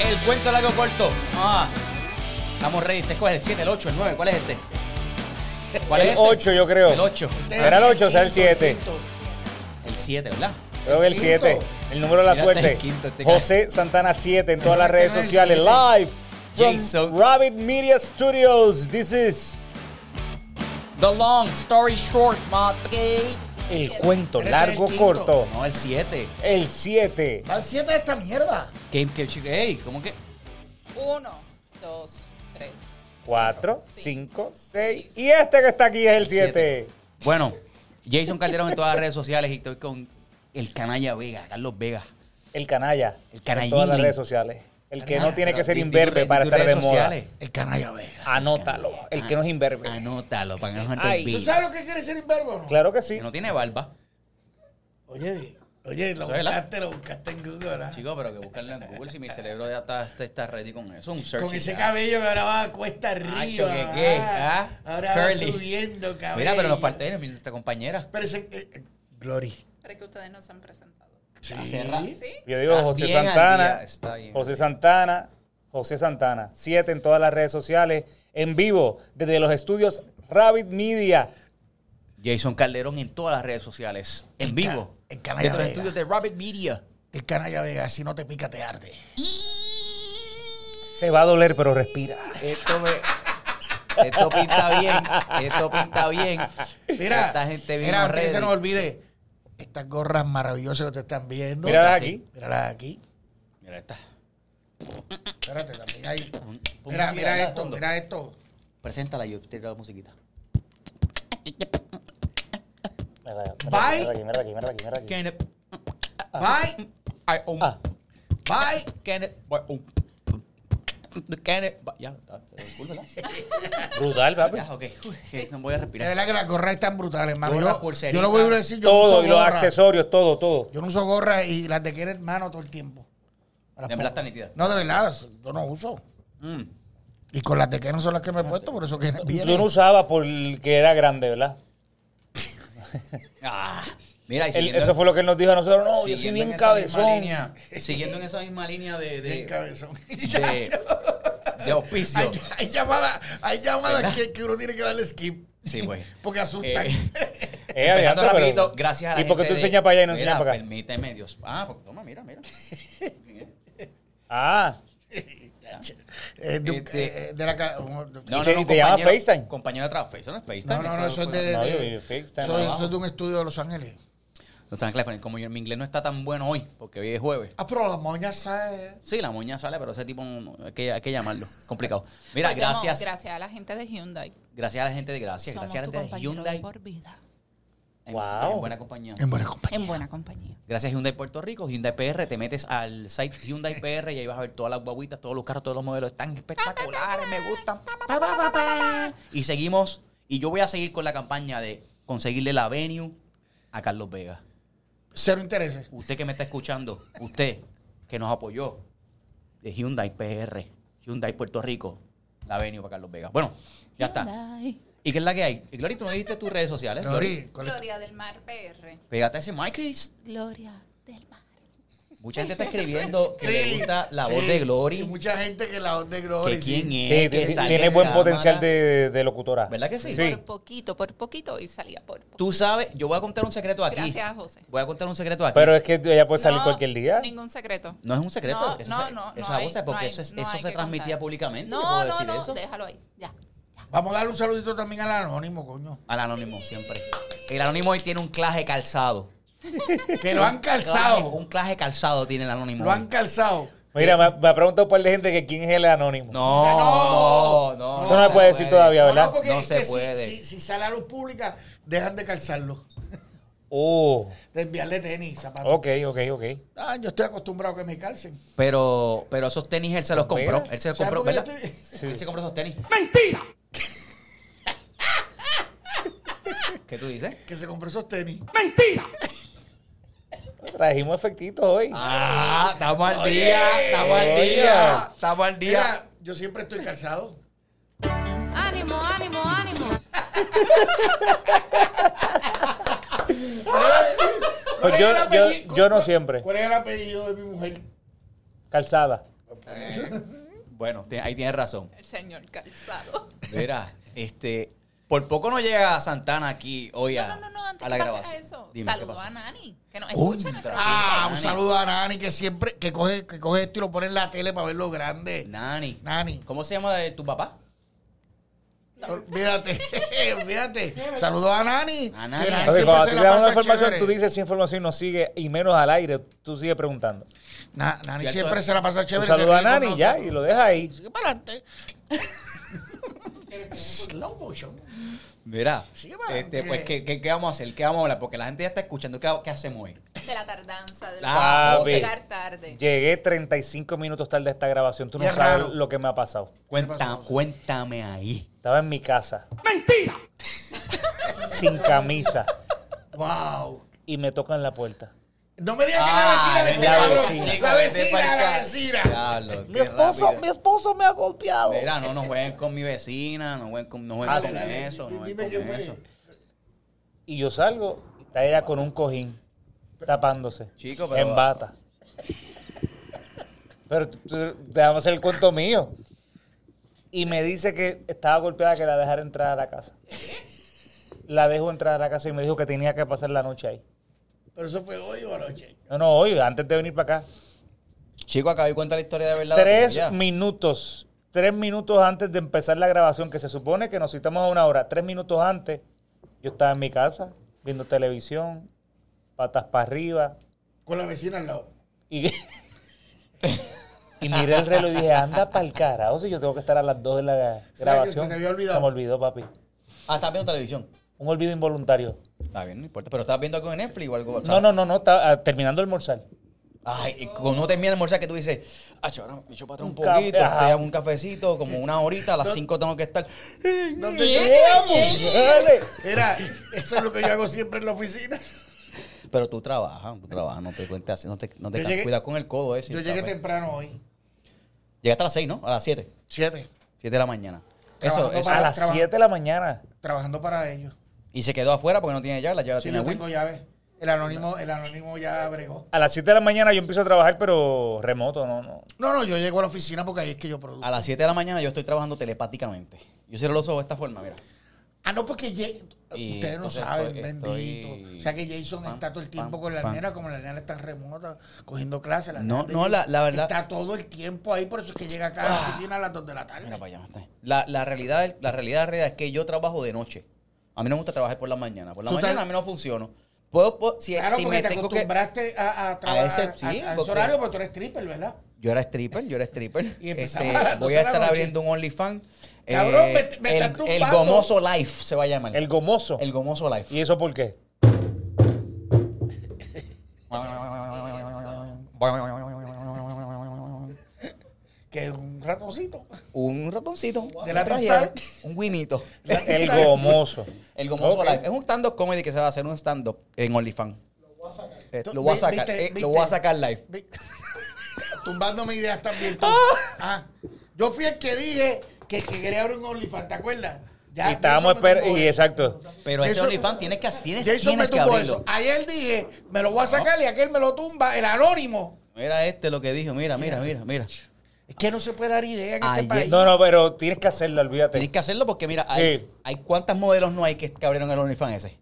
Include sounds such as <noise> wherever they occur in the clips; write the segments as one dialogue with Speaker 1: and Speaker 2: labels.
Speaker 1: El cuento largo corto. Ah, estamos ready. ¿Este cuál es el 7, el 8, el 9? ¿Cuál es este? ¿Cuál
Speaker 2: El
Speaker 1: es este?
Speaker 2: 8, yo creo.
Speaker 1: El 8.
Speaker 2: Era el 8, o sea, el 7.
Speaker 1: El 7, ¿verdad?
Speaker 2: Creo que el
Speaker 3: El
Speaker 2: 7.
Speaker 3: quinto.
Speaker 2: El número de la
Speaker 1: Mira, este es
Speaker 2: suerte.
Speaker 1: el quinto, este
Speaker 2: José Santana 7 en todas las
Speaker 3: Este
Speaker 2: redes
Speaker 3: no es el
Speaker 2: sociales.
Speaker 3: siete.
Speaker 2: Live from
Speaker 1: Jason.
Speaker 2: Rabbit Media Studios. This is
Speaker 1: The long story short, motherfuckers.
Speaker 2: el cuento
Speaker 3: Pero este es
Speaker 2: largo
Speaker 3: el quinto.
Speaker 2: corto.
Speaker 1: No, el 7.
Speaker 2: El 7.
Speaker 3: Van siete de esta mierda.
Speaker 1: Game que chico. Ey, ¿cómo que?
Speaker 4: Uno, dos, tres.
Speaker 2: 4,
Speaker 4: Sí.
Speaker 2: 5, 6. Y este que está aquí es el 7.
Speaker 1: Bueno, Jason Calderón en todas las redes sociales y estoy con el canalla Vega, Carlos Vega.
Speaker 2: El canalla.
Speaker 1: El
Speaker 2: En todas las
Speaker 1: canallín.
Speaker 2: redes sociales. El que no
Speaker 1: Ah,
Speaker 2: tiene que
Speaker 1: pero
Speaker 2: ser
Speaker 1: di- di
Speaker 2: imberbe
Speaker 1: tus re-
Speaker 2: para
Speaker 1: di tus
Speaker 2: estar de
Speaker 1: redes
Speaker 2: moda.
Speaker 1: sociales.
Speaker 3: El canalla vega.
Speaker 2: Anótalo. El que no es imberbe.
Speaker 1: Anótalo para que no se te
Speaker 2: Ay,
Speaker 1: olvide.
Speaker 3: ¿Tú sabes lo que quiere ser imberbe o no?
Speaker 2: Claro que
Speaker 1: Que
Speaker 2: sí.
Speaker 1: no tiene barba.
Speaker 3: Oye, oye, lo
Speaker 1: Eso es la-
Speaker 3: buscaste, lo buscaste en Google, ¿ah?
Speaker 1: Chico, pero que buscarle en Google si mi cerebro ya está, está, está ready con eso. Un search.
Speaker 3: Con
Speaker 1: y
Speaker 3: ese
Speaker 1: ya.
Speaker 3: cabello que ahora va cuesta arriba.
Speaker 1: Nacho, que qué,
Speaker 3: ah.
Speaker 1: ah,
Speaker 3: Ahora va
Speaker 1: curly.
Speaker 3: subiendo cabello.
Speaker 1: Mira, pero nos parte mi- nuestra compañera.
Speaker 3: Pero ese... eh, eh, Glory.
Speaker 4: Para que ustedes nos han presentado.
Speaker 3: Sí.
Speaker 1: Hace rato.
Speaker 4: ¿Sí?
Speaker 2: Yo digo
Speaker 1: Estás
Speaker 2: José
Speaker 1: bien al
Speaker 2: Santana.
Speaker 1: día, está bien.
Speaker 2: José Santana. José Santana. Siete en todas las redes sociales. En vivo. Desde los estudios Rabbit Media.
Speaker 1: Jason Calderón en todas las redes sociales. En
Speaker 3: El ca-
Speaker 1: vivo.
Speaker 3: el
Speaker 1: En
Speaker 3: canalla
Speaker 1: los
Speaker 3: Vega.
Speaker 1: estudios de Rabbit Media.
Speaker 3: El canalla vega, si no te pica, te arde.
Speaker 2: Te va a doler, pero respira.
Speaker 1: Esto me. Esto pinta bien. Esto pinta bien. <laughs>
Speaker 3: Mira,
Speaker 1: Esta gente vino
Speaker 3: mira, antes que
Speaker 1: ready.
Speaker 3: se nos olvide, estas gorras maravillosas que te están viendo.
Speaker 2: Míralas
Speaker 1: sí.
Speaker 2: aquí.
Speaker 3: Míralas aquí.
Speaker 1: Mira esta.
Speaker 3: Espérate, también hay.
Speaker 1: pon
Speaker 3: Mira,
Speaker 1: música
Speaker 3: mira
Speaker 1: de
Speaker 3: esto,
Speaker 1: fondo.
Speaker 3: mira esto.
Speaker 1: Preséntala yo. Te la musiquita.
Speaker 2: Mira aquí,
Speaker 3: Bye.
Speaker 2: mira aquí, mira aquí, mira aquí, mira aquí.
Speaker 1: Can it-
Speaker 3: Uh. Bye,
Speaker 1: I own-
Speaker 2: Ah.
Speaker 3: bye.
Speaker 1: Can it- I own- Can it- um. Ya, está. Disculpa, ¿verdad?
Speaker 2: Brutal, papi.
Speaker 1: Ya, ok. Uy, que no voy a
Speaker 3: De
Speaker 1: respirar.
Speaker 3: verdad que las gorras están brutales, hermano.
Speaker 1: Gorras,
Speaker 3: Yo,
Speaker 1: pulseritas.
Speaker 3: yo lo voy a decir, yo no
Speaker 2: Todo,
Speaker 3: uso
Speaker 2: y los
Speaker 3: gorras.
Speaker 2: accesorios, todo, todo.
Speaker 3: Yo no uso gorras y las de que eres hermano todo el tiempo. Me las
Speaker 1: De verdad
Speaker 3: pongo.
Speaker 1: están nítidas.
Speaker 3: No, de verdad, yo no uso.
Speaker 1: Mm.
Speaker 3: Y con las de que no son las que me he puesto, por eso que viene.
Speaker 2: Yo no usaba porque era grande, ¿verdad?
Speaker 1: Ah, mira, y
Speaker 2: Él-
Speaker 1: siguiendo-
Speaker 2: eso fue lo que él nos dijo a nosotros. No, yo
Speaker 1: siguiendo
Speaker 2: soy
Speaker 1: en
Speaker 2: bien
Speaker 1: esa misma
Speaker 2: cabezón.
Speaker 1: línea- siguiendo en esa misma línea de,
Speaker 3: Bien
Speaker 1: de,
Speaker 3: <laughs> cabezón.
Speaker 1: de, <laughs> de auspicio.
Speaker 3: Hay, hay llamadas, hay llamadas
Speaker 1: ¿Verdad?
Speaker 3: que, que uno tiene que darle skip.
Speaker 1: Sí,
Speaker 3: <laughs>
Speaker 1: güey.
Speaker 3: Porque asustan.
Speaker 1: <laughs> Eh,
Speaker 2: Eh,
Speaker 1: Empezando
Speaker 2: Alejandro, pero-
Speaker 1: rapidito, gracias a la
Speaker 2: ¿Y por qué
Speaker 1: gente
Speaker 2: tú
Speaker 1: de-
Speaker 2: enseñas para allá y no enseñas
Speaker 1: Mira,
Speaker 2: para acá?
Speaker 1: Permíteme, Dios. Ah, porque toma, mira,
Speaker 2: <laughs>
Speaker 1: mira.
Speaker 2: Ah,
Speaker 3: Eh, de, un-
Speaker 1: Este-
Speaker 3: eh, de la ca- no,
Speaker 2: ¿Y te- y te llama
Speaker 1: compañero-
Speaker 2: FaceTime?
Speaker 1: Compañero de trabajo, FaceTime no es FaceTime.
Speaker 3: no, no, eso es de,
Speaker 2: No,
Speaker 3: de-
Speaker 2: yo vi FaceTime
Speaker 3: eso es-
Speaker 2: abajo.
Speaker 3: eso es de un estudio de Los Ángeles.
Speaker 1: No están claros, como yo, mi inglés no está tan bueno hoy, porque hoy es jueves.
Speaker 3: Ah, pero la moña sabe.
Speaker 1: Sí, la moña sale, pero ese tipo no- hay que, hay que llamarlo. <laughs> Complicado. Mira,
Speaker 4: Volvemos,
Speaker 1: gracias.
Speaker 4: Gracias a la gente de Hyundai.
Speaker 1: Gracias a la gente de Gracias.
Speaker 4: Somos
Speaker 1: Gracias a
Speaker 4: tu
Speaker 1: la gente de
Speaker 4: compañero
Speaker 1: Hyundai.
Speaker 4: por vida.
Speaker 1: En,
Speaker 2: Wow.
Speaker 1: en buena compañía.
Speaker 3: En buena compañía.
Speaker 4: En buena compañía.
Speaker 1: Gracias Hyundai Puerto Rico, Hyundai PR, te metes al site Hyundai PR y ahí vas a ver todas las guaguitas, todos los carros, todos los modelos, están espectaculares, me gustan. Pa, pa, pa, pa. Y seguimos, y yo voy a seguir con la campaña de conseguirle la venue a Carlos Vega.
Speaker 3: Cero intereses.
Speaker 1: Usted que me está escuchando, usted que nos apoyó de Hyundai PR, Hyundai Puerto Rico, la venue para Carlos Vega. Bueno, ya está.
Speaker 4: Hyundai.
Speaker 1: ¿Y qué es la que hay? Gloria, tú no dijiste tus redes sociales. Glory.
Speaker 3: Lori, con el-
Speaker 4: Gloria del Mar PR.
Speaker 1: Pégate a ese Mike.
Speaker 4: Gloria del Mar.
Speaker 1: Mucha gente está escribiendo que le
Speaker 3: Sí,
Speaker 1: gusta la
Speaker 3: sí,
Speaker 1: voz de Glory.
Speaker 3: y mucha gente que la voz de Glory.
Speaker 1: que quién
Speaker 3: sí.
Speaker 1: es,
Speaker 2: sí,
Speaker 1: que
Speaker 2: ti-
Speaker 1: sale
Speaker 2: tiene
Speaker 1: en
Speaker 2: buen
Speaker 1: cámara.
Speaker 2: potencial de, de locutora.
Speaker 1: ¿Verdad que sí?
Speaker 2: Sí.
Speaker 4: Por poquito, por poquito y salía por poquito.
Speaker 1: Tú sabes, yo voy a contar un secreto aquí.
Speaker 4: Gracias, José.
Speaker 1: Voy a contar un secreto aquí.
Speaker 2: Pero es que ella puede salir
Speaker 4: No,
Speaker 2: cualquier día.
Speaker 4: Ningún secreto.
Speaker 1: no es un secreto.
Speaker 4: No,
Speaker 1: eso
Speaker 4: no,
Speaker 1: se- eso
Speaker 4: no, no
Speaker 1: es
Speaker 4: hay-
Speaker 1: abuse, porque
Speaker 4: no hay-
Speaker 1: eso, es-
Speaker 4: no
Speaker 1: eso
Speaker 4: hay
Speaker 1: se
Speaker 4: que
Speaker 1: transmitía
Speaker 4: contar.
Speaker 1: públicamente. yo
Speaker 4: No,
Speaker 1: puedo
Speaker 4: no,
Speaker 1: decir
Speaker 4: no,
Speaker 1: eso.
Speaker 4: déjalo ahí. Ya.
Speaker 3: Vamos a darle un saludito también al anónimo, coño.
Speaker 1: Al anónimo, siempre. El anónimo hoy tiene un claje calzado.
Speaker 3: <laughs> Que lo han
Speaker 1: Claje-
Speaker 3: calzado.
Speaker 1: un claje calzado tiene el anónimo.
Speaker 3: Lo han calzado.
Speaker 2: Mira, me, me ha preguntado un par de gente que quién es el anónimo.
Speaker 1: no, no, no.
Speaker 2: Eso no se puede decir todavía,
Speaker 3: No,
Speaker 2: ¿verdad?
Speaker 3: no, porque
Speaker 1: No
Speaker 3: es
Speaker 1: se
Speaker 3: que si-
Speaker 1: puede.
Speaker 3: Si, si sale a luz pública, dejan de calzarlo.
Speaker 2: Oh,
Speaker 3: De enviarle tenis, zapatos.
Speaker 2: ok, ok, ok.
Speaker 3: Ah, yo estoy acostumbrado a que me calcen.
Speaker 1: Pero, pero esos tenis él se los
Speaker 2: Mira.
Speaker 1: compró. Él se los
Speaker 3: ¿Sabes
Speaker 1: compró,
Speaker 3: por qué yo
Speaker 1: ¿verdad?
Speaker 3: estoy- <laughs>
Speaker 1: Él se compró esos tenis. ¡Mentira! <laughs> ¿Qué tú dices?
Speaker 3: Que se compró esos tenis.
Speaker 2: Trajimos efectitos hoy.
Speaker 1: Ah, estamos al
Speaker 3: Oye,
Speaker 1: día, estamos al día,
Speaker 3: oye.
Speaker 1: estamos al día.
Speaker 3: Mira, yo siempre estoy calzado.
Speaker 5: Ánimo, ánimo, ánimo.
Speaker 3: ¿Cuál es
Speaker 2: yo-
Speaker 3: el apellido-
Speaker 2: Pues yo- yo no siempre.
Speaker 3: ¿Cuál es el apellido de mi mujer?
Speaker 2: Calzada.
Speaker 1: Bueno, te- ahí tienes razón.
Speaker 4: El señor calzado.
Speaker 1: Mira, este, por poco no llega Santana aquí hoy a,
Speaker 4: No, no, no, no, antes
Speaker 1: a la
Speaker 4: que pases a
Speaker 1: grabación.
Speaker 4: eso,
Speaker 1: Dime, ¿qué
Speaker 4: saludo
Speaker 1: pasó?
Speaker 4: a Nani, que nos
Speaker 3: Contra.
Speaker 4: escucha nuestra
Speaker 3: Ah,
Speaker 4: gente.
Speaker 1: Nani.
Speaker 3: un saludo a Nani que siempre, que coge, que coge esto y lo pone en la tele para verlo grande.
Speaker 1: Nani.
Speaker 3: Nani.
Speaker 1: ¿Cómo se llama de tu papá?
Speaker 3: Olvídate, <laughs> olvídate. Saludos a Nani.
Speaker 1: A Nani.
Speaker 3: que
Speaker 1: Oye,
Speaker 2: Oye,
Speaker 3: siempre
Speaker 2: cuando
Speaker 3: pues, se
Speaker 2: te
Speaker 3: la
Speaker 2: dan una
Speaker 3: pasa
Speaker 2: información,
Speaker 3: chévere.
Speaker 2: tú dices si información no sigue y menos al aire, tú sigues preguntando.
Speaker 3: Na- Nani
Speaker 1: Ya
Speaker 3: siempre
Speaker 1: tú-
Speaker 3: se la pasa
Speaker 2: Tú
Speaker 3: chévere. se
Speaker 2: saludas a
Speaker 3: ríe con
Speaker 2: Nani ya
Speaker 3: nosotros.
Speaker 2: y lo dejas ahí.
Speaker 3: Sigue para adelante. <laughs> Slow motion.
Speaker 1: Mira,
Speaker 3: Sí, va,
Speaker 1: este,
Speaker 3: que-
Speaker 1: pues, ¿qué, qué, qué vamos a hacer? ¿Qué vamos a hablar? Porque la gente ya está escuchando. ¿Qué, qué hacemos hoy?
Speaker 4: De la tardanza, de
Speaker 1: Ah,
Speaker 4: la
Speaker 2: ve.
Speaker 4: llegar tarde.
Speaker 2: Llegué 35 minutos tarde a esta grabación. Tú no
Speaker 3: Qué
Speaker 2: sabes
Speaker 3: raro.
Speaker 2: lo que me ha pasado.
Speaker 1: Cuenta,
Speaker 3: pasó?
Speaker 1: cuéntame ahí.
Speaker 2: Estaba en mi casa. ¡Mentira! Sin camisa.
Speaker 3: Wow.
Speaker 2: Y me tocan la puerta.
Speaker 3: No me digas
Speaker 1: Ah,
Speaker 3: que es
Speaker 2: la
Speaker 3: la vecina de
Speaker 2: vecina.
Speaker 3: este cabrón. La vecina, la vecina.
Speaker 1: Diablo,
Speaker 2: Mi
Speaker 1: qué
Speaker 2: esposo,
Speaker 1: rápido.
Speaker 2: mi esposo me ha golpeado.
Speaker 1: Mira, no, no jueguen con mi vecina, no jueguen con, no jueguen
Speaker 3: Ah,
Speaker 1: con
Speaker 3: sí.
Speaker 1: eso, no
Speaker 3: Dime
Speaker 1: jueguen
Speaker 3: qué
Speaker 1: con
Speaker 3: fue.
Speaker 1: eso.
Speaker 2: Y yo salgo, y está ella con un cojín, tapándose.
Speaker 1: Chico, pero-
Speaker 2: En bata. Pero tú- tú- déjame hacer el cuento mío. Y me dice que estaba golpeada que la dejara entrar a la casa. La dejo entrar a la casa y me dijo que tenía que pasar la noche ahí.
Speaker 3: Pero eso fue hoy o anoche.
Speaker 2: No, no, hoy, antes de venir para acá.
Speaker 1: Chico, acá y cuenta la historia de verdad.
Speaker 2: Tres
Speaker 1: Ya.
Speaker 2: minutos. Tres minutos antes de empezar la grabación, que se supone que nos citamos a una hora. Tres minutos antes, yo estaba en mi casa, viendo televisión, patas para arriba.
Speaker 3: Con la vecina al lado.
Speaker 2: Y, y miré el reloj y dije, anda para el carajo, si yo tengo que estar a las dos de la
Speaker 3: que
Speaker 2: grabación.
Speaker 3: se te había olvidado.
Speaker 2: Se me olvidó, papi.
Speaker 1: Ah, estás viendo televisión.
Speaker 2: Un olvido involuntario.
Speaker 1: Está bien, no importa. Pero estás viendo algo en Netflix o algo. o sea,
Speaker 2: No, no, no, no, estaba, ah, terminando de almorzar.
Speaker 1: Ay, y cuando uno termina de almorzar, que tú dices, ah, ahora me echo para atrás un
Speaker 2: Un café,
Speaker 1: poquito, te
Speaker 2: ajá.
Speaker 1: hago un cafecito, como una horita, a las cinco tengo que estar.
Speaker 3: ¿Dónde
Speaker 2: Dale. <laughs>
Speaker 3: Era, eso es lo que yo hago siempre en la oficina.
Speaker 1: Pero tú trabajas, tú trabajas, no te cuentes así, no te, no te
Speaker 3: Yo llegué-
Speaker 1: cuidas con el codo ese.
Speaker 3: Yo
Speaker 1: el
Speaker 3: llegué
Speaker 1: café.
Speaker 3: temprano hoy.
Speaker 1: Llegaste a las seis, ¿no? A las siete.
Speaker 3: Siete.
Speaker 1: Siete de la mañana. Eso,
Speaker 3: Trabajando
Speaker 1: eso.
Speaker 3: para-
Speaker 2: A las
Speaker 3: Trabajo.
Speaker 2: 7 de la mañana.
Speaker 3: Trabajando para ellos.
Speaker 1: Y se quedó afuera porque no tiene llave, la llave la
Speaker 3: Sí,
Speaker 1: tiene
Speaker 3: yo
Speaker 1: Will.
Speaker 3: tengo llaves. El anónimo, el anónimo ya bregó.
Speaker 2: A las 7 de la mañana yo empiezo a trabajar, pero remoto, no, no.
Speaker 3: No, no, yo llego a la oficina porque ahí es que yo produzco.
Speaker 1: A las 7 de la mañana yo estoy trabajando telepáticamente. Yo cierro los ojos de esta forma, mira.
Speaker 3: Ah, no, porque Jay-
Speaker 1: Y
Speaker 3: ustedes no
Speaker 1: entonces
Speaker 3: saben,
Speaker 1: estoy-
Speaker 3: bendito.
Speaker 1: estoy-
Speaker 3: O sea que Jason
Speaker 1: Pam,
Speaker 3: está todo el tiempo
Speaker 1: pam,
Speaker 3: con la
Speaker 1: pam.
Speaker 3: nena, como la nena está remota, cogiendo clases. la
Speaker 1: No,
Speaker 3: nena de
Speaker 1: no,
Speaker 3: Jason
Speaker 1: la- la verdad- Ah.
Speaker 3: Está todo el tiempo ahí, por eso es que llega acá a la oficina a las 2 de la tarde.
Speaker 1: Mira para allá. está. La, la realidad, la realidad, la realidad es que yo trabajo de noche. A mí no me gusta trabajar por la mañana. Por la
Speaker 3: Tú
Speaker 1: mañana
Speaker 3: te-
Speaker 1: a mí no funciono. Puedo, puedo- si,
Speaker 3: claro,
Speaker 1: si
Speaker 3: porque
Speaker 1: me
Speaker 3: te
Speaker 1: tengo que...
Speaker 3: acostumbraste a, a trabajar a
Speaker 1: ese-
Speaker 3: ese,
Speaker 1: sí, porque-
Speaker 3: horario, porque tú eres stripper, ¿verdad?
Speaker 1: Yo era stripper, yo era stripper.
Speaker 3: <laughs> Y empezamos
Speaker 1: Este,
Speaker 3: a las
Speaker 1: voy
Speaker 3: doce
Speaker 1: a
Speaker 3: de la
Speaker 1: estar
Speaker 3: noche.
Speaker 1: abriendo un OnlyFans. eh,
Speaker 3: Cabrón, me- me
Speaker 1: el,
Speaker 3: estás tumbando.
Speaker 1: el Gomoso Life se va a llamar.
Speaker 2: El
Speaker 1: El,
Speaker 2: gomoso.
Speaker 1: Gomoso Life.
Speaker 2: ¿Y eso por qué?
Speaker 3: Que es un ratoncito.
Speaker 1: Un ratoncito.
Speaker 3: De la
Speaker 1: un trajero,
Speaker 3: Tristar.
Speaker 1: Un winito.
Speaker 2: El gomoso.
Speaker 1: El Gomoso
Speaker 2: Ok.
Speaker 1: Life. Es un stand-up comedy que se va a hacer un stand-up en OnlyFans. Eh,
Speaker 3: Tú-
Speaker 1: Lo voy a
Speaker 3: vi-
Speaker 1: sacar.
Speaker 3: viste-
Speaker 1: eh, Lo voy a
Speaker 3: viste.
Speaker 1: sacar live.
Speaker 3: Vi- <laughs> Tumbándome ideas también tú. Ah, yo fui el que dije que, que quería abrir un OnlyFans, ¿te acuerdas? Ya,
Speaker 2: Y estábamos
Speaker 3: Jason me
Speaker 2: esperando.
Speaker 3: tumbó
Speaker 2: Y
Speaker 3: eso.
Speaker 2: exacto.
Speaker 1: Pero ese
Speaker 3: Eso-
Speaker 1: OnlyFans tienes que, tienes,
Speaker 3: Jason me
Speaker 1: tienes que
Speaker 3: tumbó
Speaker 1: abrirlo.
Speaker 3: eso. Ayer dije, me lo voy a sacar y aquel me lo tumba, el anónimo.
Speaker 1: Mira este lo que dijo. Mira, mira, mira, mira.
Speaker 3: Es que no se puede dar idea en
Speaker 1: Ayer-
Speaker 3: este país.
Speaker 2: No, no, pero tienes que hacerlo, olvídate.
Speaker 1: Tienes que hacerlo porque mira, hay,
Speaker 2: Sí.
Speaker 1: hay cuántas modelos no hay que, que abrieron el OnlyFans ese.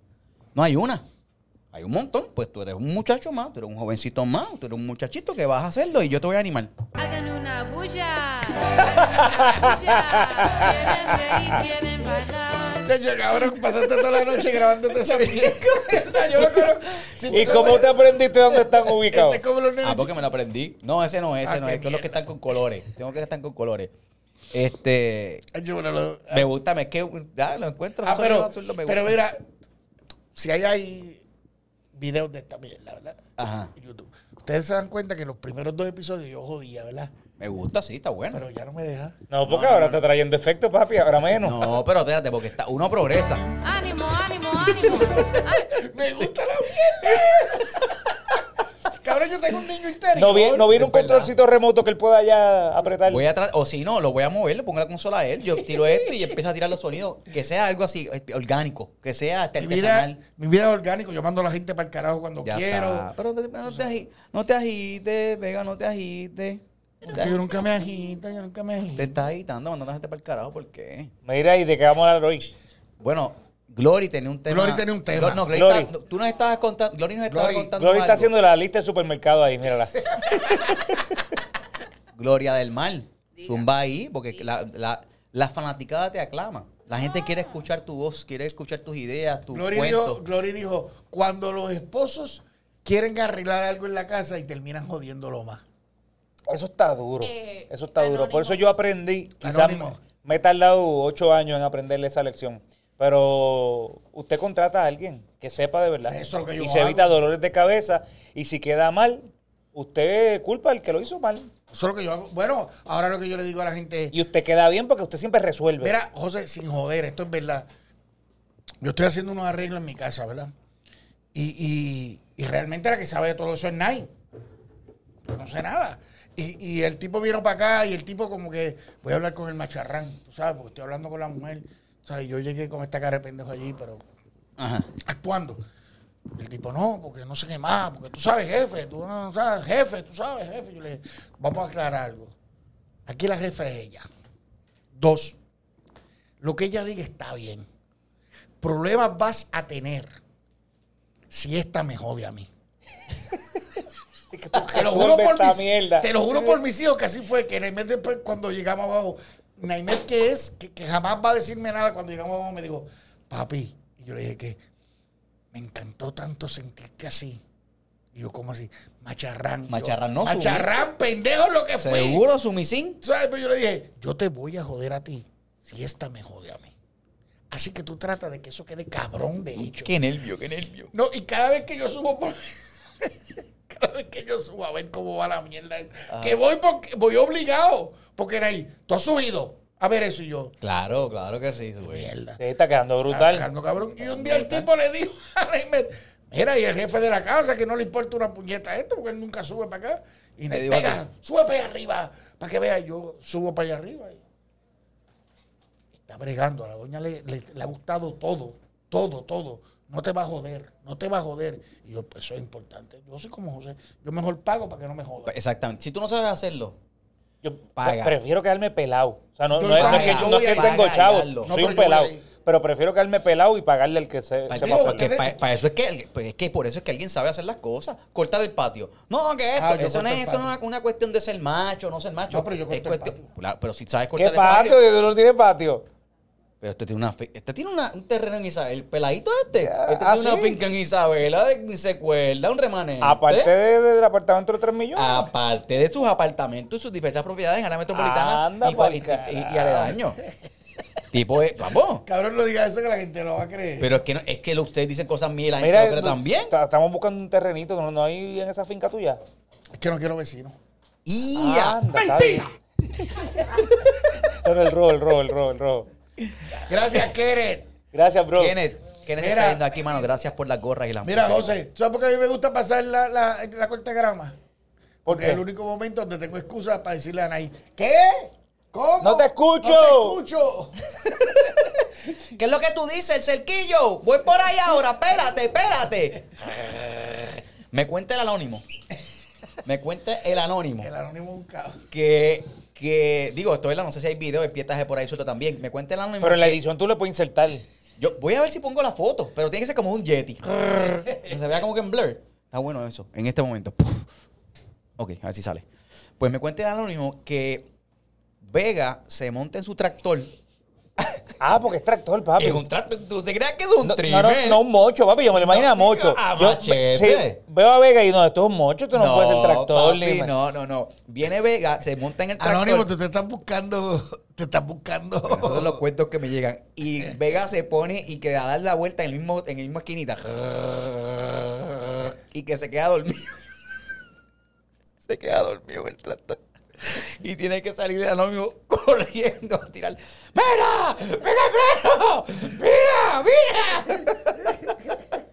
Speaker 1: No hay una. Hay un montón. Pues tú eres un muchacho más, tú eres un jovencito más, tú eres un muchachito que vas a hacerlo y yo te voy a animar.
Speaker 5: Hagan una bulla. Hagan una bulla. Quieren reír, quieren bailar.
Speaker 3: Oye, cabrón, pasaste toda la noche grabándote esa mierda. <laughs> Yo lo conozco. Si
Speaker 2: ¿Y
Speaker 3: tú-
Speaker 2: cómo te aprendiste dónde están ubicados?
Speaker 3: Este es como los nenes
Speaker 1: Ah, porque me lo aprendí. No, ese no, ese
Speaker 3: Ah,
Speaker 1: no.
Speaker 3: qué
Speaker 1: Estos son los que están con colores. Tengo que estar con colores. Este.
Speaker 3: chicos. Yo, bueno, lo-
Speaker 1: Me gusta, me es que ya lo encuentro.
Speaker 3: Ah,
Speaker 1: eso yo
Speaker 3: pero,
Speaker 1: azul, me gusta.
Speaker 3: pero mira, si hay ahí videos de esta mierda, ¿verdad?
Speaker 1: Ajá.
Speaker 3: En YouTube. Ustedes se dan cuenta que los primeros dos episodios yo jodía, ¿verdad?
Speaker 1: Me gusta, sí, está bueno.
Speaker 3: Pero ya no me deja.
Speaker 2: No, porque ahora está trayendo efecto, papi, ahora menos.
Speaker 1: no, pero espérate, porque está, uno progresa.
Speaker 5: Ánimo, ánimo, ánimo.
Speaker 3: <laughs>
Speaker 5: Ay,
Speaker 3: ¡Me gusta la mierda! Cabrón, yo tengo un niño histérico.
Speaker 2: No, vi- no viene un
Speaker 1: Es verdad.
Speaker 2: controlcito remoto que él pueda ya apretar.
Speaker 1: Voy a tra- o si no, lo voy a mover, le pongo la consola a él, yo
Speaker 3: <laughs>
Speaker 1: tiro esto y empieza a tirar los sonidos. Que sea algo así, este, orgánico, que sea hasta
Speaker 3: mi vida,
Speaker 1: artesanal.
Speaker 3: mi vida es orgánico. Yo mando a la gente para el carajo cuando
Speaker 1: Ya
Speaker 3: quiero.
Speaker 1: está. Pero te- no te, agi- no te agites, Vega, no te agites.
Speaker 3: Porque yo nunca me agito, yo nunca me
Speaker 1: Te
Speaker 2: Este
Speaker 3: agito.
Speaker 1: estás agitando, mandando a la gente para el carajo, ¿por qué?
Speaker 2: Mira, ¿y de qué vamos a hablar hoy?
Speaker 1: Bueno, Glory tenía un tema.
Speaker 3: Glory tenía un tema.
Speaker 1: Glo- no, Glory,
Speaker 2: Glory.
Speaker 1: está- no, tú nos estabas contando. Glory nos estaba
Speaker 3: Glory.
Speaker 1: contando.
Speaker 2: Gloria está
Speaker 1: algo.
Speaker 2: haciendo la lista de supermercado ahí, mírala.
Speaker 1: Gloria del Mar.
Speaker 4: Diga.
Speaker 1: Zumba ahí, porque la, la, la fanaticada te aclama. La gente
Speaker 4: Ah.
Speaker 1: quiere escuchar tu voz, quiere escuchar tus ideas, tus
Speaker 3: Glory dijo,
Speaker 1: cuentos.
Speaker 3: Glory dijo, cuando los esposos quieren arreglar algo en la casa y terminan jodiéndolo más.
Speaker 2: Eso está duro.
Speaker 4: Eh,
Speaker 2: Eso está duro. Por eso yo aprendí. Quizás me,
Speaker 3: Anónimo.
Speaker 2: me he tardado ocho años en aprenderle esa lección. Pero usted contrata a alguien que sepa de verdad.
Speaker 3: Eso es lo que yo
Speaker 2: y se
Speaker 3: hago.
Speaker 2: evita dolores de cabeza. Y si queda mal, usted culpa al que lo hizo mal.
Speaker 3: Eso es lo que yo hago. Bueno, ahora lo que yo le digo a la gente es,
Speaker 2: Y usted queda bien porque usted siempre resuelve.
Speaker 3: Mira, José, sin joder, esto es verdad. Yo estoy haciendo unos arreglos en mi casa, ¿verdad? Y, y- y realmente la que sabe de todo eso es Nai. Yo no sé nada. Y, y el tipo vino para acá y el tipo como que voy a hablar con el macharrán, tú sabes, porque estoy hablando con la mujer. O sea, yo llegué con esta cara de pendejo allí, pero
Speaker 1: Ajá.
Speaker 3: actuando. El tipo, no, porque no sé qué más, porque tú sabes, jefe, tú no sabes, jefe, tú sabes, jefe. Yo le dije, vamos a aclarar algo. Aquí la jefa es ella. Dos, lo que ella diga está bien. Problemas vas a tener si esta me jode a mí.
Speaker 2: Así que tú
Speaker 3: Te lo juro
Speaker 2: resuelve
Speaker 3: por
Speaker 2: esta
Speaker 3: mis,
Speaker 2: mierda.
Speaker 3: te lo juro por mis hijos que así fue, que Naimet después cuando llegamos abajo, Naimet que es, que, que jamás va a decirme nada cuando llegamos abajo, me dijo, papi, y yo le dije que me encantó tanto sentirte así. Y yo, ¿cómo así? Macharrán. Yo,
Speaker 1: Macharrán, no,
Speaker 3: Macharrán, pendejo lo que fue.
Speaker 1: Seguro, Sumicín.
Speaker 3: ¿Sabes? Pero yo le dije, yo te voy a joder a ti si esta me jode a mí. Así que tú trata de que eso quede cabrón de hecho.
Speaker 1: Qué nervio, qué nervio.
Speaker 3: No, y cada vez que yo subo por... <laughs> cada vez que yo subo a ver cómo va la mierda. esa.
Speaker 1: Ajá.
Speaker 3: Que voy porque voy obligado. Porque era ahí, tú has subido a ver eso y yo.
Speaker 1: Claro, claro que sí, güey.
Speaker 3: Mierda.
Speaker 2: Sí, está quedando
Speaker 3: está
Speaker 2: brutal.
Speaker 3: cagando, cabrón. Y un día el tipo le dijo <laughs> a Neymet, mira, y el jefe de la casa que no le importa una puñeta a esto, porque él nunca sube para acá. Y
Speaker 1: Le
Speaker 3: me
Speaker 1: digo a
Speaker 3: pega,
Speaker 1: ti.
Speaker 3: sube para allá arriba, para que vea, yo subo para allá arriba. Está bregando, a la doña le, le- le ha gustado todo, todo, todo. No te va a joder, no te va a joder. Y yo, pues eso es importante. Yo soy como José, yo mejor pago para que no me joda.
Speaker 1: Exactamente. Si tú no sabes hacerlo,
Speaker 2: Yo
Speaker 1: Paga.
Speaker 2: prefiero quedarme pelado. O sea, no,
Speaker 3: Yo
Speaker 2: no es, no
Speaker 3: paga.
Speaker 2: es
Speaker 3: Yo
Speaker 2: que, no es
Speaker 3: voy
Speaker 2: que
Speaker 3: a
Speaker 2: tengo
Speaker 1: pagar,
Speaker 2: chavo,
Speaker 1: Carlos.
Speaker 3: No,
Speaker 2: soy
Speaker 3: pero
Speaker 2: un
Speaker 3: yo
Speaker 2: pelado.
Speaker 3: voy a ir.
Speaker 2: Pero prefiero quedarme pelado y pagarle al que se,
Speaker 1: para,
Speaker 2: se
Speaker 3: digo,
Speaker 2: pasó.
Speaker 1: porque
Speaker 3: ¿qué?
Speaker 1: para, para eso es que el- pues es que por eso es que alguien sabe hacer las cosas. Cortar el patio. No, que esto,
Speaker 3: Ah, yo
Speaker 1: eso no
Speaker 3: corto
Speaker 1: es
Speaker 3: el
Speaker 1: eso
Speaker 3: patio.
Speaker 1: no es una cuestión de ser macho, no ser macho.
Speaker 3: No, pero yo corto
Speaker 1: Es
Speaker 3: el
Speaker 1: cuestión-
Speaker 3: patio.
Speaker 1: Claro, pero si sabes cortar
Speaker 2: ¿Qué
Speaker 1: el patio.
Speaker 2: patio? ¿De dolor tiene patio?
Speaker 1: Pero este tiene una fi- este tiene una- un terreno en Isabel, el peladito este. Este
Speaker 2: ah,
Speaker 1: tiene una
Speaker 2: ¿sí?
Speaker 1: finca en Isabela de ni se cuerda, un
Speaker 3: ¿Eh?
Speaker 1: remanente.
Speaker 2: Aparte de- del apartamento de los 3 millones.
Speaker 3: Ah,
Speaker 1: Aparte de sus apartamentos y sus diversas propiedades en área metropolitana
Speaker 2: Anda
Speaker 1: y, cual- y,
Speaker 2: pa'l
Speaker 1: y- y- y
Speaker 2: carajo.
Speaker 1: aledaño. tipo es, vamos.
Speaker 3: Cabrón, no diga eso que la gente lo va a creer.
Speaker 1: Pero es que no- es que lo- ustedes dicen cosas mías y la gente
Speaker 2: Mira,
Speaker 1: lo cree
Speaker 2: no-
Speaker 1: también.
Speaker 2: ta- estamos buscando un terrenito que no, no hay en esa finca tuya.
Speaker 3: es que no quiero vecinos.
Speaker 1: Y
Speaker 2: Anda, está bien. <laughs> Pero el robo, el robo, el robo, el robo.
Speaker 3: Gracias, Keret.
Speaker 2: Gracias, bro.
Speaker 1: Kenneth, Kenneth
Speaker 3: Mira.
Speaker 1: está viendo aquí, mano. Gracias por las gorras y las
Speaker 3: Mira,
Speaker 1: mujeres.
Speaker 3: José, ¿tú ¿sabes por qué a mí me gusta pasar la, la, la corta grama?
Speaker 2: ¿Por
Speaker 3: Porque es
Speaker 2: qué?
Speaker 3: el único momento donde tengo excusa para decirle a Anaí, ¿qué? ¿Cómo?
Speaker 2: ¡No te escucho!
Speaker 3: ¡No te escucho!
Speaker 1: ¿Qué es lo que tú dices, el cerquillo? Voy por ahí ahora, espérate, espérate. <laughs> Me cuenta el anónimo. Me cuenta el anónimo.
Speaker 3: El anónimo buscado.
Speaker 1: Que, que digo, esto es la, no sé si hay video, hay pietaje por ahí suelto también. Me cuenta el anónimo.
Speaker 2: Pero en la edición tú le puedes insertar.
Speaker 1: Yo voy a ver si pongo la foto, pero tiene que ser como un Yeti. <laughs> Que se vea como que en blur. Está bueno eso, en este momento. Puf. Ok, a ver si sale. Pues me cuenta el anónimo que Vega se monta en su tractor.
Speaker 2: Ah, porque es tractor, papi.
Speaker 1: Es un tractor. ¿Tú te creas que es un
Speaker 2: No, no,
Speaker 1: trimmer?
Speaker 2: no, no, un mocho, papi. Yo me lo imagino a mocho.
Speaker 1: Ah,
Speaker 2: Yo,
Speaker 1: machete.
Speaker 2: sí, veo a Vega y no, esto es un mocho, esto no, puede ser tractor.
Speaker 1: papi,
Speaker 2: ni-
Speaker 1: no, no, no. Viene Vega, se monta en el tractor.
Speaker 3: Anónimo, tú te estás buscando. <laughs> Te estás buscando.
Speaker 1: Bueno, Esos son
Speaker 3: <laughs>
Speaker 1: los cuentos que me llegan. Y Vega se pone y que a dar la vuelta en el mismo, en el mismo esquinita. Y que se queda dormido. <laughs> Se queda dormido el tractor. Y tiene que salir el anónimo <laughs> corriendo a tirar. ¡Mira! ¡Mira el freno! ¡Mira! ¡Mira!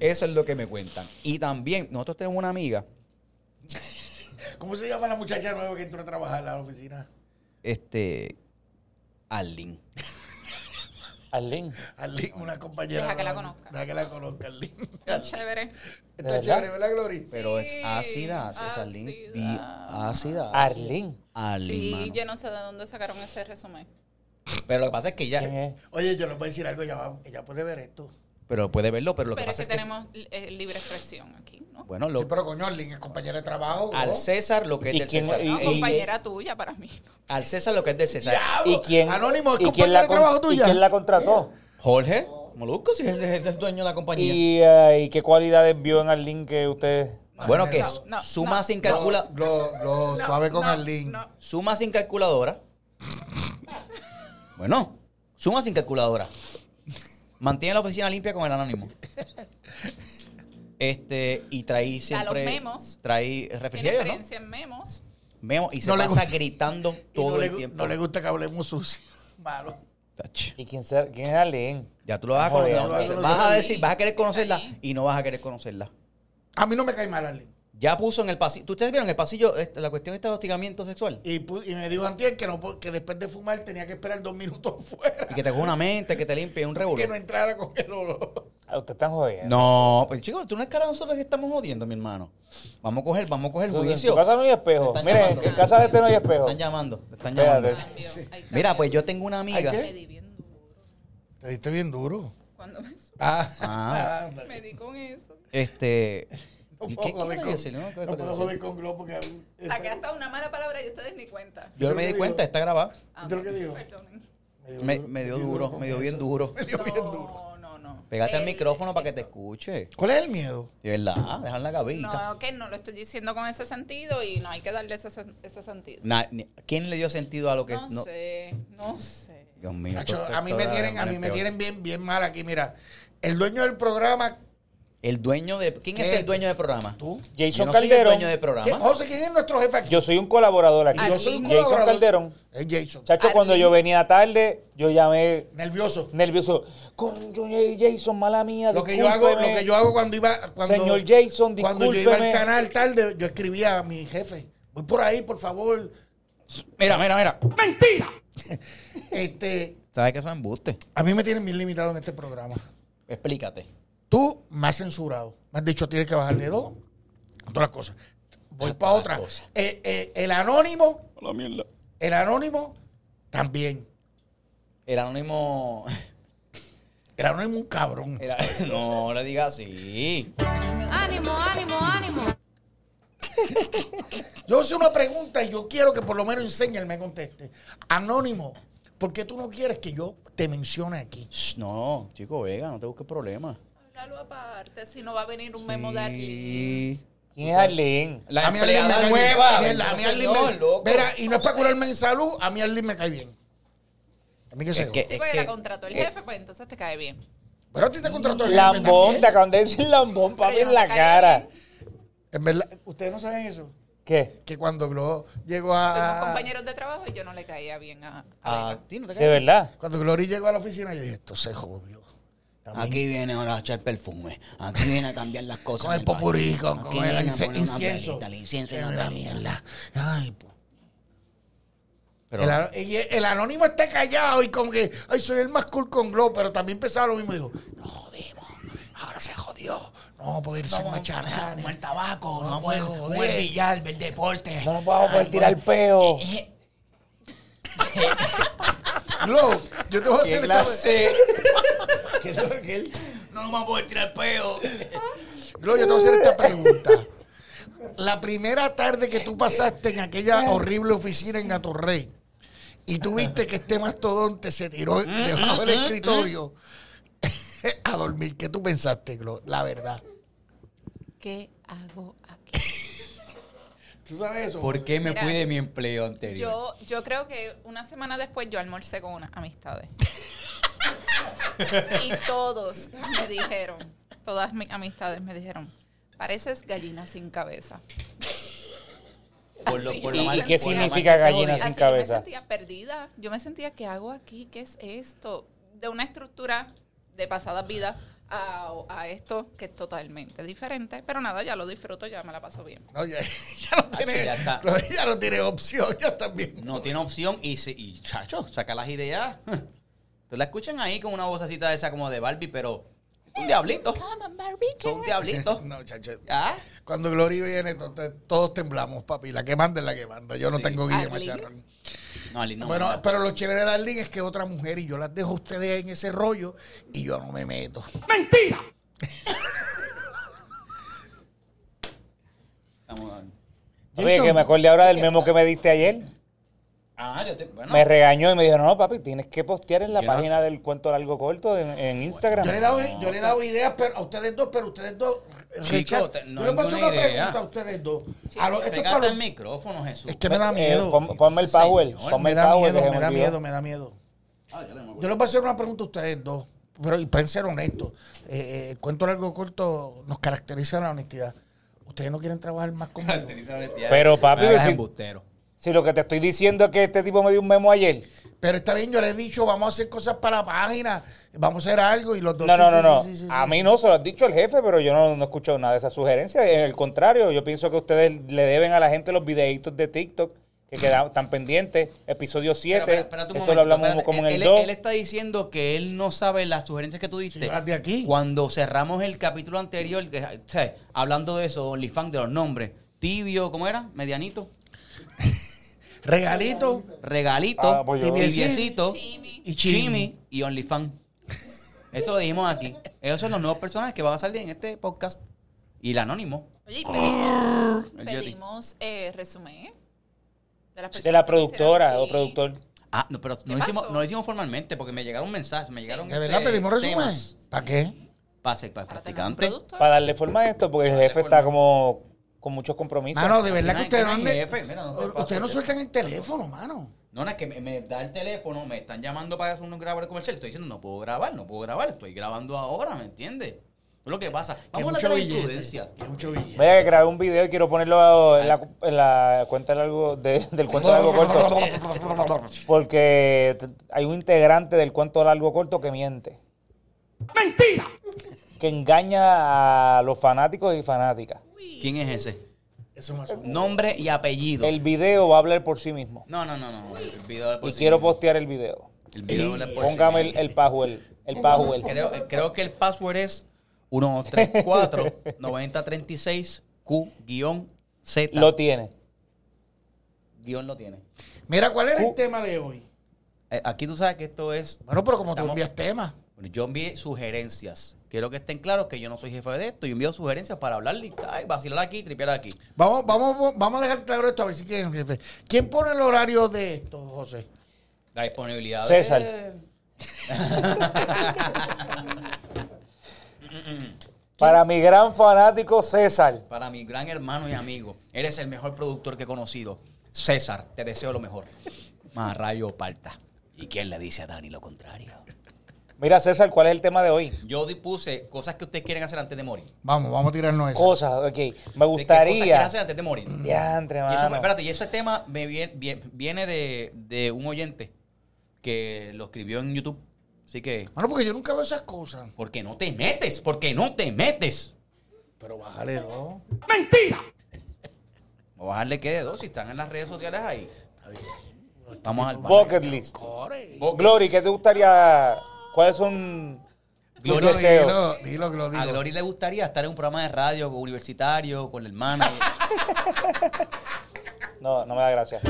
Speaker 1: Eso es lo que me cuentan. Y también, nosotros tenemos una amiga.
Speaker 3: ¿Cómo se llama la muchacha nueva que entró a
Speaker 2: este,
Speaker 3: trabajar a la oficina?
Speaker 1: este Arlene.
Speaker 2: Arlene.
Speaker 3: Arlín, una compañera.
Speaker 4: Deja que la
Speaker 3: nueva.
Speaker 4: conozca.
Speaker 3: Deja que la conozca, Arlín.
Speaker 4: <laughs> Qué chévere.
Speaker 3: Está
Speaker 2: verdad?
Speaker 3: chévere, ¿verdad, Glory?
Speaker 1: Pero
Speaker 4: Sí,
Speaker 1: es ácida, es Arlene. Bi-
Speaker 4: ácida.
Speaker 1: Ácida.
Speaker 2: Arlene.
Speaker 1: Arlene,
Speaker 4: Sí,
Speaker 1: mano.
Speaker 4: yo no sé de dónde sacaron ese resumen.
Speaker 1: Pero lo que pasa es que ella.
Speaker 2: ¿Quién es?
Speaker 3: Oye, yo les voy a decir algo, ella, va- ella puede ver esto.
Speaker 1: Pero puede verlo, pero lo que
Speaker 4: Pero es
Speaker 1: pasa
Speaker 4: que
Speaker 1: es que.
Speaker 4: tenemos eh, libre expresión aquí, ¿no?
Speaker 1: Bueno,
Speaker 3: Sí,
Speaker 1: lo,
Speaker 3: pero coño, Arlín es compañera de trabajo. ¿no?
Speaker 1: al César lo que es
Speaker 2: ¿Y
Speaker 1: del
Speaker 2: quién-
Speaker 1: César.
Speaker 2: y-
Speaker 4: No,
Speaker 2: y-
Speaker 4: compañera tuya para mí.
Speaker 1: Al César lo que es del César.
Speaker 3: ¡Diablo!
Speaker 2: ¿Y quién?
Speaker 3: Anónimo, es
Speaker 2: y
Speaker 3: compañera
Speaker 2: quién la
Speaker 3: de
Speaker 2: con-
Speaker 3: trabajo
Speaker 2: ¿Y
Speaker 3: tuya.
Speaker 2: quién la contrató?
Speaker 1: Jorge, Molusco, si es el, es el dueño de la compañía.
Speaker 2: ¿Y, eh, ¿y qué cualidades vio en Arlene que usted...
Speaker 1: bueno, que
Speaker 3: No,
Speaker 1: es-
Speaker 4: no,
Speaker 1: suma
Speaker 4: no.
Speaker 1: sin
Speaker 3: Lo,
Speaker 1: calcula,
Speaker 3: lo- lo <laughs> suave con Arlín.
Speaker 4: No,
Speaker 1: suma sin calculadora. bueno, suma sin calculadora. Mantiene la oficina limpia con el anónimo. Este, y trae siempre.
Speaker 4: memos.
Speaker 1: Trae
Speaker 4: tiene
Speaker 1: refrigerio, ¿no?
Speaker 4: experiencia en memos.
Speaker 1: Memo, y se
Speaker 3: No le
Speaker 1: pasa
Speaker 3: gusta.
Speaker 1: gritando
Speaker 3: Y
Speaker 1: todo
Speaker 3: no le,
Speaker 1: el
Speaker 3: gu-
Speaker 1: tiempo.
Speaker 3: No le gusta que hablemos sucio. <laughs> Malo.
Speaker 1: Tach.
Speaker 2: ¿Y quién, se- quién es Arlene?
Speaker 1: Ya tú lo vas a
Speaker 2: Joder,
Speaker 1: conocer.
Speaker 3: no, no, no,
Speaker 1: vas
Speaker 3: no,
Speaker 1: a
Speaker 4: no.
Speaker 1: decir, vas a querer conocerla
Speaker 4: Ahí.
Speaker 1: y no vas a querer conocerla.
Speaker 3: A mí no me cae mal Arlene.
Speaker 1: Ya puso en el pasillo. ¿tú- ¿Ustedes vieron en el pasillo este, la cuestión esta de hostigamiento sexual?
Speaker 3: Y, pu- y me dijo Antier que, no, po- que después de fumar tenía que esperar dos minutos <laughs> fuera.
Speaker 1: Y que te coja una mente, que te limpie un
Speaker 3: Que no
Speaker 1: revolver.
Speaker 3: entrara con el olor.
Speaker 2: Ah, Usted está jodiendo.
Speaker 1: No, pues chicos, tú no es cara de nosotros que estamos jodiendo, mi hermano. Vamos a coger, vamos a coger el
Speaker 2: Entonces, En
Speaker 1: juicio.
Speaker 2: tu casa no hay espejo.
Speaker 1: Te están
Speaker 2: Mire,
Speaker 1: llamando.
Speaker 2: en casa de este no hay
Speaker 1: Te
Speaker 2: espejo.
Speaker 1: están llamando, te están
Speaker 2: Espérate.
Speaker 1: llamando.
Speaker 4: Cambio, hay
Speaker 1: Mira,
Speaker 4: cambio.
Speaker 1: pues yo tengo una amiga.
Speaker 3: ¿Hay
Speaker 4: Me di bien duro
Speaker 3: Te diste bien duro.
Speaker 4: cuando me, su-
Speaker 3: Ah,
Speaker 1: Ah.
Speaker 3: anda.
Speaker 4: me di con eso.
Speaker 1: Este.
Speaker 3: No
Speaker 1: ¿y
Speaker 3: puedo
Speaker 1: qué- qué
Speaker 3: joder
Speaker 1: iba a
Speaker 3: con,
Speaker 1: decirle? No, ¿qué-
Speaker 3: no
Speaker 1: qué
Speaker 3: puedo
Speaker 1: iba a
Speaker 3: joder con Globo porque... uh, este,
Speaker 4: Saqué hasta una mala palabra y ustedes ni cuenta.
Speaker 1: Yo me di cuenta, está grabada.
Speaker 3: ¿Viste lo que digo?
Speaker 4: Perdonen.
Speaker 1: Me, me dio duro, me dio bien duro.
Speaker 3: <laughs> Me dio bien duro.
Speaker 4: No, no, no. Eh,
Speaker 1: Pégate al
Speaker 4: El-
Speaker 1: micrófono para que te escuche.
Speaker 3: ¿Cuál es el miedo?
Speaker 1: De verdad, dejar la gavita.
Speaker 4: No, que no lo estoy diciendo con ese sentido y no hay que darle ese, sen- ese sentido.
Speaker 1: Na- ni- ¿Quién le dio sentido a lo que
Speaker 4: No,
Speaker 1: no-
Speaker 4: sé, no sé.
Speaker 1: Dios mío.
Speaker 3: Nacho,
Speaker 1: esto-
Speaker 3: a mí
Speaker 1: esto
Speaker 3: me
Speaker 1: da-
Speaker 3: tienen, a
Speaker 1: pone
Speaker 3: mí me
Speaker 1: peor.
Speaker 3: tienen bien, bien mal aquí, mira. El dueño del programa,
Speaker 1: El dueño de. ¿Quién es
Speaker 3: ¿Qué?
Speaker 1: el dueño del programa?
Speaker 3: tú.
Speaker 1: Yo
Speaker 2: Jason
Speaker 1: no soy el
Speaker 2: Calderón.
Speaker 1: dueño Ah, del
Speaker 3: ¿Quién-
Speaker 1: programa.
Speaker 3: José, ¿quién es nuestro jefe aquí?
Speaker 2: Yo soy un colaborador aquí.
Speaker 3: Y yo soy un
Speaker 2: Jason
Speaker 3: colaborador.
Speaker 2: Calderón.
Speaker 3: Es Jason.
Speaker 2: Chacho,
Speaker 4: Aquí.
Speaker 2: cuando yo venía tarde, yo llamé
Speaker 3: Nervioso.
Speaker 2: nervioso. Coño, Jason, mala mía.
Speaker 3: Lo que yo hago, lo que yo hago cuando iba, cuando,
Speaker 2: Señor Jason,
Speaker 3: cuando yo iba al
Speaker 2: discúlpeme.
Speaker 3: canal tarde, yo escribía a mi jefe, voy por ahí, por favor.
Speaker 1: Mira, mira, mira.
Speaker 3: Este,
Speaker 1: ¿Sabes que eso es embuste?
Speaker 3: a mí me tienen bien limitado en este programa.
Speaker 1: Explícate.
Speaker 3: Tú me has censurado. Me has dicho, tienes que bajarle dos. Todas las cosas. Voy para
Speaker 1: las
Speaker 3: otra.
Speaker 1: cosas.
Speaker 3: Eh, eh, el anónimo. El anónimo también.
Speaker 1: El anónimo. <laughs>
Speaker 3: El anónimo es un cabrón.
Speaker 2: Eh.
Speaker 1: el a- <laughs> no le digas así.
Speaker 5: Ánimo, ánimo, ánimo.
Speaker 3: Yo hice una pregunta y yo quiero que por lo menos enseñe, él me conteste. Anónimo, ¿por qué tú no quieres que yo te mencione aquí?
Speaker 1: Shh, No, chico, vega, no te busques problemas.
Speaker 4: Háblalo aparte, si no va a venir un memo de aquí.
Speaker 1: Sí.
Speaker 2: ¿Quién es Arlene?
Speaker 1: La
Speaker 3: a mí Arlín
Speaker 1: empleada
Speaker 3: me cae bien.
Speaker 1: nueva.
Speaker 3: Mira, a mí
Speaker 1: bendito
Speaker 3: Arlín
Speaker 1: señor,
Speaker 3: me-
Speaker 1: loco.
Speaker 3: Mira, y no es para curarme en salud, a mí Arlín me cae bien. A mí que se
Speaker 1: Es que-
Speaker 4: Sí,
Speaker 1: es
Speaker 4: porque
Speaker 1: que-
Speaker 4: la contrató el
Speaker 1: eh,
Speaker 4: jefe, pues entonces te cae bien.
Speaker 3: Pero a ti te contrató el jefe
Speaker 2: Lambón, te
Speaker 3: también.
Speaker 2: acaban de decir lambón, papi,
Speaker 4: Pero
Speaker 2: en la
Speaker 4: cae
Speaker 2: cara.
Speaker 4: bien.
Speaker 3: En verdad, ustedes no saben eso.
Speaker 2: ¿Qué?
Speaker 3: Que cuando Globo llegó
Speaker 1: Ah.
Speaker 4: Fuimos
Speaker 3: a.
Speaker 4: compañeros de trabajo y yo no le caía bien a,
Speaker 1: A
Speaker 4: a Vega.
Speaker 1: ti no te
Speaker 2: ¿De
Speaker 1: cae bien.
Speaker 2: verdad?
Speaker 3: Cuando Glory llegó a la oficina, yo dije, esto se jodió. También
Speaker 6: Aquí viene ahora a echar perfume. Aquí viene a cambiar las cosas.
Speaker 3: Con
Speaker 6: en
Speaker 3: el
Speaker 6: baño.
Speaker 3: popurrí, con,
Speaker 6: Aquí
Speaker 3: con el
Speaker 6: viene a
Speaker 3: ince-
Speaker 6: poner una
Speaker 3: incienso.
Speaker 6: velita, El incienso y
Speaker 3: Mira,
Speaker 6: una mierda.
Speaker 3: mierda. Ay, po.
Speaker 1: Pero-
Speaker 3: el, ano- y el anónimo está callado y como que, ay, soy el más cool con Glow, pero también pensaba lo mismo. y Dijo, no jodimos, ahora se jodió. No vamos a poder irse no, macharranes.
Speaker 6: Como el tabaco,
Speaker 3: No
Speaker 6: no puedo
Speaker 3: puedo,
Speaker 6: jugar
Speaker 3: joder.
Speaker 6: el billar, el deporte.
Speaker 2: No nos vamos a poder tirar peo.
Speaker 1: Eh,
Speaker 3: Glow, yo te voy a
Speaker 1: ¿Qué
Speaker 3: hacer
Speaker 1: clase?
Speaker 3: esta <laughs> que no, que él-
Speaker 6: No nos vamos a poder tirar peo.
Speaker 3: Glow, yo te voy a hacer esta <laughs> pregunta. La primera tarde que tú pasaste en <laughs> aquella horrible oficina en Gatorrey y tú viste que este mastodonte se tiró debajo del escritorio <laughs> a dormir, ¿qué tú pensaste, Glow? La verdad.
Speaker 4: ¿Qué hago aquí?
Speaker 3: ¿Tú sabes eso?
Speaker 1: ¿Por qué me
Speaker 4: Mira,
Speaker 1: fui de mi empleo anterior?
Speaker 4: Yo, yo creo que una semana después yo almorcé con unas
Speaker 2: <laughs>
Speaker 4: amistades. y todos me dijeron, todas mis amistades me dijeron, pareces gallina sin cabeza.
Speaker 1: Por lo-
Speaker 4: Así.
Speaker 1: por lo
Speaker 4: ¿Y
Speaker 1: mal-
Speaker 2: qué
Speaker 1: por lo mal
Speaker 2: significa
Speaker 1: que te
Speaker 2: gallina
Speaker 1: odias.
Speaker 2: sin
Speaker 4: Así que
Speaker 2: cabeza.
Speaker 4: me sentía perdida. Yo me sentía, ¿qué hago aquí? ¿Qué es esto? De una estructura de pasadas vidas a, a esto que es totalmente diferente. Pero nada, ya lo disfruto, ya me la paso bien.
Speaker 3: No, ya, <laughs> ya no tiene,
Speaker 1: ya está.
Speaker 3: no, ya no tiene opción, ya está bien.
Speaker 1: No tiene opción y, se- y, chacho, saca las ideas. <laughs> Entonces la escuchan ahí con una vocecita esa como de Barbie, pero un diablito.
Speaker 4: Come on, Barbie
Speaker 1: Son un diablito.
Speaker 3: No, chacho.
Speaker 1: ¿Ah?
Speaker 3: Cuando Glory viene, entonces, todos temblamos, papi. La que manda es la que manda. Yo no
Speaker 1: Sí.
Speaker 3: tengo guía,
Speaker 4: Arlene.
Speaker 3: macharrón.
Speaker 1: No, Ali, no.
Speaker 3: bueno, pero lo chévere de Arlene es que es otra mujer y yo las dejo a ustedes en ese rollo y yo no me meto.
Speaker 1: Vamos a ver.
Speaker 2: Oye, que me acordé ahora del memo que me diste ayer.
Speaker 1: Ah, yo te- bueno.
Speaker 2: Me regañó y me dijo, no, papi, tienes que postear en la
Speaker 1: Yo no-
Speaker 2: página del cuento largo corto de- en Instagram.
Speaker 3: Yo le he dado, yo le he dado ideas pero, a ustedes dos, pero ustedes dos rechazan.
Speaker 1: te- no
Speaker 3: yo le paso
Speaker 1: ninguna
Speaker 3: una
Speaker 1: idea.
Speaker 3: pregunta a ustedes dos. A lo- Ah, esto es,
Speaker 1: Pégate
Speaker 3: para
Speaker 1: el
Speaker 3: los-
Speaker 1: micrófono, Jesús.
Speaker 3: es que me da
Speaker 2: Eh,
Speaker 3: miedo.
Speaker 2: pon- ponme el power,
Speaker 1: Señor,
Speaker 2: ponme
Speaker 3: me
Speaker 2: el
Speaker 3: da
Speaker 2: power.
Speaker 3: miedo,
Speaker 2: que se
Speaker 3: me da
Speaker 2: olvidó.
Speaker 3: miedo, me da miedo.
Speaker 1: Ah, ya le me voy.
Speaker 3: Yo les voy a hacer una pregunta a ustedes dos, pero y pueden ser honestos. Eh, eh, el cuento largo corto nos caracteriza la honestidad. Ustedes no quieren trabajar más
Speaker 1: <laughs>
Speaker 3: conmigo.
Speaker 2: Pero, papi,
Speaker 1: Me hagas
Speaker 2: si-
Speaker 1: embustero.
Speaker 2: Si lo que te estoy diciendo es que este tipo me dio un memo ayer.
Speaker 3: Pero está bien, yo les he dicho, vamos a hacer cosas para la página, vamos a hacer algo y los dos.
Speaker 2: No,
Speaker 3: sí,
Speaker 2: no,
Speaker 3: sí,
Speaker 2: no, no.
Speaker 3: sí, sí, sí, sí.
Speaker 2: A mí no, se lo has dicho el jefe, pero yo no, no he escuchado nada de esas sugerencias. En el contrario, yo pienso que ustedes le deben a la gente los videitos de TikTok que quedan tan pendientes. Episodio 7,
Speaker 1: Espera, espera, espera
Speaker 2: esto
Speaker 1: un
Speaker 2: lo
Speaker 1: momento,
Speaker 2: hablamos
Speaker 1: espérate.
Speaker 2: como en
Speaker 1: él,
Speaker 2: el 2.
Speaker 1: él está diciendo que él no sabe las sugerencias que tú
Speaker 3: Si
Speaker 1: diste.
Speaker 3: yo las de aquí.
Speaker 1: Cuando cerramos el capítulo anterior, que, o sea, hablando de eso, OnlyFans, de los nombres. Tibio, ¿cómo era? Medianito.
Speaker 3: Regalito.
Speaker 1: Regalito.
Speaker 2: Ah, pues yo-
Speaker 1: tibiecito.
Speaker 4: Chimi.
Speaker 3: Y Chimi.
Speaker 1: Chimi y OnlyFans. Eso lo dijimos aquí. Esos son los nuevos personajes que van a salir en este podcast. Y el anónimo.
Speaker 4: Oye, y pedimos,
Speaker 1: El
Speaker 4: pedimos eh, resumen de, las
Speaker 2: De la
Speaker 4: personas que hicieron,
Speaker 2: productora o
Speaker 4: sí.
Speaker 2: productor.
Speaker 1: Ah, no, pero no
Speaker 4: ¿Qué
Speaker 1: lo, hicimos,
Speaker 4: pasó?
Speaker 1: no lo hicimos formalmente porque me llegaron mensajes, me llegaron...
Speaker 3: ¿De verdad pedimos resumen? ¿Para qué?
Speaker 1: Pase, para
Speaker 4: Para tener un
Speaker 1: practicante.
Speaker 4: productor.
Speaker 2: Para darle forma a esto, porque el jefe está como con muchos compromisos.
Speaker 3: Mano, de verdad que
Speaker 1: Mira,
Speaker 3: ustedes
Speaker 1: mira,
Speaker 3: no anden-
Speaker 1: jefe, mira, no se pasa,
Speaker 3: Ustedes no
Speaker 1: jefe.
Speaker 3: sueltan el teléfono, mano.
Speaker 1: No, no, es que me, me da el teléfono, me están llamando para hacer un grabar comercial. Estoy diciendo, no puedo grabar, no puedo grabar, estoy grabando ahora, ¿me entiendes? Es lo que pasa. Vamos a
Speaker 3: mucho
Speaker 1: la
Speaker 3: billete.
Speaker 1: imprudencia.
Speaker 3: Que mucho billete.
Speaker 2: Vaya que grabé un video y quiero ponerlo en la, en la cuenta largo de- del cuento largo corto. Porque t- hay un integrante del cuento largo corto que miente. ¡Mentira! Que engaña a los fanáticos y fanáticas.
Speaker 1: ¿Quién es ese?
Speaker 3: <laughs> Eso me asusta.
Speaker 1: Nombre y apellido.
Speaker 2: El video va a hablar por sí mismo.
Speaker 1: No, no, no, no. El video de por
Speaker 2: Y
Speaker 1: sí
Speaker 2: quiero
Speaker 1: mismo.
Speaker 2: postear el video.
Speaker 1: El video de por sí
Speaker 2: Póngame el,
Speaker 1: mismo.
Speaker 2: el password. El password.
Speaker 1: Creo, creo que el password es 1234 9036 Q guión Z.
Speaker 2: Lo tiene.
Speaker 1: guión lo tiene.
Speaker 3: Mira, ¿cuál era
Speaker 2: Uh.
Speaker 3: el tema de hoy?
Speaker 1: Eh, Aquí tú sabes que esto es
Speaker 3: Bueno, pero como tú
Speaker 1: Estamos-
Speaker 3: envías temas.
Speaker 1: Bueno, yo envié sugerencias. Quiero que estén claros que yo no soy jefe de esto. Yo envío sugerencias para hablar y ay, vacilar aquí, tripear aquí.
Speaker 3: Vamos, vamos, vamos a dejar claro esto, a ver si quieren, jefe. ¿Quién pone el horario de esto, José?
Speaker 1: La disponibilidad. de-
Speaker 2: César. Para mi gran fanático César.
Speaker 1: para mi gran hermano y amigo. Eres el mejor productor que he conocido. César, te deseo lo mejor. Más rayo parta. ¿Y quién le dice a Dani lo contrario?
Speaker 2: Mira, César, ¿cuál es el tema de hoy?
Speaker 1: Yo dispuse cosas que ustedes quieren hacer antes de morir.
Speaker 3: Vamos, vamos a tirarnos eso.
Speaker 2: Cosas,
Speaker 1: O sea,
Speaker 2: ok. Me
Speaker 1: ¿qué cosas quieren
Speaker 2: gustaría.
Speaker 1: hacer antes de morir.
Speaker 2: Diantre,
Speaker 1: Y eso, fue-
Speaker 2: mano.
Speaker 1: espérate, y ese tema me viene, viene- viene de, de un oyente que lo escribió en YouTube. Así que,
Speaker 3: Bueno, porque yo nunca veo esas cosas.
Speaker 1: porque no te metes, porque no te metes.
Speaker 3: Pero bájale dos.
Speaker 1: Vamos a bajarle que de dos si están en las redes sociales ahí. Vamos al
Speaker 2: Bucket list.
Speaker 3: Core.
Speaker 1: Bo-
Speaker 2: Glory, ¿qué te gustaría? ¿Cuáles son tus
Speaker 1: Gloria,
Speaker 3: Dilo,
Speaker 2: deseos?
Speaker 3: dilo, dilo que lo digo.
Speaker 1: A Glory le gustaría estar en un programa de radio universitario con la
Speaker 3: <laughs>
Speaker 1: hermana.
Speaker 2: No, no me da gracia.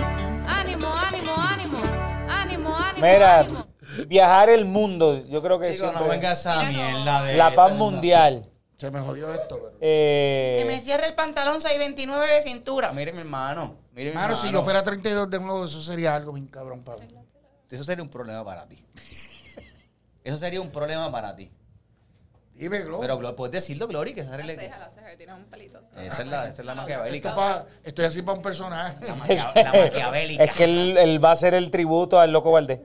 Speaker 5: Ánimo, ánimo, ánimo. Ánimo, ánimo.
Speaker 2: Mira,
Speaker 5: ánimo.
Speaker 2: viajar el mundo, yo creo
Speaker 3: Pues
Speaker 2: que
Speaker 1: Chicos,
Speaker 2: siempre-
Speaker 1: no venga esa mierda de.
Speaker 2: la paz mundial.
Speaker 3: Se me jodió esto, pero.
Speaker 2: Eh,
Speaker 1: cierre el pantalón 629 de cintura. Mire, mi hermano. Mire, mi
Speaker 3: Hermano, si yo fuera 32 de nuevo, eso sería algo bien cabrón, Pablo.
Speaker 1: Eso sería un problema para ti. <laughs> Eso sería un problema para ti.
Speaker 3: Dime, Globo.
Speaker 1: Pero Glo- puedes decirlo, Glory, que esa
Speaker 4: La
Speaker 1: es
Speaker 4: ceja, la ceja, que tiene un pelito. así.
Speaker 1: Esa es la, esa es la maquiavélica.
Speaker 3: Esto pa- estoy así para un personaje. <laughs>
Speaker 1: La, maquia- la maquiavélica.
Speaker 2: es que él, él va a ser el tributo al loco Valdés.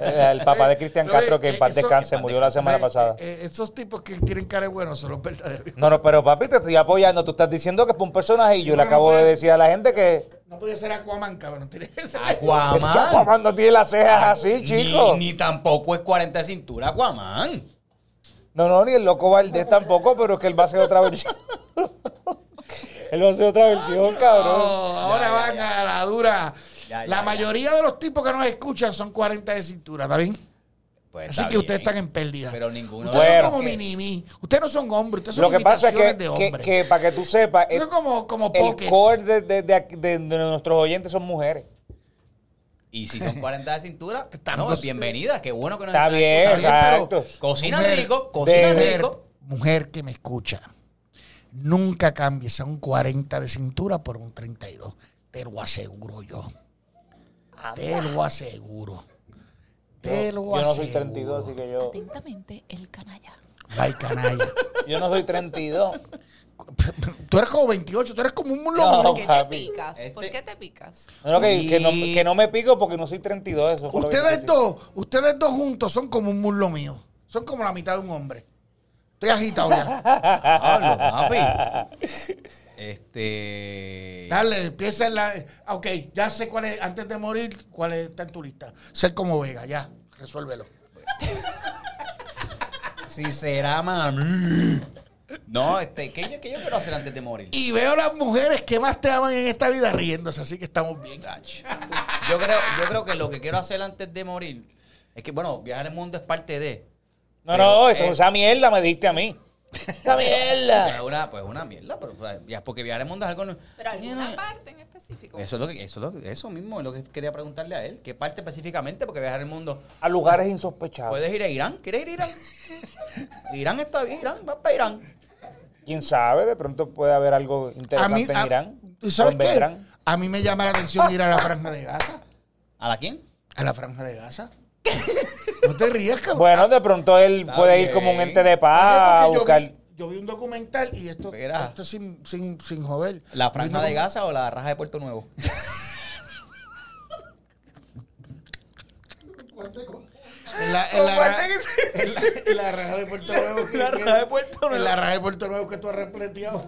Speaker 2: Eh, al papá de Cristian
Speaker 3: Eh,
Speaker 2: Castro, que en
Speaker 3: eh,
Speaker 2: paz
Speaker 3: eso-
Speaker 2: descanse,
Speaker 1: en paz
Speaker 2: murió la semana
Speaker 3: Eh,
Speaker 2: pasada.
Speaker 3: eh, esos tipos que tienen cara de bueno son los verdaderos.
Speaker 2: No, no, pero papi, te estoy apoyando. Tú estás diciendo que es para un personaje y yo
Speaker 3: Sí, pero
Speaker 2: le
Speaker 3: no
Speaker 2: acabo de
Speaker 3: puede-
Speaker 2: decir a la gente que.
Speaker 3: No podía ser Aquaman, cabrón. Tiene que ser
Speaker 2: Es que
Speaker 1: Aquaman.
Speaker 2: Aquaman no tiene las
Speaker 3: Ah,
Speaker 2: cejas así, chico.
Speaker 1: Ni, ni tampoco es 40 de cintura, Aquaman.
Speaker 2: No, no, ni el loco Valdés tampoco, pero es que él va a hacer otra versión. <laughs> él va a hacer otra versión,
Speaker 3: Oh,
Speaker 2: cabrón.
Speaker 3: ahora van a la dura
Speaker 1: Ya, ya,
Speaker 3: la
Speaker 1: ya.
Speaker 3: mayoría de los tipos que nos escuchan son 40 de cintura, ¿está bien?
Speaker 1: Pues
Speaker 3: Así
Speaker 1: está
Speaker 3: que ustedes
Speaker 1: bien.
Speaker 3: están en pérdida.
Speaker 1: Pero ninguno
Speaker 3: ustedes
Speaker 2: Bueno.
Speaker 3: son como mini-mi. Ustedes no son hombres, ustedes son
Speaker 2: Lo que pasa es
Speaker 3: imitaciones
Speaker 2: que,
Speaker 3: de
Speaker 2: que-
Speaker 3: hombres.
Speaker 2: que para que tú sepas,
Speaker 3: Ustedes
Speaker 2: el,
Speaker 3: son como, como
Speaker 2: el
Speaker 3: pockets.
Speaker 2: core de, de- de aquí- de- de nuestros oyentes son mujeres.
Speaker 1: Y si son 40 de
Speaker 3: <laughs>
Speaker 1: cintura,
Speaker 3: Estamos-
Speaker 1: no, bienvenida. Qué bueno que nos
Speaker 2: Está
Speaker 1: están
Speaker 2: bien,
Speaker 3: Está bien, pero-
Speaker 2: exacto.
Speaker 1: Cocina
Speaker 3: Mujer,
Speaker 1: rico, cocina
Speaker 3: mujer,
Speaker 1: rico.
Speaker 3: Mujer que me escucha, nunca cambies a un 40 de cintura por un 32. Te lo aseguro yo. Te lo aseguro. Te lo
Speaker 2: Yo no
Speaker 3: aseguro.
Speaker 2: soy 32, así que yo.
Speaker 4: Atentamente, el canalla.
Speaker 3: Ay, canalla.
Speaker 2: Yo no soy 32.
Speaker 3: <laughs> tú eres como 28, tú eres como un mulo.
Speaker 2: No,
Speaker 4: ¿Por qué te
Speaker 2: papi.
Speaker 4: picas?
Speaker 1: Este-
Speaker 4: ¿Por qué te picas?
Speaker 2: No, que, que no, que no me pico porque no soy 32. Eso fue lo que
Speaker 3: Ustedes
Speaker 2: quise decir.
Speaker 3: dos, ustedes dos juntos son como un muslo mío. Son como la mitad de un hombre. Estoy agitado
Speaker 2: <laughs>
Speaker 3: ya.
Speaker 1: Pablo, papi.
Speaker 3: <laughs>
Speaker 1: Este.
Speaker 3: Dale, empieza en la. ah, Ok, ya sé cuál es, antes de morir, cuál es, está en tu lista. Ser como Vega, ya, resuélvelo.
Speaker 1: Si será mami. No, este, ¿qué yo, qué yo quiero hacer antes de morir?
Speaker 3: Y veo las mujeres que más te aman en esta vida riéndose, así que estamos bien.
Speaker 1: Tacho. Yo creo, yo creo que lo que quiero hacer antes de morir es que, bueno, viajar el mundo es parte de.
Speaker 2: No, no,
Speaker 1: Pero,
Speaker 2: eso,
Speaker 1: eh,
Speaker 2: esa mierda me diste
Speaker 3: <laughs>
Speaker 2: a mí. ¡Esa mierda!
Speaker 3: Ah.
Speaker 1: Pues una, pues una mierda, pero o sea, ya porque viajar el mundo es algo. no-
Speaker 4: Pero alguna
Speaker 1: Bueno,
Speaker 4: parte en específico.
Speaker 1: Eso es lo que, eso es lo que- eso mismo es lo que quería preguntarle a él. ¿Qué parte específicamente? Porque viajar el mundo.
Speaker 2: A lugares
Speaker 3: Ah.
Speaker 2: insospechados.
Speaker 1: ¿Puedes ir a Irán? ¿Quieres ir a
Speaker 3: <laughs>
Speaker 1: Irán? Irán está bien, Irán, va para Irán.
Speaker 2: ¿Quién sabe? De pronto puede haber algo
Speaker 3: A
Speaker 2: interesante
Speaker 3: mí,
Speaker 2: en
Speaker 3: a-
Speaker 2: Irán.
Speaker 3: ¿Tú sabes
Speaker 2: con
Speaker 3: qué?
Speaker 2: Belgrán.
Speaker 3: A mí me llama la atención ir a la franja de Gaza.
Speaker 1: ¿A la quién?
Speaker 3: A la franja de Gaza. <laughs> No te rías, cabrón.
Speaker 2: Bueno, de pronto él
Speaker 1: Está
Speaker 2: puede ir
Speaker 1: bien.
Speaker 2: como un ente de
Speaker 3: ah, Oye,
Speaker 2: paz a
Speaker 3: porque
Speaker 2: buscar.
Speaker 3: Yo vi, yo vi un documental y esto,
Speaker 1: Ah, Espera.
Speaker 3: esto sin, sin, sin joder.
Speaker 1: ¿La
Speaker 3: Viendo
Speaker 1: franja de
Speaker 3: como-
Speaker 1: Gaza o la raja de Puerto Nuevo?
Speaker 3: En la, en la, ra- <laughs> en la, en la raja de Puerto Nuevo. que-
Speaker 1: <laughs> La
Speaker 3: que-
Speaker 1: raja de Puerto Nuevo.
Speaker 3: En la raja de Puerto Nuevo que tú
Speaker 1: <laughs>
Speaker 3: has repleteado.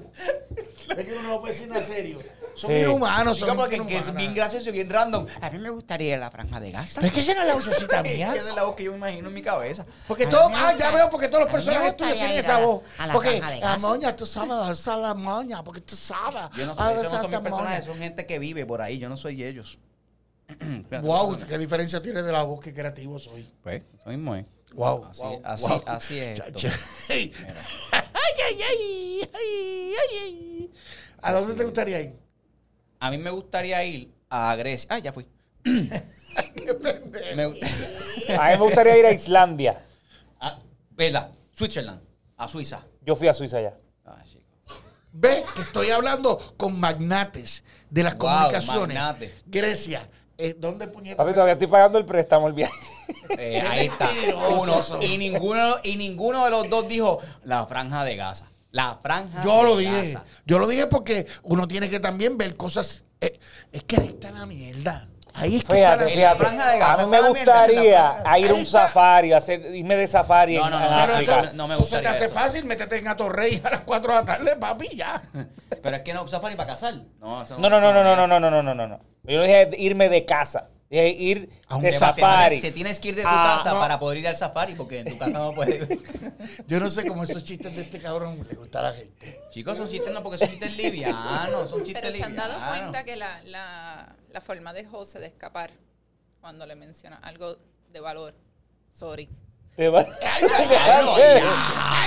Speaker 3: Es que uno no puede decir nada serio. Son
Speaker 2: Sí.
Speaker 3: inhumanos, son
Speaker 1: Digo, porque que es
Speaker 3: inhumanas.
Speaker 1: bien gracioso y bien random. A mí me gustaría ir a la franja de Gaza.
Speaker 3: Pero es que esa no es la vocecita
Speaker 1: <laughs>
Speaker 3: mía.
Speaker 1: Esa es la voz que yo me imagino en mi cabeza.
Speaker 3: Porque
Speaker 1: A
Speaker 3: todos,
Speaker 1: mí me
Speaker 3: ah, ya
Speaker 1: gusta-
Speaker 3: veo, porque todos
Speaker 1: a
Speaker 3: los
Speaker 1: mí me
Speaker 3: personajes tuyos
Speaker 1: gustaría
Speaker 3: tienen
Speaker 1: ir a
Speaker 3: esa
Speaker 1: la-
Speaker 3: voz.
Speaker 1: a la
Speaker 3: Porque,
Speaker 1: franja de
Speaker 3: la
Speaker 1: Gaza.
Speaker 3: moña, tú sabes, la salsa de la moña, porque tú sabes.
Speaker 1: Yo no
Speaker 3: Ah,
Speaker 1: soy,
Speaker 3: la
Speaker 1: esos no
Speaker 3: salsa
Speaker 1: son mis
Speaker 3: de
Speaker 1: personajes,
Speaker 3: moña.
Speaker 1: son gente que vive por ahí. Yo no soy ellos. Espérate,
Speaker 3: Wow,
Speaker 1: perdóname.
Speaker 3: qué diferencia tiene de la voz, qué creativo soy.
Speaker 1: Pues, eso mismo es.
Speaker 3: Wow.
Speaker 1: Así,
Speaker 3: wow,
Speaker 1: así,
Speaker 3: wow.
Speaker 1: así es. esto.
Speaker 3: <laughs> Chacho. Ay,
Speaker 1: Mira.
Speaker 3: ay, ay, ay, ay, ay. ¿A dónde te gustaría ir? <laughs>
Speaker 1: A mí me gustaría ir a Grecia. Ah, ya fui.
Speaker 3: Qué pendejo.
Speaker 1: Me gu- <laughs>
Speaker 2: A mí me gustaría ir a Islandia.
Speaker 1: Ah, ¿Verdad? Switzerland. A Suiza.
Speaker 2: Yo fui a Suiza ya.
Speaker 1: Ah, chico.
Speaker 3: Ve que estoy hablando con magnates de las
Speaker 1: Wow,
Speaker 3: comunicaciones.
Speaker 1: magnate.
Speaker 3: Grecia, eh, ¿dónde puñetas?
Speaker 2: Papi, todavía estoy pagando el préstamo el viaje.
Speaker 1: Eh, ahí está.
Speaker 3: Mentirosos.
Speaker 1: Uno. Y ninguno, y ninguno de los dos dijo la franja de Gaza. La franja
Speaker 3: Yo
Speaker 1: de
Speaker 3: lo dije.
Speaker 1: Gaza.
Speaker 3: Yo lo dije porque uno tiene que también ver cosas. eh, es que ahí está la mierda. Ahí es que
Speaker 2: <laughs> Fíjate,
Speaker 1: En la
Speaker 2: fíjate.
Speaker 1: franja de Gaza,
Speaker 2: A mí me
Speaker 1: toda la mierda en la
Speaker 2: gustaría
Speaker 1: franja.
Speaker 2: a ir a un safari, a hacer, irme de safari
Speaker 1: No,
Speaker 2: en,
Speaker 1: no,
Speaker 2: en
Speaker 1: no,
Speaker 3: Pero
Speaker 2: África.
Speaker 3: eso,
Speaker 1: No me
Speaker 3: eso se te
Speaker 1: gustaría
Speaker 3: hace
Speaker 1: eso.
Speaker 3: fácil, métete en Atorrey a las 4 de la tarde, papi,
Speaker 1: <laughs>
Speaker 3: ya.
Speaker 1: Pero es que no, safari para casar. No, eso
Speaker 2: No, no, no, no, no, no, no, no, no, no, no, no. Yo no dije irme de casa. Dije ir
Speaker 3: A un
Speaker 2: de
Speaker 1: Te-
Speaker 2: safari.
Speaker 1: Te tienes que ir de tu
Speaker 2: Ah,
Speaker 1: casa
Speaker 3: no.
Speaker 1: para poder ir al safari porque en tu casa no puedes. <laughs>
Speaker 3: Yo no sé cómo esos chistes de este cabrón le gustan a la gente.
Speaker 1: Chicos, son chistes no porque son chistes livianos, son chistes
Speaker 4: Pero se han
Speaker 1: livianos.
Speaker 4: dado cuenta que la, la, la forma de José de escapar cuando le menciona algo de valor. Sorry.
Speaker 2: Te va- <laughs>
Speaker 1: Diablo,
Speaker 2: Eh.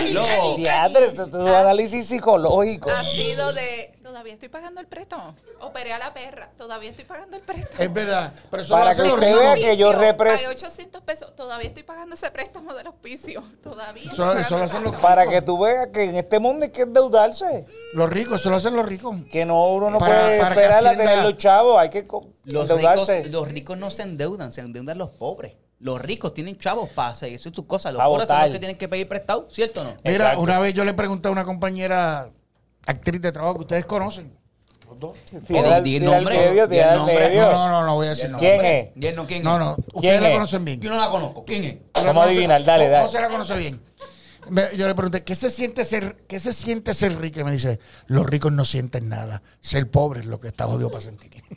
Speaker 1: diablo.
Speaker 2: Diadre, esto es un análisis psicológico.
Speaker 4: Ha sido de todavía estoy pagando el préstamo. Operé a la perra. Todavía estoy pagando el préstamo.
Speaker 3: Es verdad. Pero eso lo
Speaker 2: Para que
Speaker 3: hacen los
Speaker 2: usted
Speaker 3: ricos.
Speaker 2: vea que yo
Speaker 4: Auspicio, pagué
Speaker 2: represento.
Speaker 4: 800 pesos. Todavía estoy pagando ese préstamo del auspicio. <laughs> Todavía.
Speaker 3: Eso-
Speaker 4: estoy
Speaker 3: eso lo
Speaker 4: pagando
Speaker 3: hacen
Speaker 4: el
Speaker 3: los-
Speaker 4: préstamo.
Speaker 2: Para que tú veas que en este mundo hay que endeudarse.
Speaker 3: Los ricos, eso lo hacen los ricos.
Speaker 2: Que no, uno no
Speaker 3: Para-
Speaker 2: puede
Speaker 3: para que
Speaker 2: esperar a
Speaker 3: Hacienda-
Speaker 2: tener los chavos. Hay que co-
Speaker 1: Los ricos,
Speaker 2: endeudarse.
Speaker 1: los ricos no se endeudan, se endeudan los pobres. Los ricos tienen chavos pases y eso es sus cosas. Los
Speaker 2: Pa'
Speaker 1: pobres son
Speaker 2: votar.
Speaker 1: los que tienen que pedir prestado, ¿cierto o no?
Speaker 3: Mira,
Speaker 2: Exacto.
Speaker 3: una vez yo le pregunté a una compañera, actriz de trabajo que ustedes conocen. Los dos.
Speaker 2: Tira
Speaker 1: Oh, Di el
Speaker 2: tira
Speaker 1: nombre,
Speaker 2: medio,
Speaker 1: di
Speaker 2: tira
Speaker 1: el
Speaker 2: al
Speaker 1: nombre.
Speaker 2: medio.
Speaker 3: No, no, no, no voy a decir
Speaker 1: ¿Quién
Speaker 3: nombre.
Speaker 2: ¿Quién es?
Speaker 1: ¿Y él no quién es?
Speaker 3: No, no, ustedes la
Speaker 2: es?
Speaker 3: conocen bien.
Speaker 1: Yo no la conozco. ¿Quién es?
Speaker 3: Usted la
Speaker 2: Vamos a
Speaker 3: conoce-
Speaker 2: adivinar, dale,
Speaker 3: o-
Speaker 2: dale.
Speaker 3: o se la conoce bien. Me- yo le pregunté, ¿qué se siente ser, qué se siente ser rico? Y me dice, los ricos no sienten nada. Ser pobre es lo que está jodido para sentir. <laughs>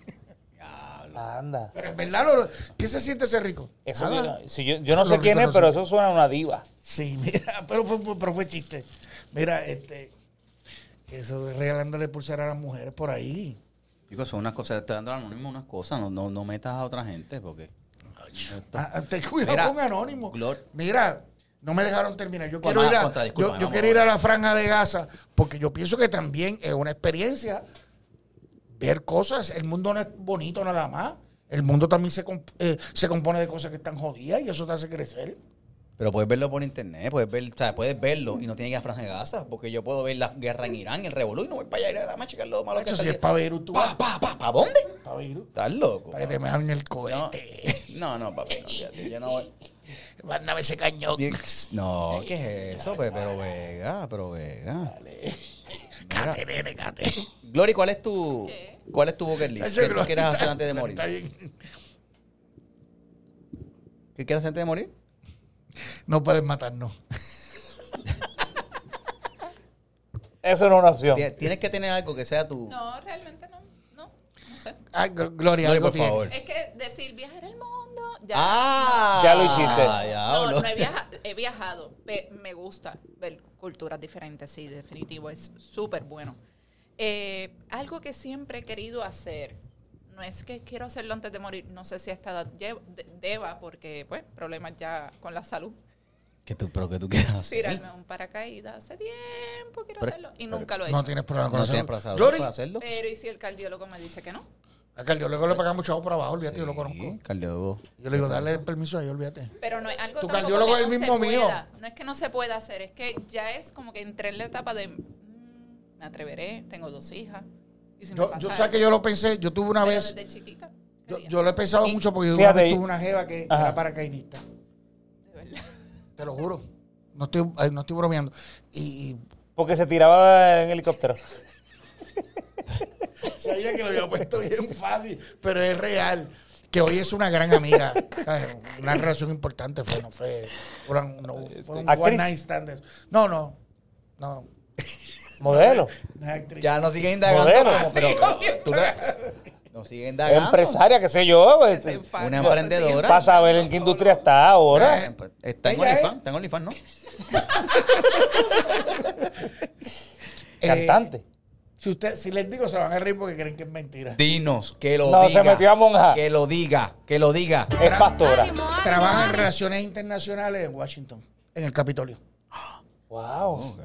Speaker 2: Anda.
Speaker 3: Pero es verdad, lo- ¿qué se siente ser rico?
Speaker 2: Eso yo,
Speaker 3: Nada.
Speaker 2: no- si yo, yo no
Speaker 3: Los
Speaker 2: sé quién
Speaker 3: ricos
Speaker 2: es,
Speaker 3: no
Speaker 2: pero
Speaker 3: son-
Speaker 2: eso suena a una diva.
Speaker 3: Sí, mira, <laughs> pero fue, fue- pero fue chiste. Mira, este, eso de regalándole pulseras a las mujeres por ahí.
Speaker 1: Digo, son unas cosas, estoy dando anónimo unas cosas, no, no, no metas a otra gente porque...
Speaker 3: Ah, ah, Ten cuidado
Speaker 1: Mira,
Speaker 3: con Anónimo.
Speaker 1: Glor-
Speaker 3: Mira, no me dejaron terminar. Yo
Speaker 1: Con
Speaker 3: quiero,
Speaker 1: más
Speaker 3: ir a,
Speaker 1: contra, disculpa,
Speaker 3: yo, yo
Speaker 1: vamos
Speaker 3: quiero
Speaker 1: a
Speaker 3: ir a
Speaker 1: ver.
Speaker 3: la franja de Gaza porque yo pienso que también es una experiencia ver cosas. El mundo no es bonito nada más. El mundo también se, comp- eh, se compone de cosas que están jodidas y eso te hace crecer.
Speaker 1: Pero puedes verlo por internet, puedes ver, o sea, puedes verlo y no tienes que ir a Franja de Gaza, porque yo puedo ver la guerra en Irán, el revolú, y no voy para allá, ir a dame a checar lo malo que
Speaker 3: Eso
Speaker 1: está
Speaker 3: sí es
Speaker 1: allí.
Speaker 3: para Beirut, tú
Speaker 1: pa, pa, pa, ¿pa dónde?
Speaker 3: para Beirut.
Speaker 1: Estás loco.
Speaker 3: Para que te mejan el
Speaker 1: No,
Speaker 3: cohete.
Speaker 1: no, no, papi, no, fíjate, yo no voy.
Speaker 3: <laughs> Mándame ese cañón.
Speaker 1: No, ¿qué es eso? Pe- Pero vega, pero vega.
Speaker 3: Cate, nene, cate.
Speaker 1: Glory, ¿cuál es tu
Speaker 4: ¿Qué?
Speaker 1: cuál es tu bucket list? ¿Qué tú quieres hacer antes de morir?
Speaker 3: Está bien.
Speaker 1: ¿Qué quieres hacer antes de morir?
Speaker 3: No puedes matarnos.
Speaker 2: Eso no es una opción.
Speaker 1: Tie- Tienes que tener algo que sea tu...
Speaker 4: No, realmente no. No, no sé.
Speaker 3: Ay, Ah, Gl- Gloria,
Speaker 1: Glory,
Speaker 3: algo
Speaker 1: por
Speaker 3: tiene.
Speaker 1: favor.
Speaker 4: Es que decir viajar al mundo. Ya.
Speaker 1: ¡Ah!
Speaker 2: Ya lo hiciste.
Speaker 4: No,
Speaker 1: diablo.
Speaker 3: <laughs>
Speaker 4: no he, viaja- he viajado. pe- Me gusta ver culturas diferentes, sí, definitivo, es súper bueno. Eh, algo que siempre he querido hacer, no es que quiero hacerlo antes de morir, no sé si a esta edad lle- de- deba, porque pues problemas ya con la salud,
Speaker 1: ¿Qué tú, pero qué tú quieres hacer?
Speaker 4: tirarme un paracaídas, hace tiempo quiero
Speaker 1: Pero-
Speaker 4: hacerlo y
Speaker 1: pero-
Speaker 4: nunca lo he
Speaker 3: No
Speaker 4: hecho.
Speaker 3: tienes problema con
Speaker 1: No
Speaker 3: la
Speaker 1: tienes
Speaker 3: salud.
Speaker 1: para salud,
Speaker 3: Glory,
Speaker 1: para hacerlo.
Speaker 4: Pero y si el cardiólogo me dice que no,
Speaker 3: al cardiólogo le pagamos chavo por abajo, olvídate, yo lo conozco.
Speaker 1: Sí, cardiólogo.
Speaker 3: Yo le digo, dale permiso a él, olvídate.
Speaker 4: Pero no es algo
Speaker 3: Tu
Speaker 4: tampoco
Speaker 3: cardiólogo
Speaker 4: que
Speaker 3: es el
Speaker 4: no
Speaker 3: mismo
Speaker 4: se
Speaker 3: mío.
Speaker 4: pueda. No es que no se pueda hacer, es que ya es como que entré en la etapa de mm, me atreveré, tengo dos hijas. Y si
Speaker 3: Yo,
Speaker 4: me pasa
Speaker 3: yo sé que yo lo pensé, yo tuve una
Speaker 4: algo, pero
Speaker 3: vez,
Speaker 4: desde chiquita.
Speaker 3: yo,
Speaker 4: quería,
Speaker 3: yo lo he pensado mucho porque yo una
Speaker 2: fíjate,
Speaker 3: vez
Speaker 2: y-
Speaker 3: tuve una jeva que
Speaker 2: Ajá.
Speaker 3: era paracaidista.
Speaker 4: de verdad.
Speaker 3: Te lo juro. No estoy, ay, no estoy bromeando. Y, <laughs>
Speaker 2: Porque se tiraba
Speaker 1: <laughs>
Speaker 2: en helicóptero.
Speaker 3: y sabía que lo había puesto bien fácil, pero es real. Que hoy es una gran amiga.
Speaker 4: <laughs>
Speaker 3: ¿sabes? Una relación importante fue, no fue. Fue un, no, fue un
Speaker 2: ¿Actriz?
Speaker 3: one night stand. de eso. No, no. No,
Speaker 2: Modelo.
Speaker 3: no es actriz.
Speaker 1: Ya nos siguen indagando.
Speaker 2: Modelo.
Speaker 1: como- pero, tú no- nos siguen indagando.
Speaker 2: Empresaria, qué sé yo. pues,
Speaker 4: Se enfada.
Speaker 1: Una emprendedora.
Speaker 2: Para saber en qué industria está ahora.
Speaker 3: Eh,
Speaker 1: Está en
Speaker 3: Ella es-
Speaker 1: OnlyFans, está en OnlyFans, ¿no?
Speaker 3: eh,
Speaker 2: Cantante.
Speaker 3: Si, usted, si les digo, se van a reír porque creen que es mentira.
Speaker 1: Dinos, que lo
Speaker 2: No,
Speaker 1: diga.
Speaker 2: se metió a monja.
Speaker 1: Que lo diga, que lo diga.
Speaker 2: Es pastora.
Speaker 5: Ánimo, ánimo,
Speaker 3: Trabaja en
Speaker 5: ánimo.
Speaker 3: relaciones internacionales en Washington, en el Capitolio.
Speaker 2: Wow.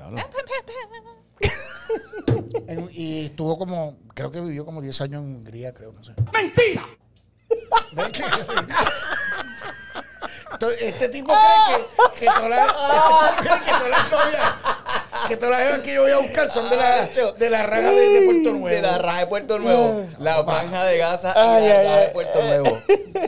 Speaker 3: En- y estuvo como, creo que vivió como 10 años en Hungría, creo, no sé. <laughs> ¡Mentira! este tipo cree que, que todas las <laughs> este tipo cree que todas las novias, que todas las novias que yo voy a buscar son de la, de la raja de, de Puerto Nuevo.
Speaker 1: De la raja de Puerto Nuevo. La franja de Gaza y
Speaker 2: Ay,
Speaker 1: la
Speaker 2: ay,
Speaker 1: raja de
Speaker 2: ay.
Speaker 1: Puerto Nuevo.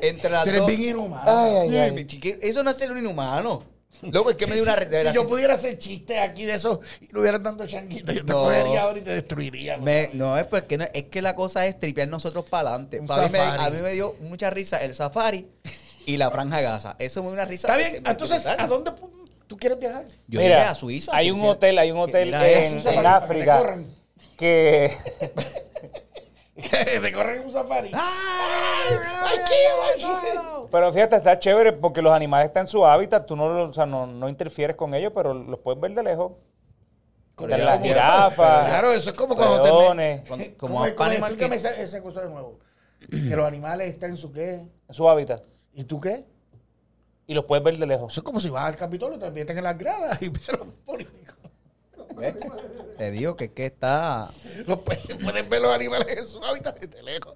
Speaker 1: Entre las
Speaker 3: Tú eres
Speaker 1: dos.
Speaker 3: bien inhumano.
Speaker 2: Ay, ay,
Speaker 1: Ay,
Speaker 2: ay.
Speaker 1: mi chiqui- Eso no es ser un inhumano. Loco, es que
Speaker 3: Si-
Speaker 1: me dio una...
Speaker 3: si-
Speaker 1: re- de
Speaker 3: si,
Speaker 1: verdad,
Speaker 3: yo
Speaker 1: sí.
Speaker 3: pudiera hacer chistes aquí de esos y no hubieran tanto changuito, yo te
Speaker 1: No.
Speaker 3: cogería ahora y te destruiría. ¿no?
Speaker 1: Me- no, es porque no- es que la cosa es tripear nosotros para adelante.
Speaker 3: Un
Speaker 1: a, mí me,
Speaker 3: safari.
Speaker 1: a mí me dio mucha risa el safari y la franja Gaza. Eso me dio una risa.
Speaker 3: Está bien,
Speaker 1: brutal.
Speaker 3: entonces, ¿a dónde tú quieres viajar?
Speaker 1: Yo
Speaker 2: Mira,
Speaker 1: iré a Suiza.
Speaker 2: hay
Speaker 1: que
Speaker 2: un
Speaker 1: sea-
Speaker 2: hotel, hay un
Speaker 1: que
Speaker 2: hotel
Speaker 1: mira
Speaker 2: en-
Speaker 1: eso.
Speaker 3: Para
Speaker 2: en
Speaker 3: que te
Speaker 2: África.
Speaker 3: corran.
Speaker 2: Que <laughs>
Speaker 3: Que <laughs> te corren en un safari.
Speaker 1: ¡Ay,
Speaker 3: ¡Ay, qué guay!
Speaker 2: Pero fíjate, está chévere porque los animales están en su hábitat, tú no, lo- o sea, no, no interfieres con ellos, pero los puedes ver de lejos.
Speaker 3: Correa
Speaker 2: Están las
Speaker 3: como-
Speaker 2: jirafas,
Speaker 3: Claro, eso es como cuando te. <laughs>
Speaker 2: leones.
Speaker 1: Cuando-
Speaker 3: Como,
Speaker 1: como
Speaker 3: como
Speaker 1: Animal
Speaker 3: explícame
Speaker 1: Kid.
Speaker 3: esa, esa cosa de nuevo. Que los animales están en su qué.
Speaker 2: en su hábitat.
Speaker 3: ¿Y tú qué?
Speaker 2: Y los puedes ver de lejos.
Speaker 3: Eso es como si vas al Capitolio, te meten en las gradas y <laughs> ves a los políticos.
Speaker 1: ¿Ves? Te digo que, que está.
Speaker 3: Los puedes, puedes ver los animales en su hábitat desde lejos.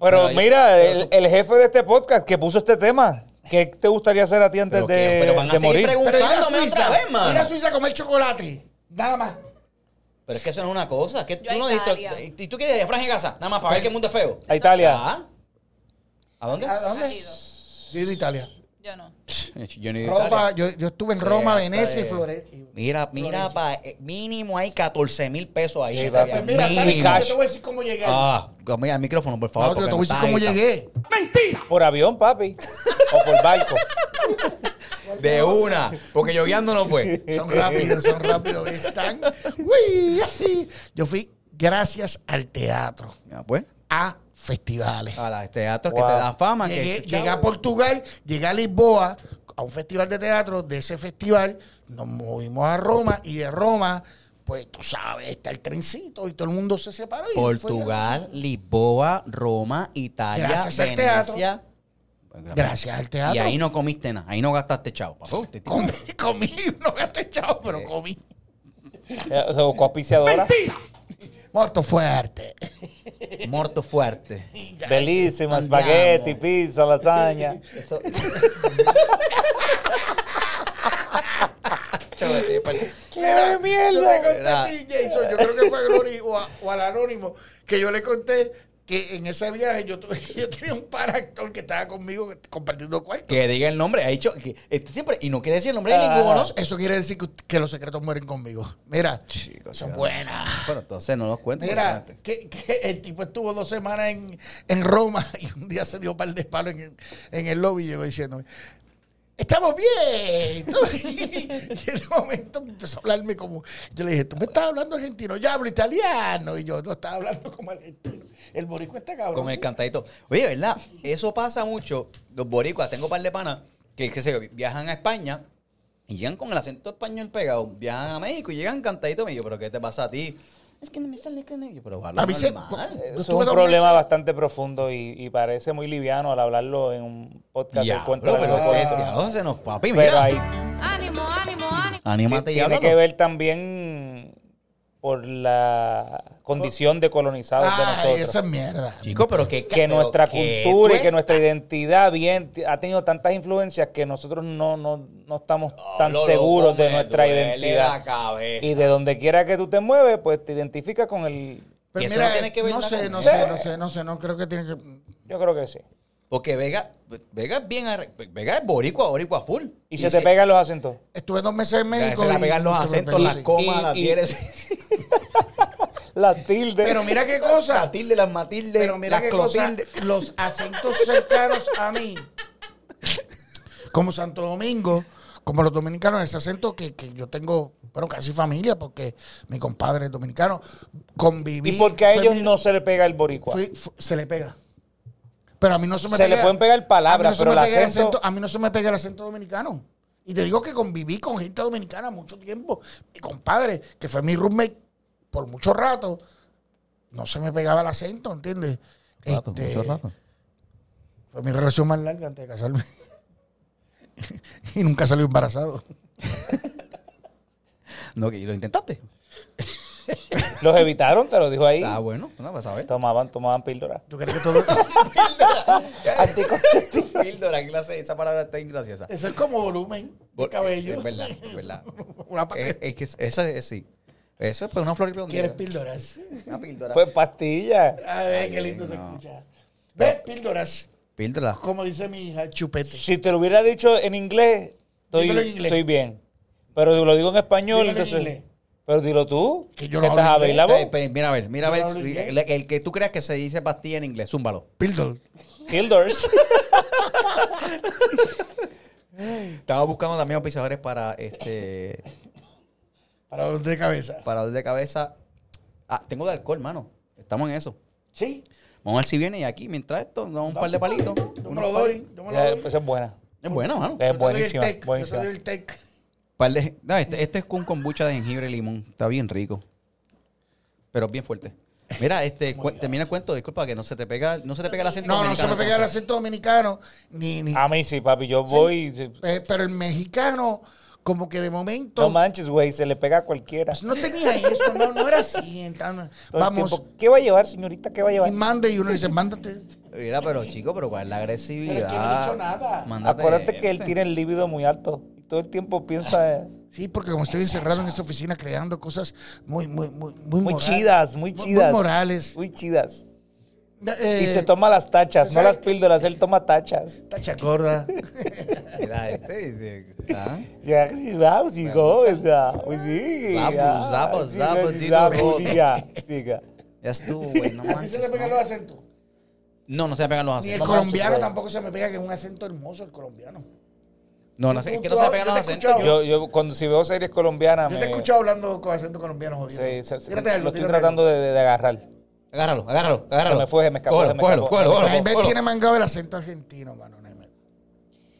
Speaker 2: Pero
Speaker 1: Mira, yo-
Speaker 2: mira,
Speaker 1: pero
Speaker 2: el, el jefe de este podcast que puso este tema, ¿qué te gustaría hacer a ti antes
Speaker 1: Pero
Speaker 2: de,
Speaker 1: qué- pero van a
Speaker 2: de
Speaker 1: seguir
Speaker 2: morir?
Speaker 1: preguntando.
Speaker 3: Pero ir a
Speaker 1: Contándome otra
Speaker 3: Suiza.
Speaker 1: vez, mano.
Speaker 3: ir a Suiza a comer chocolate. Nada más.
Speaker 1: Pero es que eso no es una cosa. Que
Speaker 4: Yo
Speaker 1: tú
Speaker 4: a
Speaker 1: no
Speaker 4: Italia.
Speaker 1: dijiste- y tú quieres ir a Franja Gaza, nada más para ver que el mundo es feo.
Speaker 2: A Italia.
Speaker 1: Ah. ¿A dónde?
Speaker 3: ¿A
Speaker 4: Ha
Speaker 3: dónde?
Speaker 4: ido.
Speaker 3: Yo he ido a Italia.
Speaker 4: Yo no.
Speaker 1: Yo no he ido a
Speaker 3: Roma,
Speaker 1: Italia.
Speaker 3: yo, yo estuve en
Speaker 1: Sí,
Speaker 3: Roma,
Speaker 1: hasta
Speaker 3: Venecia y
Speaker 1: de-
Speaker 3: Florencia.
Speaker 1: Mira, mira,
Speaker 3: Florencia.
Speaker 1: pa, eh, mínimo hay 14 mil pesos ahí.
Speaker 2: Sí,
Speaker 1: Mira,
Speaker 2: papi.
Speaker 3: Pues mira, ¿sabes qué?
Speaker 1: mínimo.
Speaker 3: Yo te voy a decir cómo llegué. ahí.
Speaker 1: Ah, mira, el micrófono, por favor.
Speaker 3: No,
Speaker 1: porque
Speaker 3: yo te voy a
Speaker 1: no
Speaker 3: decir
Speaker 1: está
Speaker 3: cómo
Speaker 1: ahí, está-
Speaker 3: llegué.
Speaker 2: Por avión, papi. o por <laughs> barco.
Speaker 1: De una, porque yo guiando no fue.
Speaker 3: Son rápidos, son rápidos. Están. Uy, ay. Yo fui gracias al teatro,
Speaker 1: Ya, pues,
Speaker 3: a festivales.
Speaker 1: a los teatros que
Speaker 2: Wow.
Speaker 1: te da fama.
Speaker 3: Llegué,
Speaker 1: que,
Speaker 3: llegué Ah, a Portugal, llegué a Lisboa, a un festival de teatro. De ese festival nos movimos a Roma y de Roma, pues tú sabes, está el trencito y todo el mundo se separó. y fue-
Speaker 1: Portugal, Lisboa, Roma, Italia,
Speaker 3: Gracias al teatro.
Speaker 1: Venecia.
Speaker 3: gracias al teatro.
Speaker 1: Y ahí no comiste nada, ahí no gastaste chavo. papá. Te- te-
Speaker 3: comí, <laughs> comí, no gasté chavo, pero comí.
Speaker 2: Eh, O sea, buscó auspiciadora.
Speaker 3: Muerto <laughs> fuerte.
Speaker 1: Morto
Speaker 3: <laughs>
Speaker 1: fuerte.
Speaker 2: Bellísima,
Speaker 1: Andiamo.
Speaker 2: spaghetti,
Speaker 3: <laughs>
Speaker 2: pizza, lasaña.
Speaker 1: Eso- <laughs>
Speaker 3: Mira, Yo te conté
Speaker 1: Mira.
Speaker 3: a ti, Jason, yo creo que fue a Glory o, a- o al Anónimo, que yo le conté que en ese viaje yo, tuve- <laughs> yo tenía un par actor que estaba conmigo compartiendo cuarto.
Speaker 1: que diga el nombre, ha dicho que este siempre y no quiere decir el nombre
Speaker 3: Ah.
Speaker 1: de ninguno.
Speaker 3: Eso, eso quiere decir que, ut- que los secretos mueren conmigo. Mira,
Speaker 1: Chicos,
Speaker 3: son
Speaker 1: ya.
Speaker 3: buenas.
Speaker 1: Bueno, entonces no los cuento.
Speaker 3: Mira,
Speaker 1: imagínate.
Speaker 3: que, que el tipo estuvo dos semanas en, en Roma <laughs> y un día se dio un par de palos en, en el lobby y llegó diciéndome, estamos bien. <laughs> y en el momento empezó a hablarme como, yo le dije, tú me estás hablando argentino, yo hablo italiano. Y yo no estaba hablando como argentino. El boricua está cabrón.
Speaker 1: con el cantadito. Oye, ¿verdad? Eso pasa mucho. Los boricuas, tengo un par de panas que, que se viajan a España y llegan con el acento español pegado. Viajan a México y llegan cantadito. Me digo, ¿pero qué te pasa a ti? Es que no me sale con ellos, pero habla
Speaker 3: A mí se-
Speaker 1: normal.
Speaker 2: Es
Speaker 3: Estuve
Speaker 2: un
Speaker 3: dos
Speaker 2: problema
Speaker 3: meses.
Speaker 2: bastante profundo y, y parece muy liviano al hablarlo en un podcast del
Speaker 1: Ya,
Speaker 2: cuento
Speaker 1: pero,
Speaker 2: de
Speaker 1: pero,
Speaker 2: los
Speaker 1: ¿qué?
Speaker 2: cuentos.
Speaker 1: Diablo, se nos papi,
Speaker 2: Pero
Speaker 1: mira.
Speaker 2: ahí
Speaker 5: Ánimo, ánimo, ánimo.
Speaker 1: Anímate y
Speaker 2: tiene
Speaker 1: háblalo.
Speaker 2: que ver también por la condición de colonizados de
Speaker 3: Ay,
Speaker 2: nosotros.
Speaker 3: esa Ah, es mierda.
Speaker 1: Chico, pero que,
Speaker 2: que
Speaker 1: pero
Speaker 2: nuestra
Speaker 1: que pues,
Speaker 2: cultura y
Speaker 1: tú
Speaker 2: que nuestra identidad bien ha tenido tantas influencias que nosotros no, no, no estamos tan
Speaker 1: Lolo,
Speaker 2: seguros de
Speaker 1: Oh, me
Speaker 2: nuestra
Speaker 1: duele
Speaker 2: identidad.
Speaker 1: la cabeza.
Speaker 2: Y de donde quiera que tú te mueves, pues te identificas con
Speaker 1: Que
Speaker 2: el...
Speaker 3: Pues
Speaker 1: eso
Speaker 3: mira,
Speaker 1: no tiene que ver
Speaker 3: no
Speaker 1: nada
Speaker 3: sé,
Speaker 1: con-
Speaker 3: no
Speaker 2: Sí.
Speaker 3: sé, no sé, no sé, no creo que tiene que...
Speaker 2: Yo creo que sí.
Speaker 1: Porque Vega, Vega es bien, arre- Vega es boricua, boricua full.
Speaker 2: Y, se, te pegan los acentos.
Speaker 3: Estuve dos meses en
Speaker 1: Ya,
Speaker 3: México.
Speaker 1: Se la
Speaker 3: y-
Speaker 1: pegan los
Speaker 3: y se me
Speaker 1: acentos,
Speaker 3: pegó,
Speaker 1: las
Speaker 3: sí.
Speaker 1: comas,
Speaker 2: Y-
Speaker 1: las
Speaker 2: y- <laughs>
Speaker 1: dieres.
Speaker 2: Las tildes.
Speaker 3: Pero mira qué cosa.
Speaker 1: Las tildes, las matildes,
Speaker 3: Pero mira
Speaker 1: las
Speaker 3: qué cosa,
Speaker 1: clotildes.
Speaker 3: los acentos cercanos a mí, como Santo Domingo, como los dominicanos, ese acento que, que yo tengo, bueno, casi familia, porque mi compadre es dominicano, conviví.
Speaker 2: y porque a
Speaker 3: fue
Speaker 2: ellos
Speaker 3: mi-
Speaker 2: no se le pega el boricua.
Speaker 3: fui- fu- se le pega. Pero a mí no se me
Speaker 2: Se
Speaker 3: pega.
Speaker 2: le pueden pegar
Speaker 3: a mí
Speaker 2: palabras,
Speaker 3: no se
Speaker 2: pero
Speaker 3: me
Speaker 2: el
Speaker 3: pega
Speaker 2: acento-
Speaker 3: A mí no se me pega el acento dominicano. Y te digo que conviví con gente dominicana mucho tiempo. Mi compadre, que fue mi roommate por mucho rato, no se me pegaba el acento, ¿entiendes? Este,
Speaker 1: Eh,
Speaker 3: Fue mi relación más larga antes de casarme. <laughs> y nunca salí embarazado.
Speaker 1: No, que lo intentaste.
Speaker 2: Los evitaron, te lo dijo ahí.
Speaker 1: Ah, bueno, no, vas a <laughs> ver.
Speaker 2: Tomaban, tomaban píldoras.
Speaker 3: ¿Tú crees que <laughs> todo
Speaker 1: Píldora, clase, esa palabra está ingraciosa.
Speaker 3: eso es como volumen de cabello?
Speaker 1: Es verdad, es
Speaker 2: <laughs>
Speaker 1: verdad.
Speaker 3: Una pa-
Speaker 1: Es, es que eso es, sí. Eso es pues, una flor y peonera.
Speaker 3: <laughs> ¿Quieres píldoras?
Speaker 1: Una Ah, píldora.
Speaker 2: Pues pastillas.
Speaker 3: A ver, qué lindo se
Speaker 1: no.
Speaker 3: escucha. ¿Ves? Píldoras.
Speaker 1: Píldora.
Speaker 3: Como dice mi hija, chupete.
Speaker 2: Si te lo hubiera dicho en inglés, estoy,
Speaker 3: Dímelo en inglés.
Speaker 2: estoy bien. Pero si lo digo en español,
Speaker 3: Dímelo en
Speaker 2: entonces.
Speaker 3: inglés.
Speaker 2: Pero dilo tú.
Speaker 3: Que yo no
Speaker 2: estás
Speaker 3: hablo inglés.
Speaker 1: Pe-
Speaker 2: available.
Speaker 1: pe- pues, Mira a ver, mira a ver.
Speaker 3: Yo no hablo inglés.
Speaker 1: El, el que tú creas que se dice pastilla en inglés, zúmbalo.
Speaker 3: Píldor. <laughs>
Speaker 2: Píldoras.
Speaker 1: Estaba buscando también auspiciadores para
Speaker 3: <laughs>
Speaker 1: este
Speaker 3: Para dolor de cabeza.
Speaker 1: para dolor de cabeza. Ah, tengo de alcohol, mano. Estamos en eso.
Speaker 3: Sí.
Speaker 1: Vamos a ver si viene y aquí, mientras esto, nos damos un par de palitos.
Speaker 3: Yo me
Speaker 1: Unos
Speaker 3: lo
Speaker 1: par-
Speaker 3: doy. Yo me lo
Speaker 2: Ya, pues,
Speaker 3: doy.
Speaker 2: Esa es buena.
Speaker 1: Es bueno, mano.
Speaker 3: Yo
Speaker 2: Es
Speaker 3: te doy el
Speaker 2: buenísima.
Speaker 3: tec, Yo
Speaker 2: buenísima.
Speaker 3: te doy el tec.
Speaker 1: Par de- no, este, este es con kombucha de jengibre y limón. Está bien rico. Pero bien fuerte. Mira, este, cu- termina el cuento, disculpa, que no se te pega, no se te pega el acento.
Speaker 3: No, no se me
Speaker 1: dominicano,
Speaker 3: pega el
Speaker 1: entonces.
Speaker 3: acento dominicano. Ni, ni,
Speaker 2: A mí sí, papi. Yo voy.
Speaker 3: pe- pero el mexicano, como que de momento.
Speaker 2: No manches, güey. Se le pega a cualquiera.
Speaker 3: pues no tenía eso, no, no era así. entonces,
Speaker 2: Todo el
Speaker 3: vamos.
Speaker 2: tiempo, ¿Qué va a llevar, señorita? ¿Qué va a llevar?
Speaker 3: Y mande y uno le dice, mándate.
Speaker 1: Mira, pero chico, pero cuál es la agresividad.
Speaker 3: Pero es que no he dicho nada.
Speaker 1: Mándate
Speaker 2: Acuérdate que él
Speaker 1: este.
Speaker 2: tiene el líbido muy alto. Y todo el tiempo piensa.
Speaker 3: Sí, porque como estoy encerrado en esa oficina creando cosas muy, muy, muy, muy,
Speaker 2: Muy
Speaker 3: morales.
Speaker 2: chidas, muy chidas.
Speaker 3: morales.
Speaker 2: Muy chidas.
Speaker 3: Eh, pues
Speaker 2: Y se toma las tachas, no
Speaker 3: ¿sabes?
Speaker 2: las píldoras, él toma tachas.
Speaker 3: Tacha <laughs> gorda.
Speaker 1: Mira, este, este, ah.
Speaker 2: Ya, sí, vamos, hijo, o sea, pues sí.
Speaker 1: Zapo,
Speaker 2: ya,
Speaker 1: zapo,
Speaker 2: sí,
Speaker 1: zapo,
Speaker 2: sí,
Speaker 1: chico,
Speaker 2: zapo,
Speaker 1: zapo.
Speaker 2: siga, siga.
Speaker 1: Ya estuvo,
Speaker 3: <laughs>
Speaker 1: güey, no
Speaker 3: A mí se
Speaker 1: manches.
Speaker 3: le pegan
Speaker 1: no.
Speaker 3: los acentos.
Speaker 1: No, no se me pegan los
Speaker 3: Ni el
Speaker 1: acentos.
Speaker 2: manches,
Speaker 3: colombiano
Speaker 2: güey.
Speaker 3: tampoco se me pega, que es un acento hermoso el colombiano.
Speaker 1: No, no sé, es que no se me pegan los
Speaker 3: Yo te he
Speaker 1: acentos. Yo-
Speaker 3: escuchado.
Speaker 2: Yo, yo cuando si veo series colombianas
Speaker 3: Yo
Speaker 2: me...
Speaker 3: te he escuchado hablando con acento colombiano, jodido.
Speaker 2: se- se- se-
Speaker 3: Tírate algo,
Speaker 2: lo estoy
Speaker 3: tírate
Speaker 2: tratando de, de- de agarrar.
Speaker 1: Agárralo, agárralo, agárralo.
Speaker 2: me fue, se me escapó,
Speaker 1: Cógelo,
Speaker 2: se me
Speaker 1: cógelo,
Speaker 2: escapó.
Speaker 1: cógelo,
Speaker 3: algo.
Speaker 1: cógelo,
Speaker 3: Naivet
Speaker 1: cógelo.
Speaker 3: tiene mangado el acento argentino, mano. Naivet.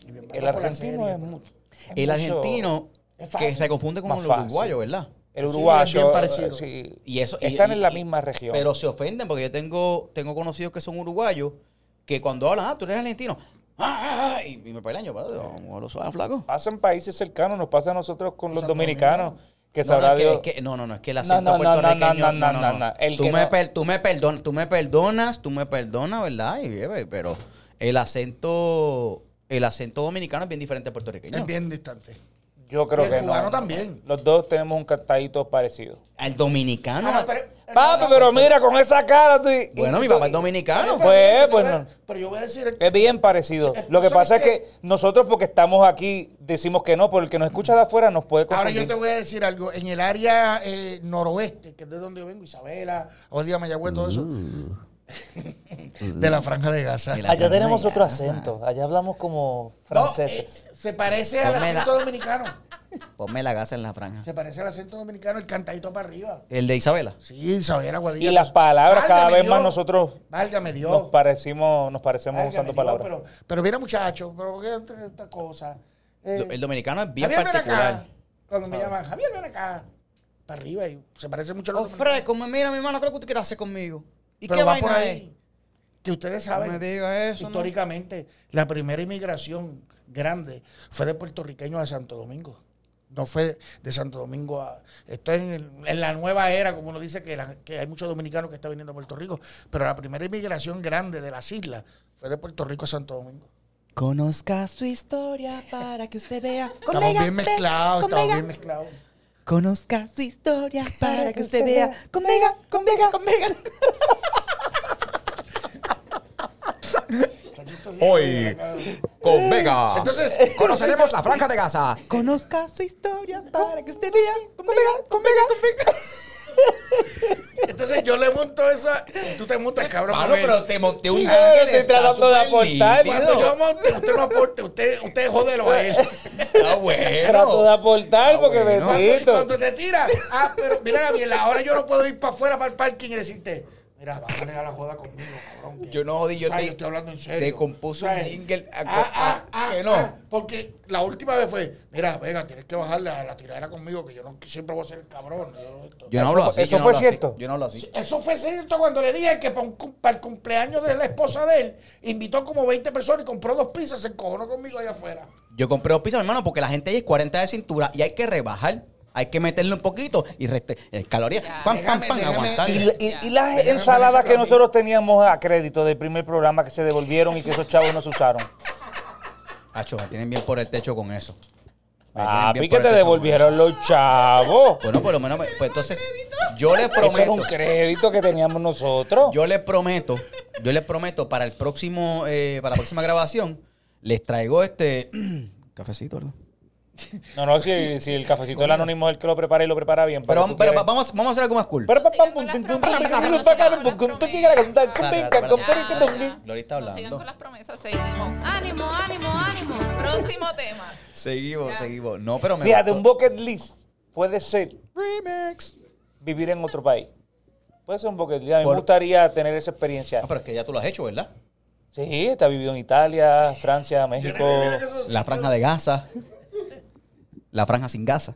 Speaker 3: Y bien,
Speaker 2: El
Speaker 3: vamos por la
Speaker 2: argentino
Speaker 3: serie.
Speaker 2: es mucho.
Speaker 1: El
Speaker 2: mucho-
Speaker 1: argentino
Speaker 3: Es
Speaker 1: que
Speaker 3: fácil.
Speaker 1: se confunde con
Speaker 2: Más
Speaker 1: el
Speaker 2: fácil.
Speaker 1: uruguayo, ¿verdad?
Speaker 2: el
Speaker 3: Sí,
Speaker 2: uruguayo.
Speaker 3: es bien parecido.
Speaker 2: eh, sí.
Speaker 1: Y eso, y-
Speaker 2: Están
Speaker 1: y-
Speaker 2: en la
Speaker 1: y-
Speaker 2: misma región.
Speaker 1: Pero se ofenden porque yo tengo, tengo conocidos que son uruguayos que cuando hablan, ah, tú eres argentino, ah, ah, ah, y, y me pelean yo, padre, vamos a lo suave, flaco.
Speaker 2: Pasan países cercanos, nos pasa a nosotros con los
Speaker 3: Los
Speaker 2: dominicanos. Que
Speaker 1: No,
Speaker 2: sabrá
Speaker 1: no, es que,
Speaker 2: Dios.
Speaker 1: es que- no, no, no, es que el
Speaker 2: No,
Speaker 1: acento
Speaker 2: no, no, no,
Speaker 1: puertorriqueño.
Speaker 2: no, no, no, no, el
Speaker 1: tú,
Speaker 2: que
Speaker 1: me
Speaker 2: no.
Speaker 1: per- tú, me perdonas, tú me perdonas, tú me perdonas, ¿verdad? Y, bebé, pero el acento, el acento dominicano es bien diferente al puertorriqueño.
Speaker 3: Es bien distante.
Speaker 2: Yo creo
Speaker 3: y el
Speaker 2: que.
Speaker 3: cubano
Speaker 2: no.
Speaker 3: también.
Speaker 2: Los dos tenemos un cantadito parecido.
Speaker 1: Al dominicano.
Speaker 3: Ah, no, pero-
Speaker 2: Papi, pero mira, con esa cara tú. y-
Speaker 1: bueno, mi
Speaker 2: tú-
Speaker 1: papá es dominicano.
Speaker 2: Pues,
Speaker 3: pero-
Speaker 2: pues,
Speaker 3: pero-
Speaker 2: no.
Speaker 3: Pero yo voy a decir.
Speaker 2: Es bien parecido.
Speaker 3: Es-
Speaker 2: Lo que
Speaker 3: ¿sabes
Speaker 2: pasa es
Speaker 3: qué?
Speaker 2: que nosotros, porque estamos aquí, decimos que no, pero el que nos escucha de afuera nos puede
Speaker 3: Ahora
Speaker 2: confundir.
Speaker 3: yo te voy a decir algo. En el área eh, noroeste, que es de donde yo vengo, Isabela, Odia, Mayagüez, todo eso.
Speaker 1: Mm.
Speaker 3: de la Franja de Gaza.
Speaker 1: Mira.
Speaker 2: Allá tenemos otro acento. Allá hablamos como
Speaker 3: No,
Speaker 2: franceses.
Speaker 3: eh, se parece al
Speaker 1: Ponme la-
Speaker 3: acento dominicano.
Speaker 1: Ponme la gasa en la franja.
Speaker 3: Se parece al acento dominicano, el cantadito para arriba.
Speaker 1: El de Isabela.
Speaker 3: Sí, Isabela Guadilla. pues,
Speaker 2: y las palabras, cada
Speaker 3: Válgame
Speaker 2: vez más
Speaker 3: Dios.
Speaker 2: nosotros
Speaker 3: Válgame Dios.
Speaker 2: nos parecimos, nos parecemos
Speaker 3: Válgame
Speaker 2: usando
Speaker 3: Dios,
Speaker 2: palabras.
Speaker 3: Pero, pero mira, muchachos, pero qué esta, esta cosa. Eh,
Speaker 1: El dominicano es bien
Speaker 3: Javier, ven
Speaker 1: particular. Ah.
Speaker 3: acá. Cuando me llaman, Javier, ven acá. Para arriba y se parece mucho a los
Speaker 1: Oh, Fred, como mira, mi hermano, creo que tú quieres hacer conmigo. ¿Y
Speaker 3: Pero
Speaker 1: qué
Speaker 3: va por
Speaker 1: vaina es?
Speaker 3: ahí. Que ustedes saben,
Speaker 1: No me diga eso. ¿no?
Speaker 3: históricamente, la primera inmigración grande fue de puertorriqueños a Santo Domingo. No fue de Santo Domingo a... Esto es en, el- en la nueva era, como uno dice, que, la- que hay muchos dominicanos que están viniendo a Puerto Rico, pero la primera inmigración grande de las islas fue de Puerto Rico a Santo Domingo.
Speaker 1: Conozca su historia para que usted vea.
Speaker 3: Estamos bien mezclados, estamos bien mezclados.
Speaker 1: Conozca su historia para que usted vea. Conmigo, conmigo, conmigo.
Speaker 7: Hoy, con Vega.
Speaker 3: Entonces,
Speaker 7: conoceremos la franja de Gaza.
Speaker 1: Conozca su historia para que usted vea. Conmigo, conmigo, conmigo.
Speaker 3: entonces yo le monto esa... Tú te montas, cabrón.
Speaker 7: Mano,
Speaker 3: porque-
Speaker 7: pero te monté un
Speaker 2: Sí,
Speaker 7: ángel.
Speaker 2: estoy
Speaker 7: está
Speaker 2: tratando de
Speaker 7: súper
Speaker 3: <laughs>
Speaker 2: aportar,
Speaker 7: nítido.
Speaker 3: Cuando yo monte, usted no aporte, usted, usted jódelo
Speaker 7: <laughs>
Speaker 3: a él.
Speaker 7: Está bueno.
Speaker 2: Trato de
Speaker 1: Ah,
Speaker 2: aportar porque
Speaker 7: bueno.
Speaker 3: Cuando,
Speaker 2: bendito.
Speaker 3: cuando te tira, ah, pero mira, Gabriel, ahora yo no puedo ir para afuera para el parking y decirte, mira, bájale a la joda conmigo, cabrón. que-
Speaker 7: Yo no jodí, yo
Speaker 3: ¿sabes?
Speaker 7: te-
Speaker 3: estoy hablando en serio.
Speaker 7: te compuso un
Speaker 3: ¿Sabes?
Speaker 7: jingle a-
Speaker 3: Ah,
Speaker 7: a-
Speaker 3: ah,
Speaker 7: que
Speaker 3: ah,
Speaker 7: no.
Speaker 3: ah, porque la última vez fue, mira, Vega, tienes que bajarle a la tiradera conmigo, que yo no siempre voy a ser el cabrón. yo esto".
Speaker 1: Yo no hablo
Speaker 2: fue-
Speaker 1: así.
Speaker 2: eso
Speaker 1: yo no
Speaker 2: fue
Speaker 1: hablo así.
Speaker 2: cierto.
Speaker 1: Yo no hablo así.
Speaker 3: Eso fue cierto cuando le dije que para, un cum- para el cumpleaños de la esposa de él, invitó como 20 personas y compró dos pizzas, se encojonó conmigo allá afuera.
Speaker 1: Yo compré dos pizzas, mi hermano, porque la gente ahí es 40 de cintura y hay que rebajar. Hay que meterle un poquito y reste eh, calorías.
Speaker 4: Ya.
Speaker 1: Pam, pam,
Speaker 3: Déjame,
Speaker 1: pam,
Speaker 3: déjame-
Speaker 1: aguantar.
Speaker 2: Y,
Speaker 1: Y-
Speaker 2: y- y las ensaladas que nosotros teníamos a crédito del primer programa que se devolvieron y que esos chavos nos usaron.
Speaker 1: Acho, me tienen bien por el techo con eso. Me
Speaker 2: Ah,
Speaker 1: tienen bien por el
Speaker 2: pi que te
Speaker 1: techo con eso.
Speaker 2: devolvieron los chavos.
Speaker 1: Bueno, por lo menos, me- pues entonces, yo les
Speaker 2: Eso era un
Speaker 1: prometo.
Speaker 2: crédito que teníamos nosotros.
Speaker 1: Yo les prometo, yo les prometo para el próximo, eh, para la próxima grabación, les traigo este <clears throat> cafecito, ¿verdad?
Speaker 2: No, no, si, si el cafecito del anónimo es el que lo prepara y lo prepara bien.
Speaker 1: Pero,
Speaker 2: tú
Speaker 1: vamos- pero
Speaker 2: quieres-
Speaker 1: vamos, vamos a hacer algo más cool.
Speaker 2: Pero, pa, pam, pum,
Speaker 4: Sigan
Speaker 2: pum,
Speaker 4: con
Speaker 2: pum,
Speaker 4: las
Speaker 2: pum,
Speaker 4: promesas,
Speaker 2: pum,
Speaker 4: sigan con
Speaker 2: pum,
Speaker 4: las
Speaker 2: pum, pum,
Speaker 4: promesas.
Speaker 2: tum, tum, tum,
Speaker 1: Para,
Speaker 2: tum,
Speaker 1: para,
Speaker 2: tum, tum,
Speaker 1: para.
Speaker 2: tum, tum, tum, tum.
Speaker 4: Ya,
Speaker 1: Lorita
Speaker 4: No sigan
Speaker 1: hablando.
Speaker 4: con las promesas, seguimos.
Speaker 5: Ánimo, ánimo, ánimo.
Speaker 4: Próximo tema.
Speaker 1: Seguimos, seguimos. No, pero me
Speaker 2: Fíjate, un
Speaker 1: gustó.
Speaker 2: bucket list puede ser vivir en otro país. Puede ser un bucket list. A mí me
Speaker 1: Por-
Speaker 2: gustaría tener esa experiencia.
Speaker 1: Ah, pero es que ya tú lo has hecho, ¿verdad?
Speaker 2: Sí, está vivido en Italia, Francia, México.
Speaker 1: La franja de Gaza. La franja sin Gaza.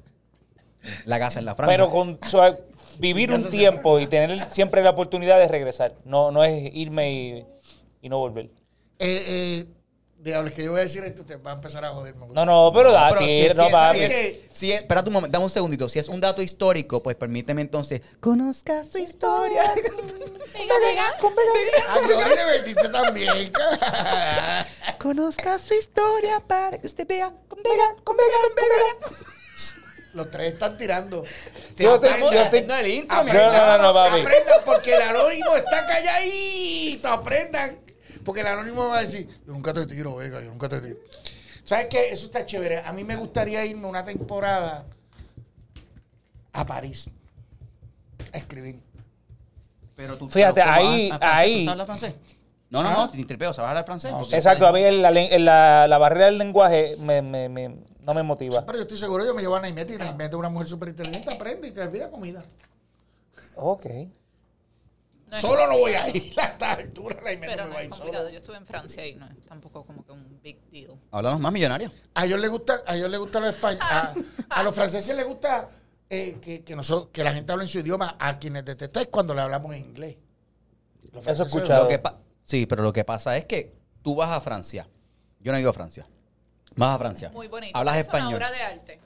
Speaker 1: La Gaza en la franja.
Speaker 2: Pero con o sea, vivir un tiempo y tener siempre la oportunidad de regresar. No, no es irme y, y no volver.
Speaker 3: Eh, eh, diablo, es que yo voy a decir esto, te va a empezar a joder. me gusta.
Speaker 2: No, no, pero da
Speaker 1: Pero si
Speaker 2: tiro,
Speaker 1: es-
Speaker 2: no,
Speaker 1: si es-
Speaker 2: papi.
Speaker 1: si es- si es- espera un momento, dame un segundito. Si es un dato histórico, pues permíteme entonces. Conozca su historia.
Speaker 5: Venga, venga.
Speaker 3: Ah, yo le metiste también. <laughs> ca-
Speaker 1: Conozca su historia para que usted vea. Con Vega, con Vega, con Vega.
Speaker 3: Los tres están tirando.
Speaker 2: Yo estoy-
Speaker 3: Aprendan-
Speaker 2: yo estoy-
Speaker 1: No, el intro, mi
Speaker 2: No, no, no, no, papi.
Speaker 3: Aprendan porque el anónimo está calladito. Aprendan. Porque el anónimo va a decir, yo nunca te tiro, Vega, yo nunca te tiro. ¿Sabes qué? Eso está chévere. A mí me gustaría irme una temporada a París a escribir.
Speaker 1: Pero tú,
Speaker 2: Fíjate,
Speaker 1: pero ¿cómo
Speaker 2: ahí-
Speaker 1: hablas francés? ¿Tú
Speaker 2: ahí.
Speaker 1: sabes hablar francés? No, no, Ah. no, sin tripeo, ¿sabes hablar francés? Porque-
Speaker 2: Exacto, a mí el- la, len- la- la barrera del lenguaje me- me- me- no me motiva.
Speaker 3: Ah, Pero yo estoy seguro, yo me llevo a Naimete y Naimete es una mujer súper inteligente. Aprende y que pida comida.
Speaker 2: Ok.
Speaker 4: No es-
Speaker 3: Solo no voy a ir a esta altura, Naimete
Speaker 4: Pero
Speaker 3: no me
Speaker 4: no
Speaker 3: va a
Speaker 4: es
Speaker 3: ir
Speaker 4: complicado.
Speaker 3: solo.
Speaker 4: Yo estuve en Francia y no es tampoco como que un big deal.
Speaker 1: Hablamos más millonarios.
Speaker 4: <laughs>
Speaker 3: A ellos les gusta, a ellos les gusta los españoles. A, a los franceses les gusta eh, que, que nosotros, que la gente habla en su idioma a quienes detestáis cuando le hablamos en inglés. Los
Speaker 2: Eso he
Speaker 3: franceses-
Speaker 2: escuchado.
Speaker 1: Lo
Speaker 3: lo
Speaker 1: que pa- sí, pero lo que pasa es que tú vas a Francia. Yo no he ido a Francia. Vas a Francia.
Speaker 4: Muy bonito.
Speaker 1: Hablas
Speaker 4: Es
Speaker 1: español.
Speaker 4: una obra de arte.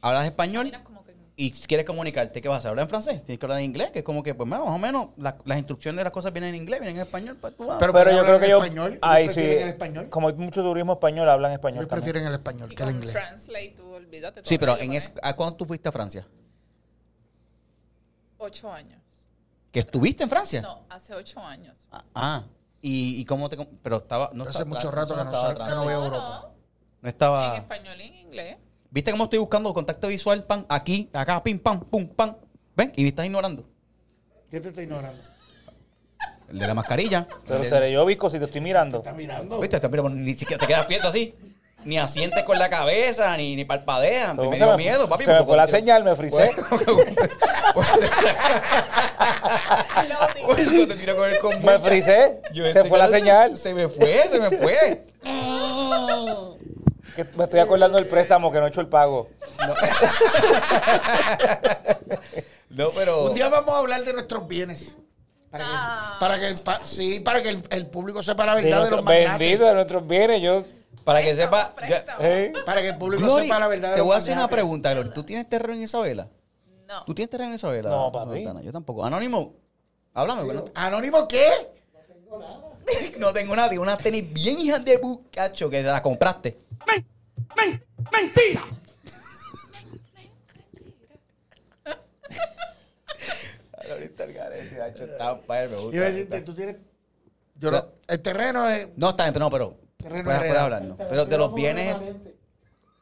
Speaker 1: Hablas español
Speaker 4: Miras como que...
Speaker 1: y quieres comunicarte, ¿qué vas a hacer? ¿Hablar en francés? Tienes que hablar en inglés, que es como que, pues, más o menos, la- las instrucciones de las cosas vienen en inglés, vienen en español. Pues, tú vas.
Speaker 3: Pero-
Speaker 2: Pero yo
Speaker 3: hablan
Speaker 2: creo que
Speaker 3: en
Speaker 2: yo.
Speaker 3: español,
Speaker 2: Ay,
Speaker 3: ellos
Speaker 2: sí.
Speaker 3: prefieren el español.
Speaker 2: Como hay mucho turismo español, hablan español.
Speaker 3: Ellos
Speaker 2: también.
Speaker 3: prefieren el español
Speaker 4: Y
Speaker 3: que el
Speaker 4: con
Speaker 3: inglés.
Speaker 4: Translate, tú olvídate.
Speaker 1: sí,
Speaker 4: todo
Speaker 1: pero
Speaker 4: lo
Speaker 1: en
Speaker 4: que
Speaker 1: es,
Speaker 4: pones.
Speaker 1: ¿a cuándo tú fuiste a Francia?
Speaker 4: Ocho años.
Speaker 1: ¿Que estuviste en Francia?
Speaker 4: No, hace ocho años.
Speaker 1: Ah, Ah, ¿y, y cómo te.? com- Pero estaba. No
Speaker 3: Hace
Speaker 1: estaba-
Speaker 3: mucho rato que no
Speaker 1: estaba
Speaker 3: sal-
Speaker 1: atrás.
Speaker 3: que Ah, no veo
Speaker 4: No,
Speaker 3: Europa.
Speaker 4: no,
Speaker 1: No
Speaker 4: En
Speaker 1: estaba.
Speaker 4: español y en inglés.
Speaker 1: ¿Viste cómo estoy buscando contacto visual? Pan, aquí, acá, pim, pam, pum, pam. ¿Ven? Y me estás ignorando.
Speaker 3: ¿Qué te está ignorando?
Speaker 1: El de la mascarilla.
Speaker 2: Pero
Speaker 1: El de-
Speaker 2: seré yo, Vico, si te estoy mirando.
Speaker 3: Está mirando.
Speaker 1: Oh. ¿Viste? Te- pero ni siquiera te quedas quieto así. Ni asientes con la cabeza, ni, ni palpadeas.
Speaker 2: Todo
Speaker 1: Me
Speaker 2: se
Speaker 1: dio
Speaker 2: me-
Speaker 1: miedo, papi.
Speaker 2: se me
Speaker 1: porque Pues,
Speaker 2: fue la
Speaker 1: cuando-
Speaker 2: señal, me frisé.
Speaker 1: <laughs> cuando te tiro con el kombucha,
Speaker 2: Me frisé.
Speaker 1: yo
Speaker 2: Se
Speaker 1: este
Speaker 2: fue la
Speaker 1: cara
Speaker 2: señal.
Speaker 1: Se me fue, se me fue.
Speaker 2: Que me estoy acordando del préstamo que no he hecho el pago.
Speaker 1: No, pero...
Speaker 3: Un día vamos a hablar de nuestros bienes. Para que,
Speaker 4: Ah.
Speaker 3: para que el, pa- sí, para que el, el público sepa la
Speaker 2: De
Speaker 3: verdad de,
Speaker 2: nuestro-
Speaker 3: los magnates.
Speaker 2: bendito de nuestros bienes. Yo.
Speaker 1: Para que sepa...
Speaker 4: Préstamo,
Speaker 1: yo-
Speaker 2: eh,
Speaker 3: Para que el público
Speaker 1: Glory,
Speaker 3: sepa la verdad de
Speaker 1: te
Speaker 3: los
Speaker 1: voy a hacer una
Speaker 3: magnates.
Speaker 1: pregunta, Glory. ¿Tú tienes terreno en Isabela?
Speaker 4: No.
Speaker 1: ¿Tú tienes terreno en Isabela?
Speaker 2: No, papi.
Speaker 1: Dana? Yo tampoco. Anónimo, háblame. bueno.
Speaker 3: ¿Anónimo qué?
Speaker 1: No tengo nada. Tengo unas tenis bien hijas de bucacho que te las compraste. ¡Mentira!
Speaker 3: Iba a decirte, tú tienes. Yo no- el terreno es.
Speaker 1: No, está bien, pero no, pero. puedes,
Speaker 3: Terreno
Speaker 1: puedes
Speaker 3: heredado.
Speaker 1: hablar, no. Pero de los bienes,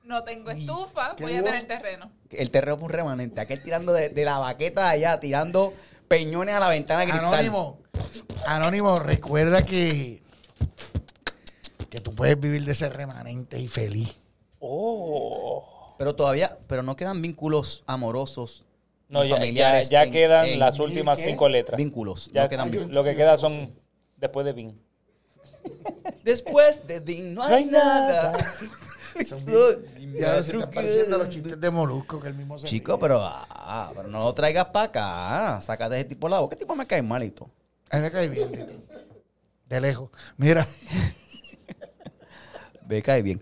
Speaker 4: No tengo estufa,
Speaker 3: qué
Speaker 4: voy a
Speaker 3: hubo?
Speaker 4: tener terreno.
Speaker 1: el terreno fue un remanente. Aquel tirando de, de la baqueta allá, tirando peñones a la ventana de cristal.
Speaker 3: Anónimo. Anónimo, recuerda que. Que tú puedes vivir de ser remanente y feliz.
Speaker 2: Oh.
Speaker 1: Pero todavía, pero no quedan vínculos amorosos.
Speaker 2: No,
Speaker 1: ni
Speaker 2: ya, ya,
Speaker 1: familiares
Speaker 2: ya
Speaker 1: en-
Speaker 2: quedan
Speaker 1: en
Speaker 2: las últimas
Speaker 3: ¿Qué?
Speaker 2: cinco letras.
Speaker 1: Vínculos.
Speaker 2: Ya
Speaker 1: no quedan vínculos.
Speaker 2: lo que queda son después de Bing.
Speaker 1: Después de Ding no hay
Speaker 2: No hay
Speaker 1: nada. <laughs>
Speaker 3: Ya ahora se están pareciendo a los chistes de Molusco que el mismo se
Speaker 1: Chico,
Speaker 3: ríe.
Speaker 1: pero, ah, pero no lo traigas para acá. ah, Sácate ese tipo de la boca. ¿Qué tipo me cae malito?
Speaker 3: A mí me cae bien. De, de lejos. Mira, <laughs>
Speaker 1: Me cae bien.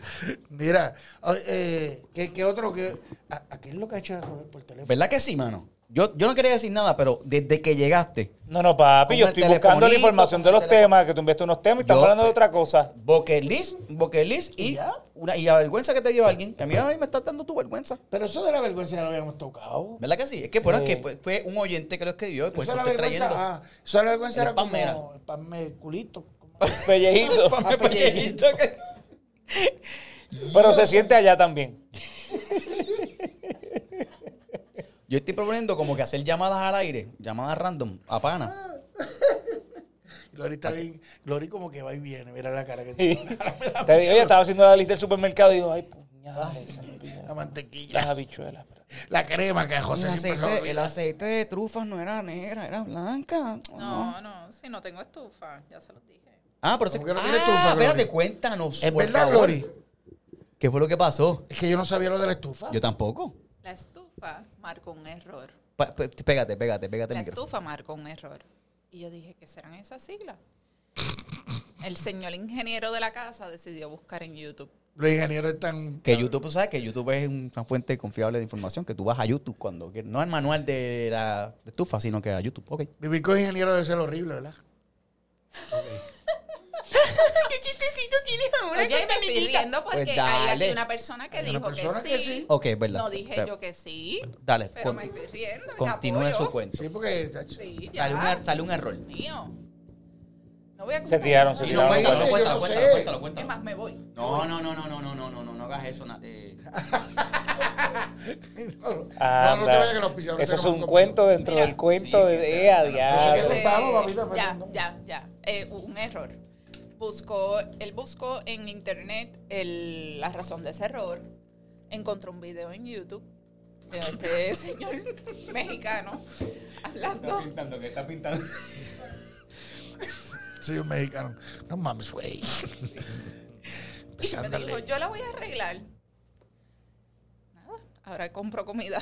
Speaker 3: mira. ay, eh, ¿qué, qué otro? que a, ¿A quién lo que ha hecho de joder por teléfono?
Speaker 1: ¿Verdad que sí, mano? Yo, yo no quería decir nada, pero desde que llegaste,
Speaker 2: No, no, papi,
Speaker 1: Con
Speaker 2: yo
Speaker 1: el
Speaker 2: estoy buscando la
Speaker 1: telefonito,
Speaker 2: información de
Speaker 1: con el
Speaker 2: los
Speaker 1: teléfono.
Speaker 2: temas, que tú enviaste unos temas y estás
Speaker 1: Yo- pues.
Speaker 2: hablando de
Speaker 1: <laughs>
Speaker 2: otra cosa.
Speaker 1: Boquelis, Boquelis y, una, y la vergüenza que te lleva alguien. Que a mí ay, me está dando tu vergüenza.
Speaker 3: Pero eso de la vergüenza ya lo habíamos tocado.
Speaker 1: ¿Verdad que sí? Es que, bueno,
Speaker 2: Sí.
Speaker 1: es que fue, fue un oyente que lo escribió y pues
Speaker 3: eso
Speaker 1: lo
Speaker 3: de la
Speaker 1: estoy
Speaker 3: vergüenza.
Speaker 1: trayendo. <laughs>
Speaker 3: Ah, eso de la vergüenza
Speaker 1: Era
Speaker 3: era
Speaker 1: palmera.
Speaker 3: como. Palme culito. como-
Speaker 1: <laughs>
Speaker 2: Pellejito.
Speaker 1: Ponme <laughs> pellejito que-
Speaker 2: Pero se siente allá
Speaker 1: <laughs>
Speaker 2: también.
Speaker 1: Yo estoy proponiendo como que hacer llamadas al aire, llamadas random, a
Speaker 3: Ah,
Speaker 1: pana.
Speaker 3: Glory está bien. Glory como que va y viene. Mira
Speaker 1: <laughs>
Speaker 3: la cara que tiene.
Speaker 2: Te digo, yo estaba haciendo la lista del supermercado y digo, ay, puñales, se me olvidaron
Speaker 3: La
Speaker 2: las
Speaker 3: mantequilla.
Speaker 2: habichuelas.
Speaker 3: La crema que a
Speaker 1: El
Speaker 3: José siempre se
Speaker 1: aceite, el
Speaker 3: olvida.
Speaker 1: aceite de trufas no era negra, era blanca.
Speaker 4: No, no, si no tengo estufa, ya se los dije.
Speaker 1: Ah, pero se...
Speaker 3: ¿Cómo que no
Speaker 1: ah,
Speaker 3: tiene estufa, Glory?
Speaker 1: espérate, cuéntanos.
Speaker 3: Es
Speaker 1: por
Speaker 3: verdad,
Speaker 1: favor.
Speaker 3: Glory.
Speaker 1: ¿Qué fue lo que pasó?
Speaker 3: Es que yo no sabía lo de la estufa.
Speaker 1: Yo tampoco.
Speaker 4: La estufa marcó un error.
Speaker 1: Pa- pe- pégate, pégate, pégate el
Speaker 4: La
Speaker 1: micrófono.
Speaker 4: estufa marcó un error. Y yo dije, ¿qué serán esas siglas? El señor ingeniero de la casa decidió buscar en YouTube.
Speaker 3: Los ingenieros están.
Speaker 1: Que YouTube, tú sabes que YouTube es una fuente confiable de información, que tú vas a YouTube cuando quieres. No al manual de la estufa, sino que a YouTube. Ok.
Speaker 3: Vivir con ingenieros debe ser horrible, ¿verdad?
Speaker 1: ¿Qué chistecito tienes
Speaker 4: Oye, me estoy riendo porque
Speaker 1: Pues
Speaker 4: hay
Speaker 1: dale.
Speaker 4: aquí una persona que
Speaker 3: Hay
Speaker 4: dijo
Speaker 3: una persona
Speaker 4: que,
Speaker 3: que
Speaker 4: sí.
Speaker 3: sí.
Speaker 1: Ok, es verdad.
Speaker 4: No dije yo que sí,
Speaker 1: Dale,
Speaker 4: pero
Speaker 1: con-
Speaker 4: me estoy riendo.
Speaker 1: continúe su cuenta.
Speaker 3: Sí, porque. tacho,
Speaker 4: Sí, ya.
Speaker 1: Sale un, er- sale un error.
Speaker 4: Dios mío. No voy a
Speaker 2: Se tiraron, se
Speaker 3: Si
Speaker 4: contar.
Speaker 3: no
Speaker 2: tiraron.
Speaker 3: me
Speaker 2: Bueno,
Speaker 3: dices, yo no sé.
Speaker 4: Es más, me voy.
Speaker 1: No, no, no, no, no, no, no, no, no, no hagas eso. na- eh.
Speaker 3: <laughs> No, no, no te
Speaker 2: Anda.
Speaker 3: vayas que los pisadores se
Speaker 2: Eso es
Speaker 3: coman
Speaker 2: un
Speaker 3: conmigo.
Speaker 2: cuento dentro
Speaker 4: Mira.
Speaker 2: del cuento
Speaker 1: Sí,
Speaker 2: de
Speaker 1: que-
Speaker 2: ¡Ea,
Speaker 3: que-
Speaker 2: diablo!
Speaker 3: que- Vamos, papito, pues,
Speaker 4: Eh, ya,
Speaker 3: no.
Speaker 4: ya, ya. Eh, un error. Buscó, él buscó en internet el- la razón de ese error. Encontró un video en YouTube de
Speaker 1: <laughs>
Speaker 4: este señor mexicano hablando.
Speaker 1: pintando, que está pintando. <laughs>
Speaker 3: Sí, un mexicano. No mames, güey. <laughs> Pues
Speaker 4: Y me dijo, Pues
Speaker 3: Ándale.
Speaker 4: yo la voy a arreglar. Nada, Ahora compro comida.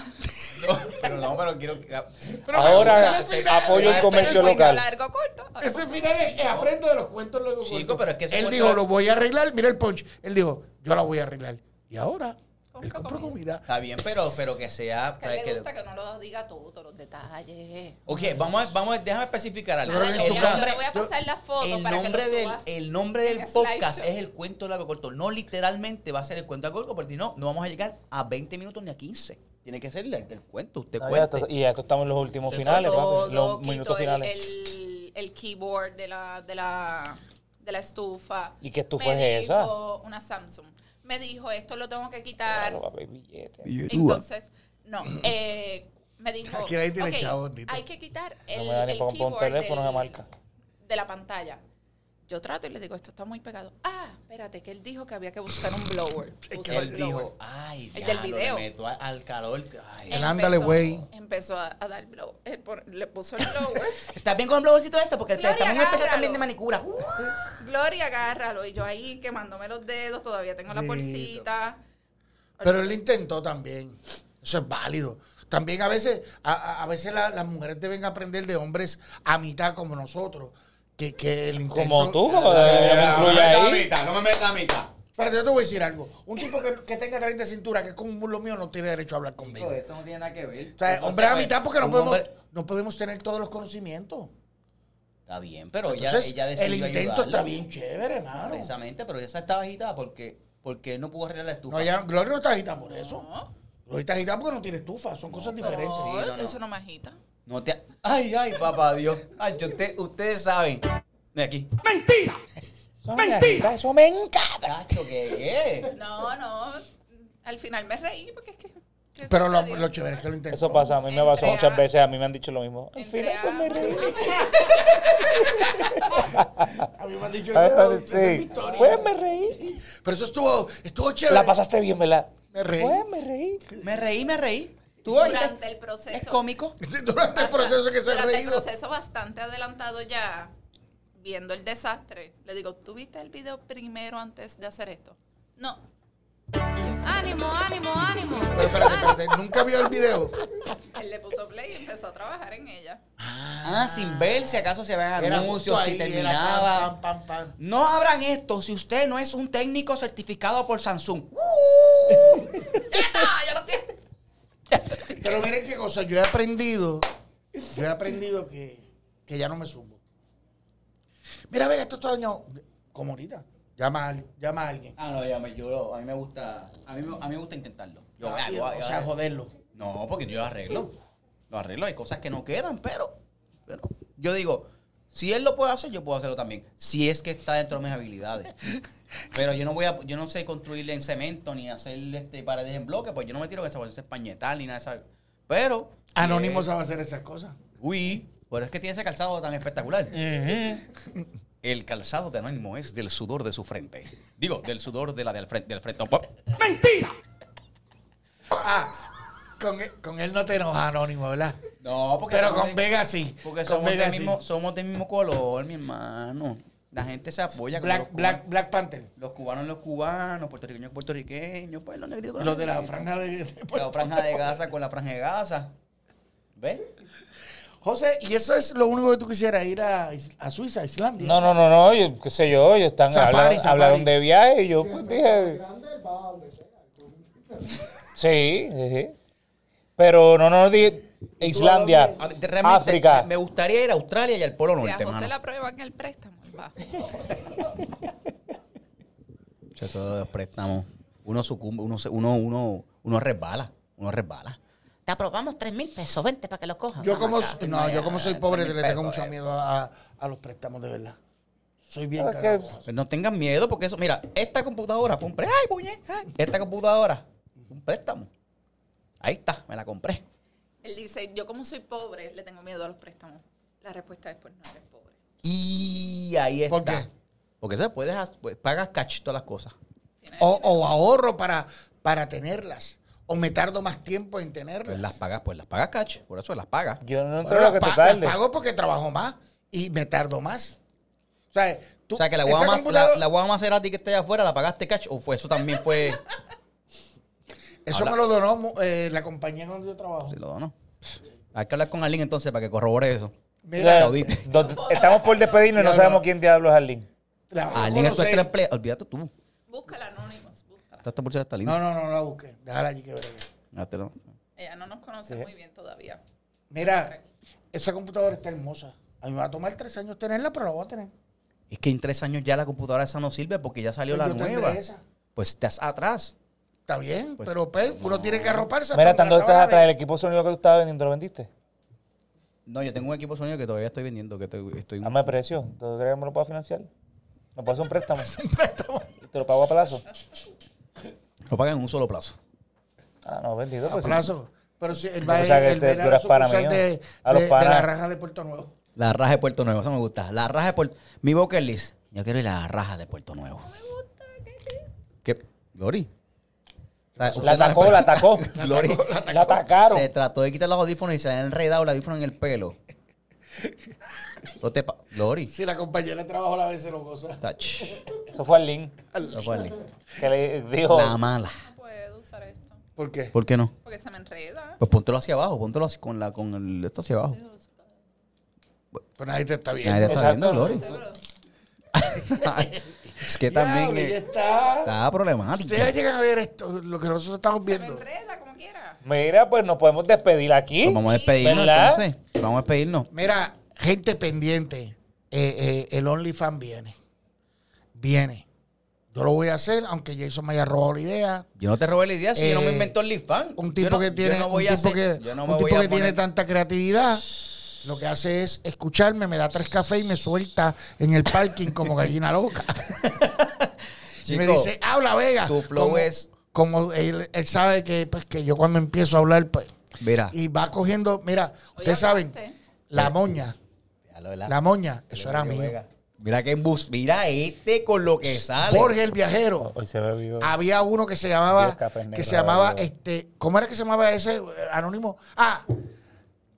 Speaker 1: Pero no, pero quiero.
Speaker 3: Pero
Speaker 2: Ahora,
Speaker 3: ese final-
Speaker 2: apoyo el
Speaker 4: <laughs>
Speaker 2: comercio
Speaker 4: Cuento
Speaker 2: local.
Speaker 4: largo, corto. Ahora
Speaker 3: Ese final es, es aprendo de los cuentos luego.
Speaker 1: Chico,
Speaker 3: cuento.
Speaker 1: pero es que ese
Speaker 3: Él
Speaker 1: cuento-
Speaker 3: dijo, lo voy a arreglar. Mira el punch. Él dijo, yo la voy a arreglar. Y ahora, él
Speaker 4: Compro
Speaker 3: compró comida.
Speaker 1: Está bien, pero, pero que sea. pues,
Speaker 4: Es que a él
Speaker 1: que-
Speaker 4: le gusta que no lo diga todo, todos los detalles.
Speaker 1: Ok, vamos a, vamos a- déjame especificar algo.
Speaker 3: Yo creo que
Speaker 4: Ahora,
Speaker 3: en
Speaker 4: yo,
Speaker 3: su
Speaker 4: yo
Speaker 3: casa-
Speaker 4: le voy a pasar la foto
Speaker 1: El
Speaker 4: para
Speaker 1: nombre,
Speaker 4: que lo
Speaker 1: del,
Speaker 4: subas.
Speaker 1: el nombre del
Speaker 4: en
Speaker 1: podcast
Speaker 4: slideshow.
Speaker 1: es el cuento largo corto. No literalmente va a ser el cuento largo corto, porque si no, no vamos a llegar a 20 minutos ni a 15. Tiene que ser el, el cuento, usted
Speaker 2: Ah, ya,
Speaker 1: cuente.
Speaker 2: esto- y ya esto estamos en los últimos
Speaker 1: Yo
Speaker 2: finales,
Speaker 4: Todo,
Speaker 2: papi, Los
Speaker 4: quito
Speaker 2: minutos
Speaker 4: el-
Speaker 2: finales.
Speaker 4: El, el keyboard de la, de la, de la estufa.
Speaker 2: ¿Y qué estufa
Speaker 4: Me
Speaker 2: es esa?
Speaker 4: dijo Una Samsung. Me dijo, esto lo tengo que quitar.
Speaker 2: Claro, papi, billete.
Speaker 4: Entonces, no. eh,
Speaker 3: <clears throat>
Speaker 4: me dijo,
Speaker 3: Aquí nadie tiene
Speaker 4: "Ok,
Speaker 3: chavo, Tito".
Speaker 4: hay que quitar
Speaker 2: No
Speaker 4: el,
Speaker 2: me da ni
Speaker 4: el
Speaker 2: pa' comprar un
Speaker 4: keyboard
Speaker 2: teléfono de
Speaker 4: del-
Speaker 2: marca.
Speaker 4: de la pantalla. Yo trato y le digo, esto está muy pegado. Ah, espérate, que él dijo que había que buscar un blower.
Speaker 3: <laughs> Es
Speaker 4: Puso
Speaker 3: que
Speaker 4: el
Speaker 1: Él
Speaker 4: blower.
Speaker 1: dijo, ay,
Speaker 4: El
Speaker 1: ya,
Speaker 4: del
Speaker 1: lo le
Speaker 4: video.
Speaker 1: meto a- al calor. Ay.
Speaker 3: El ándale, güey.
Speaker 4: Empezó a, a dar blower. Eh, pon- Le puso
Speaker 3: <laughs>
Speaker 4: el blower.
Speaker 1: ¿Estás bien con el blowercito este? Porque
Speaker 4: Gloria,
Speaker 1: estamos en especial
Speaker 4: agárralo.
Speaker 1: también de manicura. Uh.
Speaker 4: Gloria, agárralo. Y yo ahí quemándome los dedos, todavía tengo la
Speaker 3: Dito.
Speaker 4: bolsita.
Speaker 3: Pero él lo intentó también. Eso es válido. También a veces, a- a, a veces la- las mujeres deben aprender de hombres a mitad como nosotros. Que, que el intento-
Speaker 2: Como tú, como que me incluye ahí.
Speaker 7: No me metas a mitad.
Speaker 3: Espérate, yo te voy a decir algo. Un tipo que, que tenga 30 cintura, que es como un mulo mío, no tiene derecho a hablar conmigo.
Speaker 1: eso no tiene nada que ver.
Speaker 3: O sea, hombre a mitad porque no podemos,
Speaker 1: pues, Hombre...
Speaker 3: no podemos tener todos los conocimientos.
Speaker 1: Está bien, pero ella-
Speaker 3: Entonces,
Speaker 1: ella, decidió
Speaker 3: el intento
Speaker 1: ayudarla.
Speaker 3: está bien chévere, hermano.
Speaker 1: Precisamente, pero ella estaba agitada porque, porque él no pudo arreglar la estufa.
Speaker 3: No, ella- Gloria no está agitada por eso.
Speaker 4: No,
Speaker 3: Gloria está agitada porque no tiene estufa. Son cosas diferentes.
Speaker 4: no,
Speaker 1: Sí, no, no.
Speaker 4: eso no me agita.
Speaker 1: No te... Ay, ay, papá Dios. Ay, yo- usted- ustedes saben. De aquí.
Speaker 2: Eso me agita, Eso me encanta.
Speaker 1: Cacho, ¿qué, qué?
Speaker 4: No, no. Al final me reí porque es que. que
Speaker 3: Pero lo,
Speaker 4: sucedió.
Speaker 3: lo chévere es que lo intentó.
Speaker 2: Eso pasa, a mí me pasó
Speaker 4: Entre
Speaker 2: muchas
Speaker 4: a-
Speaker 2: veces, a mí me han dicho lo mismo. Al
Speaker 4: Entre
Speaker 2: final, pues me
Speaker 4: ambos.
Speaker 2: reí.
Speaker 3: A mí me han dicho
Speaker 2: Ah,
Speaker 3: eso. esa
Speaker 2: ah,
Speaker 3: es mi
Speaker 2: Sí.
Speaker 3: historia.
Speaker 2: Pues me reí.
Speaker 3: Pero eso estuvo, estuvo chévere.
Speaker 2: La pasaste bien, ¿verdad?
Speaker 3: Me reí.
Speaker 2: Pues me reí.
Speaker 1: Me reí, me reí. ¿Tú oíste?
Speaker 4: Durante el proceso.
Speaker 1: ¿Es cómico?
Speaker 3: <laughs> Durante el proceso que se ha
Speaker 4: Durante el
Speaker 3: reído.
Speaker 4: proceso bastante adelantado ya, viendo el desastre, le digo, ¿tú viste el video primero antes de hacer esto? No.
Speaker 5: Ánimo, ánimo, ánimo.
Speaker 3: Pero espérate, espérate, Nunca vio el video.
Speaker 4: Él le puso play y empezó a trabajar en ella.
Speaker 1: Ah, sin ver si acaso se vean
Speaker 3: Era
Speaker 1: anuncios,
Speaker 3: justo
Speaker 1: si
Speaker 3: ahí, era
Speaker 1: terminaba.
Speaker 3: pam, pam, pam, pam.
Speaker 1: No abran esto si usted no es un técnico certificado por Samsung.
Speaker 3: Pero miren qué cosa. Yo he aprendido. Yo he aprendido que, que ya no me subo. Mira, ve, estos años. Como ahorita. Llama, a- llama a alguien.
Speaker 1: Ah, no, ya me lloro. A mí me gusta, a mí, me- a mí me gusta intentarlo. Yo, ah, yo-
Speaker 3: o sea,
Speaker 1: yo- eh,
Speaker 3: joderlo.
Speaker 1: No, porque yo lo arreglo. Lo arreglo, hay cosas que no quedan, pero, pero yo digo, si él lo puede hacer, yo puedo hacerlo también. Si es que está dentro de mis
Speaker 3: <laughs>
Speaker 1: habilidades. Pero yo no voy a, yo no sé construirle en cemento ni hacer este paredes en bloque, pues yo no me tiro que se vuelve pañetal ni nada de eso. Pero. eh,
Speaker 3: Anónimo sabe hacer esas cosas.
Speaker 1: Uy, pero es que tiene ese calzado tan espectacular.
Speaker 2: Ujú.
Speaker 1: El calzado de Anónimo es del sudor de su frente. Digo, del sudor de la del frente. Del frente. No, po-
Speaker 3: Ah, con, él- con él no te enojas, Anónimo, ¿verdad?
Speaker 1: No, porque
Speaker 3: Pero
Speaker 1: somos
Speaker 3: con
Speaker 1: de-
Speaker 3: Vega sí.
Speaker 1: Porque
Speaker 3: con
Speaker 1: somos
Speaker 3: Vega
Speaker 1: del,
Speaker 3: sí.
Speaker 1: mismo, somos del mismo color, mi hermano. La gente se apoya. como
Speaker 3: Black,
Speaker 1: los,
Speaker 3: Black,
Speaker 1: cubanos,
Speaker 3: Black Panther.
Speaker 1: los cubanos, los cubanos, puertorriqueños, puertorriqueños, pues los negritos. con
Speaker 3: Los de la
Speaker 1: negritos.
Speaker 3: franja de...
Speaker 1: La franja de Gaza con la franja de Gaza. ¿Ves?
Speaker 3: José, ¿y eso es lo único que tú quisieras ir a, Is- a Suiza, a Islandia?
Speaker 2: No, no, no, no, yo, qué sé yo, ellos están
Speaker 3: Safari,
Speaker 2: hablaron,
Speaker 3: safari.
Speaker 2: hablaron de viaje y yo pues dije. Sí, sí. Pero no, no, dije Islandia,
Speaker 1: A mí, realmente,
Speaker 2: África.
Speaker 1: Me gustaría ir a Australia y al Polo
Speaker 4: Si a
Speaker 1: Norte,
Speaker 4: José
Speaker 1: hermano.
Speaker 4: le aprueban el préstamo, él va.
Speaker 1: Muchachos, todos los préstamos. Uno sucumbe, uno, se- uno, uno, uno resbala. Uno resbala.
Speaker 8: Te aprobamos tres mil pesos, vente para que lo cojas.
Speaker 3: Yo como,
Speaker 8: Vamos acá.
Speaker 3: no, yo como soy pobre le tengo mucho
Speaker 1: eh.
Speaker 3: miedo a, a los préstamos, de verdad. Soy bien
Speaker 2: Ah, Es que-
Speaker 3: cagado.
Speaker 1: Pero Pues no tengan miedo porque eso, mira, esta computadora fue un préstamo. Ay, puñe, ay. Esta computadora, un préstamo. Ahí está, me la compré.
Speaker 4: Él dice, yo como soy pobre, le tengo miedo a los préstamos. La respuesta es, pues no eres pobre.
Speaker 1: Y ahí está.
Speaker 3: ¿Por qué?
Speaker 1: Porque entonces puedes, haz- pues, pagas cash todas las cosas.
Speaker 4: Tienes-
Speaker 3: O, o ahorro para, para tenerlas. O me tardo más tiempo
Speaker 1: Pues
Speaker 3: en tenerlas.
Speaker 1: las pagas, pues las pagas cash. Por eso las pagas.
Speaker 2: Yo no entro
Speaker 3: Bueno,
Speaker 2: lo que
Speaker 3: las
Speaker 2: te
Speaker 3: pa- las
Speaker 2: tarde.
Speaker 3: pago porque trabajo más y me tardo más. O sea, tú,
Speaker 1: O sea que la
Speaker 3: esa
Speaker 1: guagua, más, la,
Speaker 3: computadora-
Speaker 1: la guagua Maserati que está allá afuera, ¿la pagaste cash o fue eso también fue?
Speaker 3: Eso
Speaker 1: Habla-
Speaker 3: me lo donó mu- eh, la compañía donde yo trabajo.
Speaker 1: Sí, lo dono. Hay que hablar con alguien entonces para que corrobore eso.
Speaker 3: Mira,
Speaker 1: Lo diste.
Speaker 2: Dos- estamos por despedirnos y no
Speaker 3: Ya,
Speaker 2: sabemos
Speaker 3: no.
Speaker 2: quién diablo es Arlín.
Speaker 3: la vas a
Speaker 1: Alguien es tu
Speaker 3: conocer.
Speaker 1: extra emplea- Olvídate tú.
Speaker 4: Búscala, Anonymous, búscala.
Speaker 1: Esta pulsera está
Speaker 3: No,
Speaker 1: linda.
Speaker 3: no, no la busqué. Déjala allí que veré.
Speaker 1: Hazte lo-
Speaker 4: Ella no nos conoce muy bien todavía.
Speaker 3: Mira, esa computadora está hermosa. A mí me va a tomar tres años tenerla, pero la voy a tener.
Speaker 1: Es que en tres años ya la computadora esa no sirve porque ya salió la
Speaker 3: Yo tendré
Speaker 1: nueva.
Speaker 3: esa.
Speaker 1: Pues estás atrás.
Speaker 3: Está bien, pero pues, uno tiene que arroparse. hasta
Speaker 2: Mira,
Speaker 3: donde
Speaker 2: estando
Speaker 3: acaba
Speaker 2: detrás atrás,
Speaker 3: de-
Speaker 2: el equipo de sonido que tú estabas vendiendo, ¿lo vendiste?
Speaker 1: No, yo tengo un equipo de sonido que todavía estoy vendiendo, que te- estoy...
Speaker 2: Dame precio. ¿Tú crees que me lo puedo financiar? ¿Me puedo hacer
Speaker 3: <laughs>
Speaker 2: un préstamo? un préstamo. ¿Te lo pago a plazo?
Speaker 1: Lo pagan en un solo plazo.
Speaker 2: Ah, no, vendido. Pues, sí.
Speaker 3: Abrazo. Pero si él va,
Speaker 2: O sea, que
Speaker 3: él
Speaker 2: te-
Speaker 3: va
Speaker 2: tú
Speaker 3: a la
Speaker 2: eras pana
Speaker 3: sucursal
Speaker 2: mío.
Speaker 3: de,
Speaker 2: A los
Speaker 3: de- de
Speaker 2: panas.
Speaker 3: la raja de Puerto Nuevo.
Speaker 1: La raja de Puerto Nuevo, eso me gusta. La raja de Puerto... Mi bucket list. Yo quiero ir a la raja de Puerto Nuevo. ¿Qué? Glory. O sea,
Speaker 2: La
Speaker 1: usted
Speaker 2: atacó,
Speaker 1: sabe-
Speaker 2: la atacó.
Speaker 1: <laughs> Glory.
Speaker 2: La atacaron.
Speaker 1: Se trató de quitar los audífonos y se le han enredado el audífono en el pelo. Eso te pa- Glory.
Speaker 3: Si la compañera de trabajo la vez se lo goza.
Speaker 1: Touch.
Speaker 2: Eso fue Arlín.
Speaker 1: Eso fue el link.
Speaker 2: Que le dijo.
Speaker 1: La mala.
Speaker 4: No puedo usar esto.
Speaker 3: ¿Por qué?
Speaker 1: ¿Por qué no?
Speaker 4: Porque se me enreda.
Speaker 1: Pues póntelo hacia abajo, póntelo así con la con el esto hacia abajo.
Speaker 3: Pues nadie te está
Speaker 1: Nadie
Speaker 3: viendo.
Speaker 1: está viendo,
Speaker 2: Exacto.
Speaker 1: Glory. es que también
Speaker 3: Diablo, ya
Speaker 1: eh,
Speaker 3: está.
Speaker 1: está problemática.
Speaker 3: Ustedes llegan a ver esto, lo que nosotros estamos
Speaker 4: Se me
Speaker 3: viendo.
Speaker 4: enreda como quiera.
Speaker 2: Mira, pues nos podemos despedir aquí.
Speaker 1: Pues vamos a despedirnos
Speaker 2: ¿Verdad?
Speaker 1: entonces. Vamos a despedirnos.
Speaker 3: Mira, gente pendiente, eh, eh, el OnlyFans viene. Viene. Yo lo voy a hacer, aunque Jason me haya robado la idea.
Speaker 1: Yo no te robé la idea si yo no me
Speaker 3: Eh,
Speaker 1: inventó el Lifan.
Speaker 3: Un tipo que tiene, un tipo que, un tipo que tiene tanta creatividad, lo que hace es escucharme, me da tres cafés y me suelta en el parking como gallina loca. y me dice, habla Vega.
Speaker 1: tu flow
Speaker 3: Como-
Speaker 1: es-
Speaker 3: Como él, él sabe que, pues, que yo cuando empiezo a hablar, pues,
Speaker 1: Mira,
Speaker 3: y va cogiendo, mira, ustedes
Speaker 4: hablaste.
Speaker 3: saben, la moña,
Speaker 1: déjalo, ¿verdad?
Speaker 3: la moña, eso era
Speaker 1: Digo,
Speaker 3: mío.
Speaker 1: venga. Mira que bus, mira este con lo que sale.
Speaker 3: Jorge el viajero.
Speaker 2: Hoy se bebió.
Speaker 3: Había uno que se llamaba,
Speaker 2: Diez cafés negros,
Speaker 3: que se llamaba,
Speaker 2: boludo.
Speaker 3: este, ¿cómo era que se llamaba ese eh, anónimo? Ah,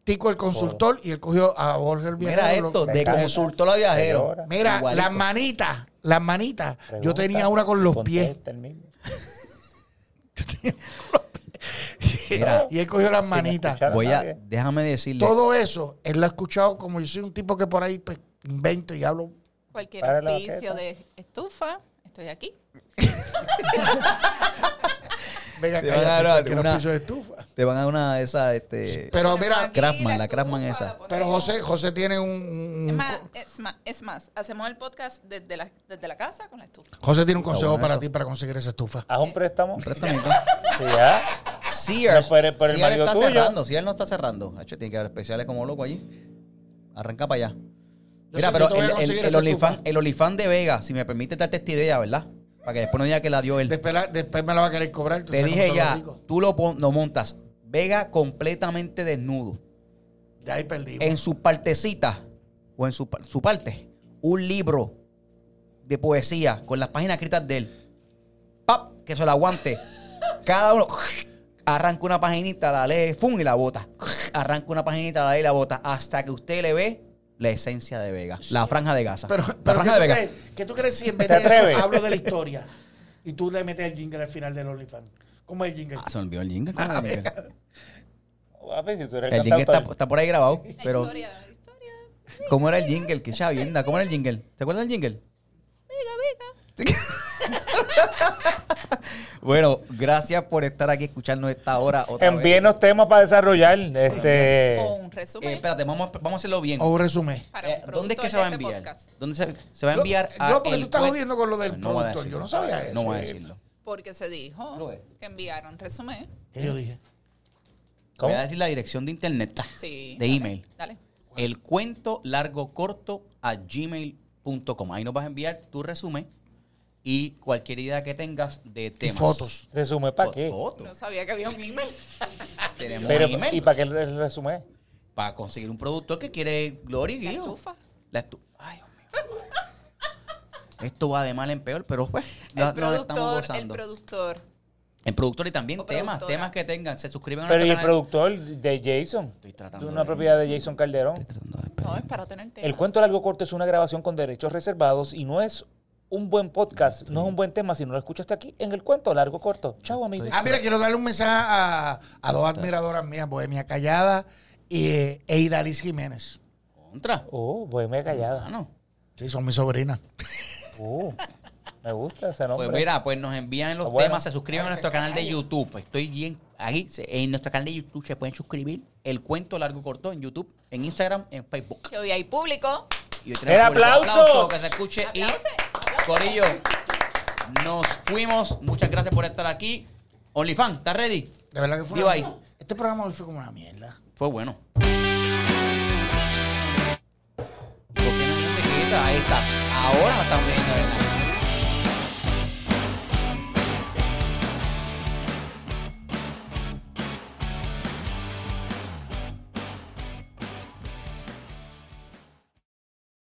Speaker 3: Tico el consultor y él cogió a Jorge el viajero.
Speaker 1: Mira
Speaker 3: lo-
Speaker 1: esto, de
Speaker 2: Venga.
Speaker 1: consulto la viajero.
Speaker 2: Señora.
Speaker 3: Mira,
Speaker 1: Igualito.
Speaker 3: las manitas, las manitas. Yo
Speaker 2: Pregunta,
Speaker 3: tenía una con los pies
Speaker 2: contesta
Speaker 3: <laughs>
Speaker 2: el mismo.
Speaker 1: Mira,
Speaker 3: y él cogió las
Speaker 2: Sin
Speaker 3: manitas.
Speaker 2: escuchar
Speaker 1: voy a,
Speaker 2: nadie.
Speaker 1: déjame decirle.
Speaker 3: Todo eso, él lo ha escuchado como yo soy un tipo que por ahí pues, invento y hablo.
Speaker 4: Cualquier
Speaker 2: Para la
Speaker 4: oficio
Speaker 2: jeta.
Speaker 4: de estufa, estoy aquí.
Speaker 3: Venga,
Speaker 1: Te van a dar
Speaker 3: cállate, que no
Speaker 1: una-
Speaker 3: piso de estufa.
Speaker 1: Te van a dar una de esas, este.
Speaker 3: Pero mira,
Speaker 4: aquí
Speaker 1: Craftsman, la Craftsman
Speaker 4: estufa,
Speaker 1: esa.
Speaker 4: la
Speaker 3: pero
Speaker 4: ponemos-
Speaker 3: José, José tiene un- un,
Speaker 4: Es más, es más, es más, hacemos el podcast desde la, desde la casa con la estufa.
Speaker 3: José tiene un consejo
Speaker 1: bueno
Speaker 3: para
Speaker 1: eso.
Speaker 3: ti para conseguir esa estufa.
Speaker 2: Haz un préstamo.
Speaker 1: Préstamito.
Speaker 2: Sí, ya.
Speaker 1: Sears.
Speaker 2: No, pero- pero el
Speaker 1: Sears
Speaker 2: marido
Speaker 1: está
Speaker 2: tuyo.
Speaker 1: cerrando. Sears no está cerrando. Hacho, tiene que haber especiales como loco allí. Arranca para allá. Mira,
Speaker 3: sé que
Speaker 1: pero
Speaker 3: te voy a
Speaker 1: el, el,
Speaker 3: conseguir
Speaker 1: el,
Speaker 3: esa
Speaker 1: OnlyFans-
Speaker 3: estufa.
Speaker 1: el OnlyFans de Vega, si me permite darte esta idea, ¿verdad? Para que después no diga que la dio él.
Speaker 3: Después, la- después me la va a querer cobrar. tú
Speaker 1: Te
Speaker 3: sabes
Speaker 1: dije
Speaker 3: cómo son los
Speaker 1: ya,
Speaker 3: ricos.
Speaker 1: tú lo, pon- lo montas. Vega completamente desnudo.
Speaker 3: Ya ahí pues. perdimos.
Speaker 1: En su partecita, o en su, par- su parte, un libro de poesía con las páginas escritas de él. ¡Pap! Que se lo aguante. Cada uno arranca una paginita, la lee, ¡fum! y la bota. Arranca una paginita, la lee y la bota. Hasta que usted le ve la esencia de Vega. La franja de Gaza.
Speaker 3: <laughs> Pero,
Speaker 1: la
Speaker 3: pero ¿qué,
Speaker 1: franja
Speaker 3: tú
Speaker 1: de Vega.
Speaker 3: crees, ¿qué tú crees si en vez
Speaker 2: ¿Te
Speaker 3: de eso
Speaker 2: atreves?
Speaker 3: hablo de la historia y tú le metes el jingle al final del OnlyFans? ¿Cómo es el jingle?
Speaker 1: Ah, se me olvidó el jingle. ¿cómo que-
Speaker 2: A ver si tú eres
Speaker 1: El jingle está,
Speaker 2: cantautor.
Speaker 1: está por ahí grabado,
Speaker 4: La
Speaker 1: pero... eh,
Speaker 4: historia, la historia.
Speaker 1: ¿Cómo era el jingle? Qué chavienda. ¿Cómo era el jingle? ¿Te acuerdas del jingle? Venga, venga. <laughs> bueno, gracias por estar aquí escuchando esta hora otra vez.
Speaker 2: Envíenos temas para desarrollar. Este.
Speaker 4: O un
Speaker 1: Eh,
Speaker 4: resumen
Speaker 1: espérate, vamos, a- vamos a hacerlo bien.
Speaker 3: O un resumen.
Speaker 4: para
Speaker 1: Eh,
Speaker 4: un
Speaker 1: ¿Dónde es
Speaker 4: productor
Speaker 1: que se
Speaker 4: de
Speaker 1: va a
Speaker 4: este
Speaker 1: enviar?
Speaker 4: podcast.
Speaker 1: ¿Dónde se, se va a
Speaker 3: Yo-
Speaker 1: enviar a
Speaker 3: yo, porque tú
Speaker 1: el
Speaker 3: estás
Speaker 1: cuen-
Speaker 3: jodiendo con lo del
Speaker 1: voy a
Speaker 3: productor, yo no sabía eso.
Speaker 1: No voy a decirlo.
Speaker 4: Porque se dijo
Speaker 1: Lo es.
Speaker 4: que enviaron resumen.
Speaker 3: ¿Qué yo dije?
Speaker 2: ¿Cómo?
Speaker 1: Voy a decir la dirección de internet.
Speaker 4: Sí.
Speaker 1: De
Speaker 4: dale,
Speaker 1: email.
Speaker 4: Dale.
Speaker 1: El cuento largo corto a gmail.com. Ahí nos vas a enviar tu resumen y cualquier idea que tengas de
Speaker 3: Y
Speaker 1: temas.
Speaker 3: fotos.
Speaker 2: ¿Resume para
Speaker 1: Fo-
Speaker 2: qué?
Speaker 1: fotos.
Speaker 4: No sabía que había un email.
Speaker 1: Tenemos
Speaker 2: Pero,
Speaker 1: un email
Speaker 2: ¿Y para qué el resumen?
Speaker 1: para conseguir un productor que quiere Glory
Speaker 4: La
Speaker 1: Guido.
Speaker 4: estufa.
Speaker 1: La estu- Ay, Dios mío. Esto va de mal en peor, pero pues
Speaker 4: El
Speaker 1: <laughs> no, no lo estamos
Speaker 4: productor, el
Speaker 1: gozando.
Speaker 4: productor.
Speaker 1: el productor y también
Speaker 4: O
Speaker 1: temas,
Speaker 4: productora.
Speaker 1: temas que tengan. Se suscriben a
Speaker 2: Pero ¿y el
Speaker 1: nuestro canal.
Speaker 2: productor de Jason?
Speaker 1: Estoy
Speaker 2: De
Speaker 1: tratando
Speaker 2: una
Speaker 1: de-
Speaker 2: propiedad de Jason Calderón.
Speaker 1: estoy tratando de-
Speaker 4: No, es para tener temas.
Speaker 2: El cuento largo corto es una grabación con derechos reservados y no es un buen podcast no es un buen tema si no lo escuchaste aquí en el cuento largo corto. Chao, amigos.
Speaker 3: Ah, mira, quiero darle un mensaje a, a dos admiradoras mías, Bohemia Callada y eh, Eida Liz Jiménez.
Speaker 1: Contra.
Speaker 2: Oh, bohemia callada.
Speaker 1: Mano.
Speaker 3: Sí, son mis sobrinas.
Speaker 2: Oh, me gusta ese nombre.
Speaker 1: Pues mira, pues nos envían los
Speaker 2: Ah, bueno.
Speaker 1: temas, se suscriben a nuestro canal de YouTube. Estoy bien ahí, se- en nuestro canal de YouTube se pueden suscribir. El cuento largo y corto en YouTube, en Instagram, en Facebook.
Speaker 4: Que hoy hay público.
Speaker 1: Y hoy
Speaker 2: ¡Era
Speaker 1: público.
Speaker 2: aplausos!
Speaker 1: Aplauso, que se escuche y
Speaker 4: Aplausos, aplausos.
Speaker 1: Corillo, nos fuimos. Muchas gracias por estar aquí. OnlyFan, ¿estás ready?
Speaker 3: De verdad que fue
Speaker 1: Digo
Speaker 3: una-
Speaker 1: ahí.
Speaker 3: Este programa hoy fue como una mierda.
Speaker 1: Fue bueno. ¿Por qué no se quita? Ahí está. Ahora estamos viendo. ¿verdad?